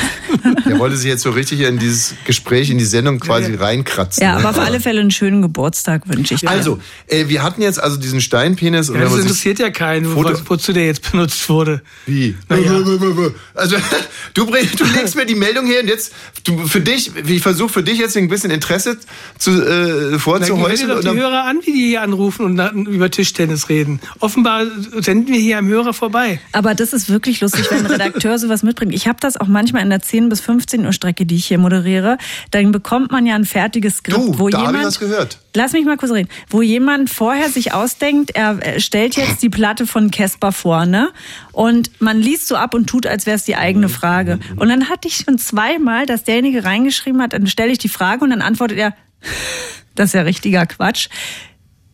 [SPEAKER 6] Der wollte sich jetzt so richtig in dieses Gespräch, in die Sendung quasi reinkratzen.
[SPEAKER 7] Ja,
[SPEAKER 6] ne?
[SPEAKER 7] aber auf alle Fälle einen schönen Geburtstag wünsche ich dir.
[SPEAKER 6] Also, äh, wir hatten jetzt also diesen Steinpenis. und
[SPEAKER 8] Ja,
[SPEAKER 6] wenn
[SPEAKER 8] das
[SPEAKER 6] man sich-
[SPEAKER 8] interessiert ja keinen, wo,
[SPEAKER 6] Foto-
[SPEAKER 8] wozu der jetzt benutzt wurde.
[SPEAKER 6] Wie? Also, du, bring- du legst mir die Meldung her und jetzt, du, für dich, ich versuche für dich jetzt ein bisschen Interesse zu, äh,
[SPEAKER 8] Dann hören
[SPEAKER 6] vorzuhäuschen.
[SPEAKER 8] doch
[SPEAKER 6] und
[SPEAKER 8] die
[SPEAKER 6] dann-
[SPEAKER 8] Hörer an, wie die hier anrufen und dann über Tischtennis reden. Offenbar senden wir hier am Hörer vorbei.
[SPEAKER 7] Aber das ist wirklich lustig, wenn ein Redakteur sowas mitbringt. Ich habe das auch manchmal in der 10 bis 15 Uhr Strecke, die ich hier moderiere. Dann bekommt man ja ein fertiges Skript,
[SPEAKER 6] Du,
[SPEAKER 7] wo
[SPEAKER 6] da hab ich
[SPEAKER 7] jemand.
[SPEAKER 6] was gehört.
[SPEAKER 7] Lass mich mal kurz reden. Wo jemand vorher sich ausdenkt, er äh, stellt jetzt die Platte von Casper vor, ne? Und man liest so ab und tut, als wäre es die eigene Frage. Und dann hatte ich schon zweimal, dass derjenige reingeschrieben hat, dann stelle ich die Frage und dann antwortet er, das ist ja richtiger Quatsch.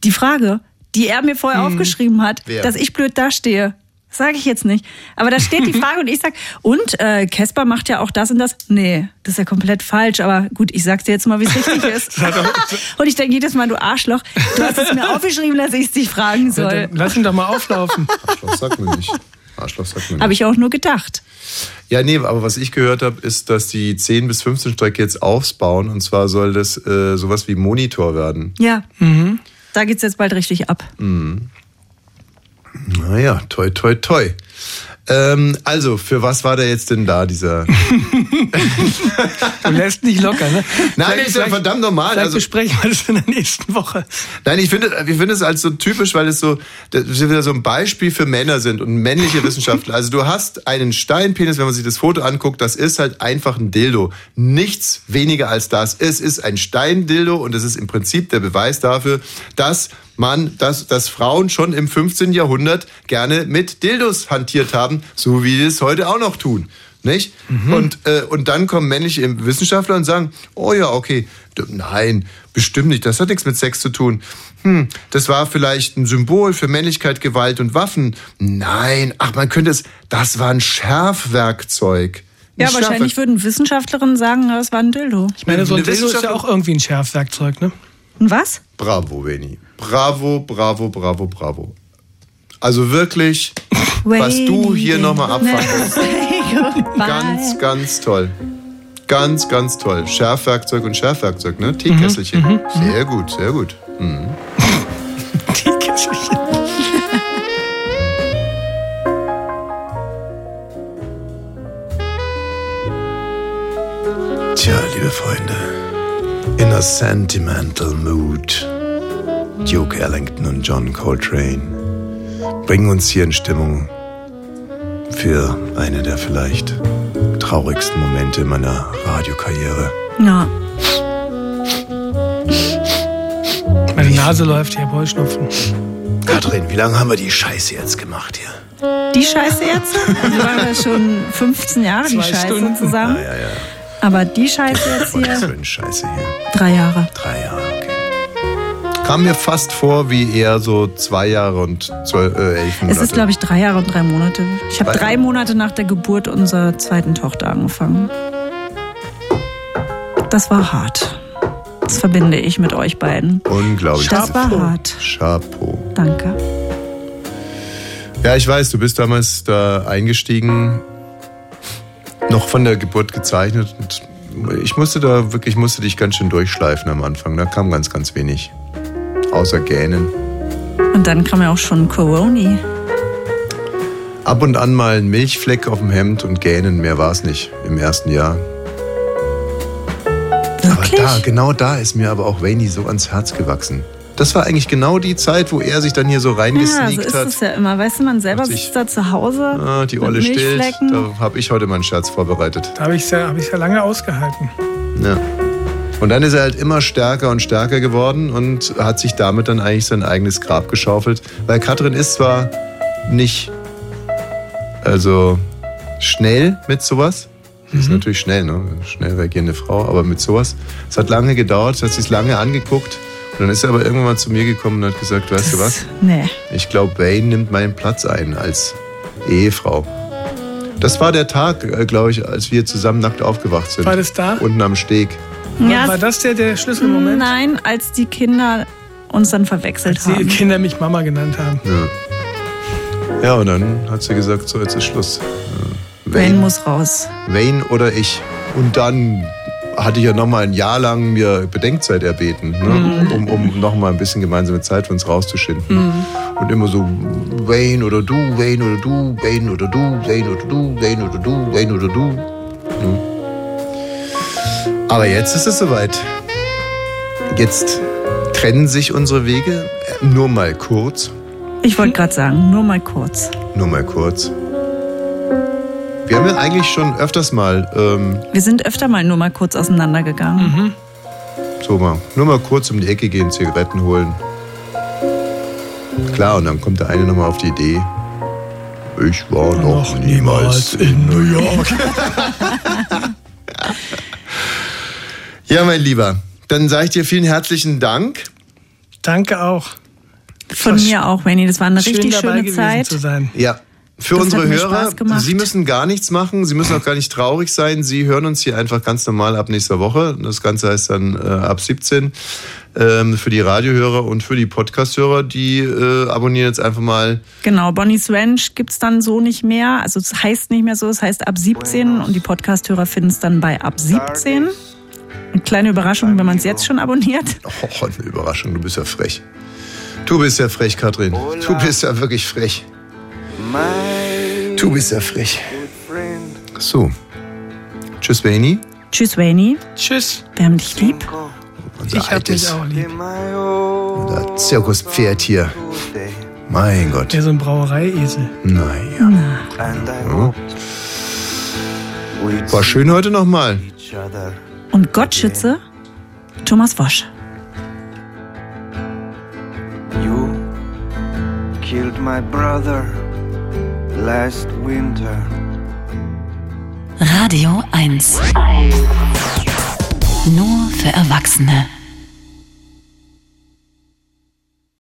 [SPEAKER 7] Die Frage, die er mir vorher aufgeschrieben hat,
[SPEAKER 2] Wer?
[SPEAKER 7] dass ich blöd dastehe. Sage ich jetzt nicht. Aber da steht die Frage und ich sag, und äh, Casper macht ja auch das und das. Nee, das ist ja komplett falsch, aber gut, ich sag's dir jetzt mal, wie es richtig ist. und ich denke jedes Mal, du Arschloch, du hast es mir aufgeschrieben, dass ich es dich fragen
[SPEAKER 8] Ja,
[SPEAKER 7] soll.
[SPEAKER 8] dann lass ihn doch mal auflaufen.
[SPEAKER 6] Arschloch sagt man nicht. Arschloch sagt man
[SPEAKER 7] Habe ich auch nur gedacht.
[SPEAKER 6] Ja, nee, aber was ich gehört habe, ist, dass die 10 bis 15 Strecke jetzt ausbauen und zwar soll das äh, sowas wie Monitor werden.
[SPEAKER 7] Ja. Da geht's jetzt bald richtig ab.
[SPEAKER 6] Hm. Naja, Ah toi, toi, toi. Ähm, also, für was war der jetzt denn da, dieser.
[SPEAKER 8] Du lässt nicht locker, ne?
[SPEAKER 6] Nein, ist ja verdammt normal,
[SPEAKER 8] Vielleicht
[SPEAKER 6] also-
[SPEAKER 8] besprechen wir das in der nächsten Woche.
[SPEAKER 6] Nein, ich finde, ich finde es als so typisch, weil es so, das ist wieder so ein Beispiel für Männer sind und männliche Wissenschaftler. Also du hast einen Steinpenis, wenn man sich das Foto anguckt, das ist halt einfach ein Dildo. Nichts weniger als das. Es ist ein Steindildo und es ist im Prinzip der Beweis dafür, dass man, dass, dass Frauen schon im 15. Jahrhundert gerne mit Dildos hantiert haben, so wie sie es heute auch noch tun. Nicht? Und, äh, und dann kommen männliche Wissenschaftler und sagen, oh ja, okay, D- nein, bestimmt nicht, das hat nichts mit Sex zu tun. Hm, das war vielleicht ein Symbol für Männlichkeit, Gewalt und Waffen. Nein, ach, man könnte es, das war ein Schärfwerkzeug. Ein
[SPEAKER 7] Ja, wahrscheinlich
[SPEAKER 6] Schärfwerk-
[SPEAKER 7] würden Wissenschaftlerinnen sagen, na, das war ein Dildo.
[SPEAKER 8] Ich meine, so ein
[SPEAKER 6] Eine
[SPEAKER 8] Dildo ist ja auch irgendwie ein Schärfwerkzeug, ne?
[SPEAKER 7] Ein was?
[SPEAKER 6] Bravo, Veni. Bravo, bravo, bravo, bravo. Also wirklich, was du hier nochmal abfandest. Ganz, ganz toll. Ganz, ganz toll. Schärfwerkzeug und Schärfwerkzeug, ne? Teekesselchen. Sehr gut, sehr gut. Mhm.
[SPEAKER 8] Teekesselchen.
[SPEAKER 6] Tja, liebe Freunde. In a sentimental mood. Duke Ellington und John Coltrane bringen uns hier in Stimmung für eine der vielleicht traurigsten Momente meiner Radiokarriere.
[SPEAKER 7] Ja.
[SPEAKER 8] Meine Nase läuft, ich habe Heuschnupfen.
[SPEAKER 6] Katrin, wie lange haben wir die Scheiße jetzt gemacht hier?
[SPEAKER 7] Die Scheiße jetzt? Also waren wir schon 15 Jahre die
[SPEAKER 6] Zwei
[SPEAKER 7] Scheiße
[SPEAKER 6] Stunden.
[SPEAKER 7] zusammen.
[SPEAKER 6] Ja, Genau, ja.
[SPEAKER 7] Aber die Scheiße jetzt
[SPEAKER 6] Was für
[SPEAKER 7] hier?
[SPEAKER 6] eine Scheiße hier.
[SPEAKER 7] Drei Jahre.
[SPEAKER 6] Drei Jahre, okay. Kam mir fast vor wie eher so zwei Jahre und zwölf, äh, elf Monate.
[SPEAKER 7] Es ist, glaube ich, drei Jahre und drei Monate. Ich habe
[SPEAKER 6] Weil-
[SPEAKER 7] drei Monate nach der Geburt unserer zweiten Tochter angefangen. Das war hart. Das verbinde ich mit euch beiden.
[SPEAKER 6] Unglaublich.
[SPEAKER 7] Das war
[SPEAKER 6] Chapeau.
[SPEAKER 7] hart.
[SPEAKER 6] Chapeau.
[SPEAKER 7] Danke.
[SPEAKER 6] Ja, ich weiß, du bist damals da eingestiegen, noch von der Geburt gezeichnet. Und ich musste da wirklich, ich musste dich ganz schön durchschleifen am Anfang. Da kam ganz, ganz wenig. Außer Gähnen.
[SPEAKER 7] Und dann kam ja auch schon Coroni.
[SPEAKER 6] Ab und an mal ein Milchfleck auf dem Hemd und Gähnen, mehr war es nicht im ersten Jahr.
[SPEAKER 7] Wirklich?
[SPEAKER 6] Aber da, genau da ist mir aber auch Wayne so ans Herz gewachsen. Das war eigentlich genau die Zeit, wo er sich dann hier so
[SPEAKER 7] Ja, Ah, so
[SPEAKER 6] reingesneakt
[SPEAKER 7] ist
[SPEAKER 6] hat.
[SPEAKER 7] es ja immer. Weißt du, man selber sitzt da zu Hause.
[SPEAKER 6] Ah, die
[SPEAKER 7] mit
[SPEAKER 6] Olle stillt,
[SPEAKER 7] Milchflecken.
[SPEAKER 6] da habe ich heute meinen Scherz vorbereitet.
[SPEAKER 8] Da habe ich es ja, hab ich's ja lange ausgehalten.
[SPEAKER 6] Ja. Und dann ist er halt immer stärker und stärker geworden und hat sich damit dann eigentlich sein eigenes Grab geschaufelt. Weil Katrin ist zwar nicht, also schnell mit sowas. Sie
[SPEAKER 8] Mhm.
[SPEAKER 6] ist natürlich schnell, ne? Schnell reagierende Frau, aber mit sowas. Es hat lange gedauert, hat sich lange angeguckt. Und dann ist er aber irgendwann mal zu mir gekommen und hat gesagt, weißt du was?
[SPEAKER 7] Nee.
[SPEAKER 6] Ich glaube, Wayne nimmt meinen Platz ein als Ehefrau. Das war der Tag, glaube ich, als wir zusammen nackt aufgewacht sind.
[SPEAKER 8] War das da?
[SPEAKER 6] Unten am Steg.
[SPEAKER 7] Ja,
[SPEAKER 8] War das der, der Schlüsselmoment?
[SPEAKER 7] Nein, als die Kinder uns dann verwechselt
[SPEAKER 8] Die
[SPEAKER 7] haben.
[SPEAKER 8] Kinder mich Mama genannt haben.
[SPEAKER 6] Ja. ja, und dann hat sie gesagt, so, jetzt ist Schluss. Ja.
[SPEAKER 7] Wayne muss raus.
[SPEAKER 6] Wayne oder ich. Und dann hatte ich ja noch mal ein Jahr lang mir Bedenkzeit erbeten, ne?
[SPEAKER 7] Mhm.
[SPEAKER 6] um, um noch mal ein bisschen gemeinsame Zeit für uns rauszuschinden. Und immer so, Wayne oder du, Wayne oder du, Wayne oder du, Wayne oder du, Wayne oder du, Wayne oder du. Ne? Aber jetzt ist es soweit. Jetzt trennen sich unsere Wege. Nur mal kurz.
[SPEAKER 7] Ich wollte gerade sagen, nur mal kurz.
[SPEAKER 6] Nur mal kurz. Wir haben ja eigentlich schon öfters mal ähm,
[SPEAKER 7] Wir sind öfter mal nur mal kurz
[SPEAKER 6] Mhm.
[SPEAKER 7] auseinandergegangen.
[SPEAKER 6] So mal, nur mal kurz um die Ecke gehen, Zigaretten holen. Klar, und dann kommt der eine nochmal auf die Idee. Ich war noch, niemals in New York. ja, mein Lieber, dann sage ich dir vielen herzlichen Dank.
[SPEAKER 8] Danke auch.
[SPEAKER 7] Von mir auch, Wayne. Das war eine richtig
[SPEAKER 8] dabei
[SPEAKER 7] schöne
[SPEAKER 8] gewesen
[SPEAKER 7] Zeit.
[SPEAKER 8] Zu sein.
[SPEAKER 6] Ja. Für
[SPEAKER 7] Das
[SPEAKER 6] unsere
[SPEAKER 7] hat mir
[SPEAKER 6] Hörer,
[SPEAKER 7] Spaß gemacht.
[SPEAKER 6] Sie müssen gar nichts machen, Sie müssen auch gar nicht traurig sein. Sie hören uns hier einfach ganz normal ab nächster Woche. Das Ganze heißt dann äh, ab 17. Ähm, für die Radiohörer und für die Podcast-Hörer, die äh, abonnieren jetzt einfach mal
[SPEAKER 7] Genau, Bonnie's Ranch gibt's dann so nicht mehr. Also es heißt nicht mehr so, es heißt ab 17 und die Podcasthörer finden es dann bei ab 17. Eine kleine Überraschung, wenn man es jetzt schon abonniert.
[SPEAKER 6] Oh, eine Überraschung, du bist ja frech. Du bist ja frech, Katrin. Du bist ja wirklich frech. Du bist ja frech. So. Tschüss, Beni.
[SPEAKER 7] Tschüss, Wayne.
[SPEAKER 8] Tschüss.
[SPEAKER 7] Wir haben dich lieb.
[SPEAKER 6] Unser
[SPEAKER 8] ich hab mich
[SPEAKER 6] altes
[SPEAKER 8] auch lieb.
[SPEAKER 6] Zirkuspferd hier. Mein Gott.
[SPEAKER 8] Ja, so ein Brauereiesel.
[SPEAKER 6] Nein. Ja. War schön heute nochmal.
[SPEAKER 7] Und Gott schütze Thomas Wosch.
[SPEAKER 16] Killed my brother last winter.
[SPEAKER 3] Radio 1. Nur für Erwachsene.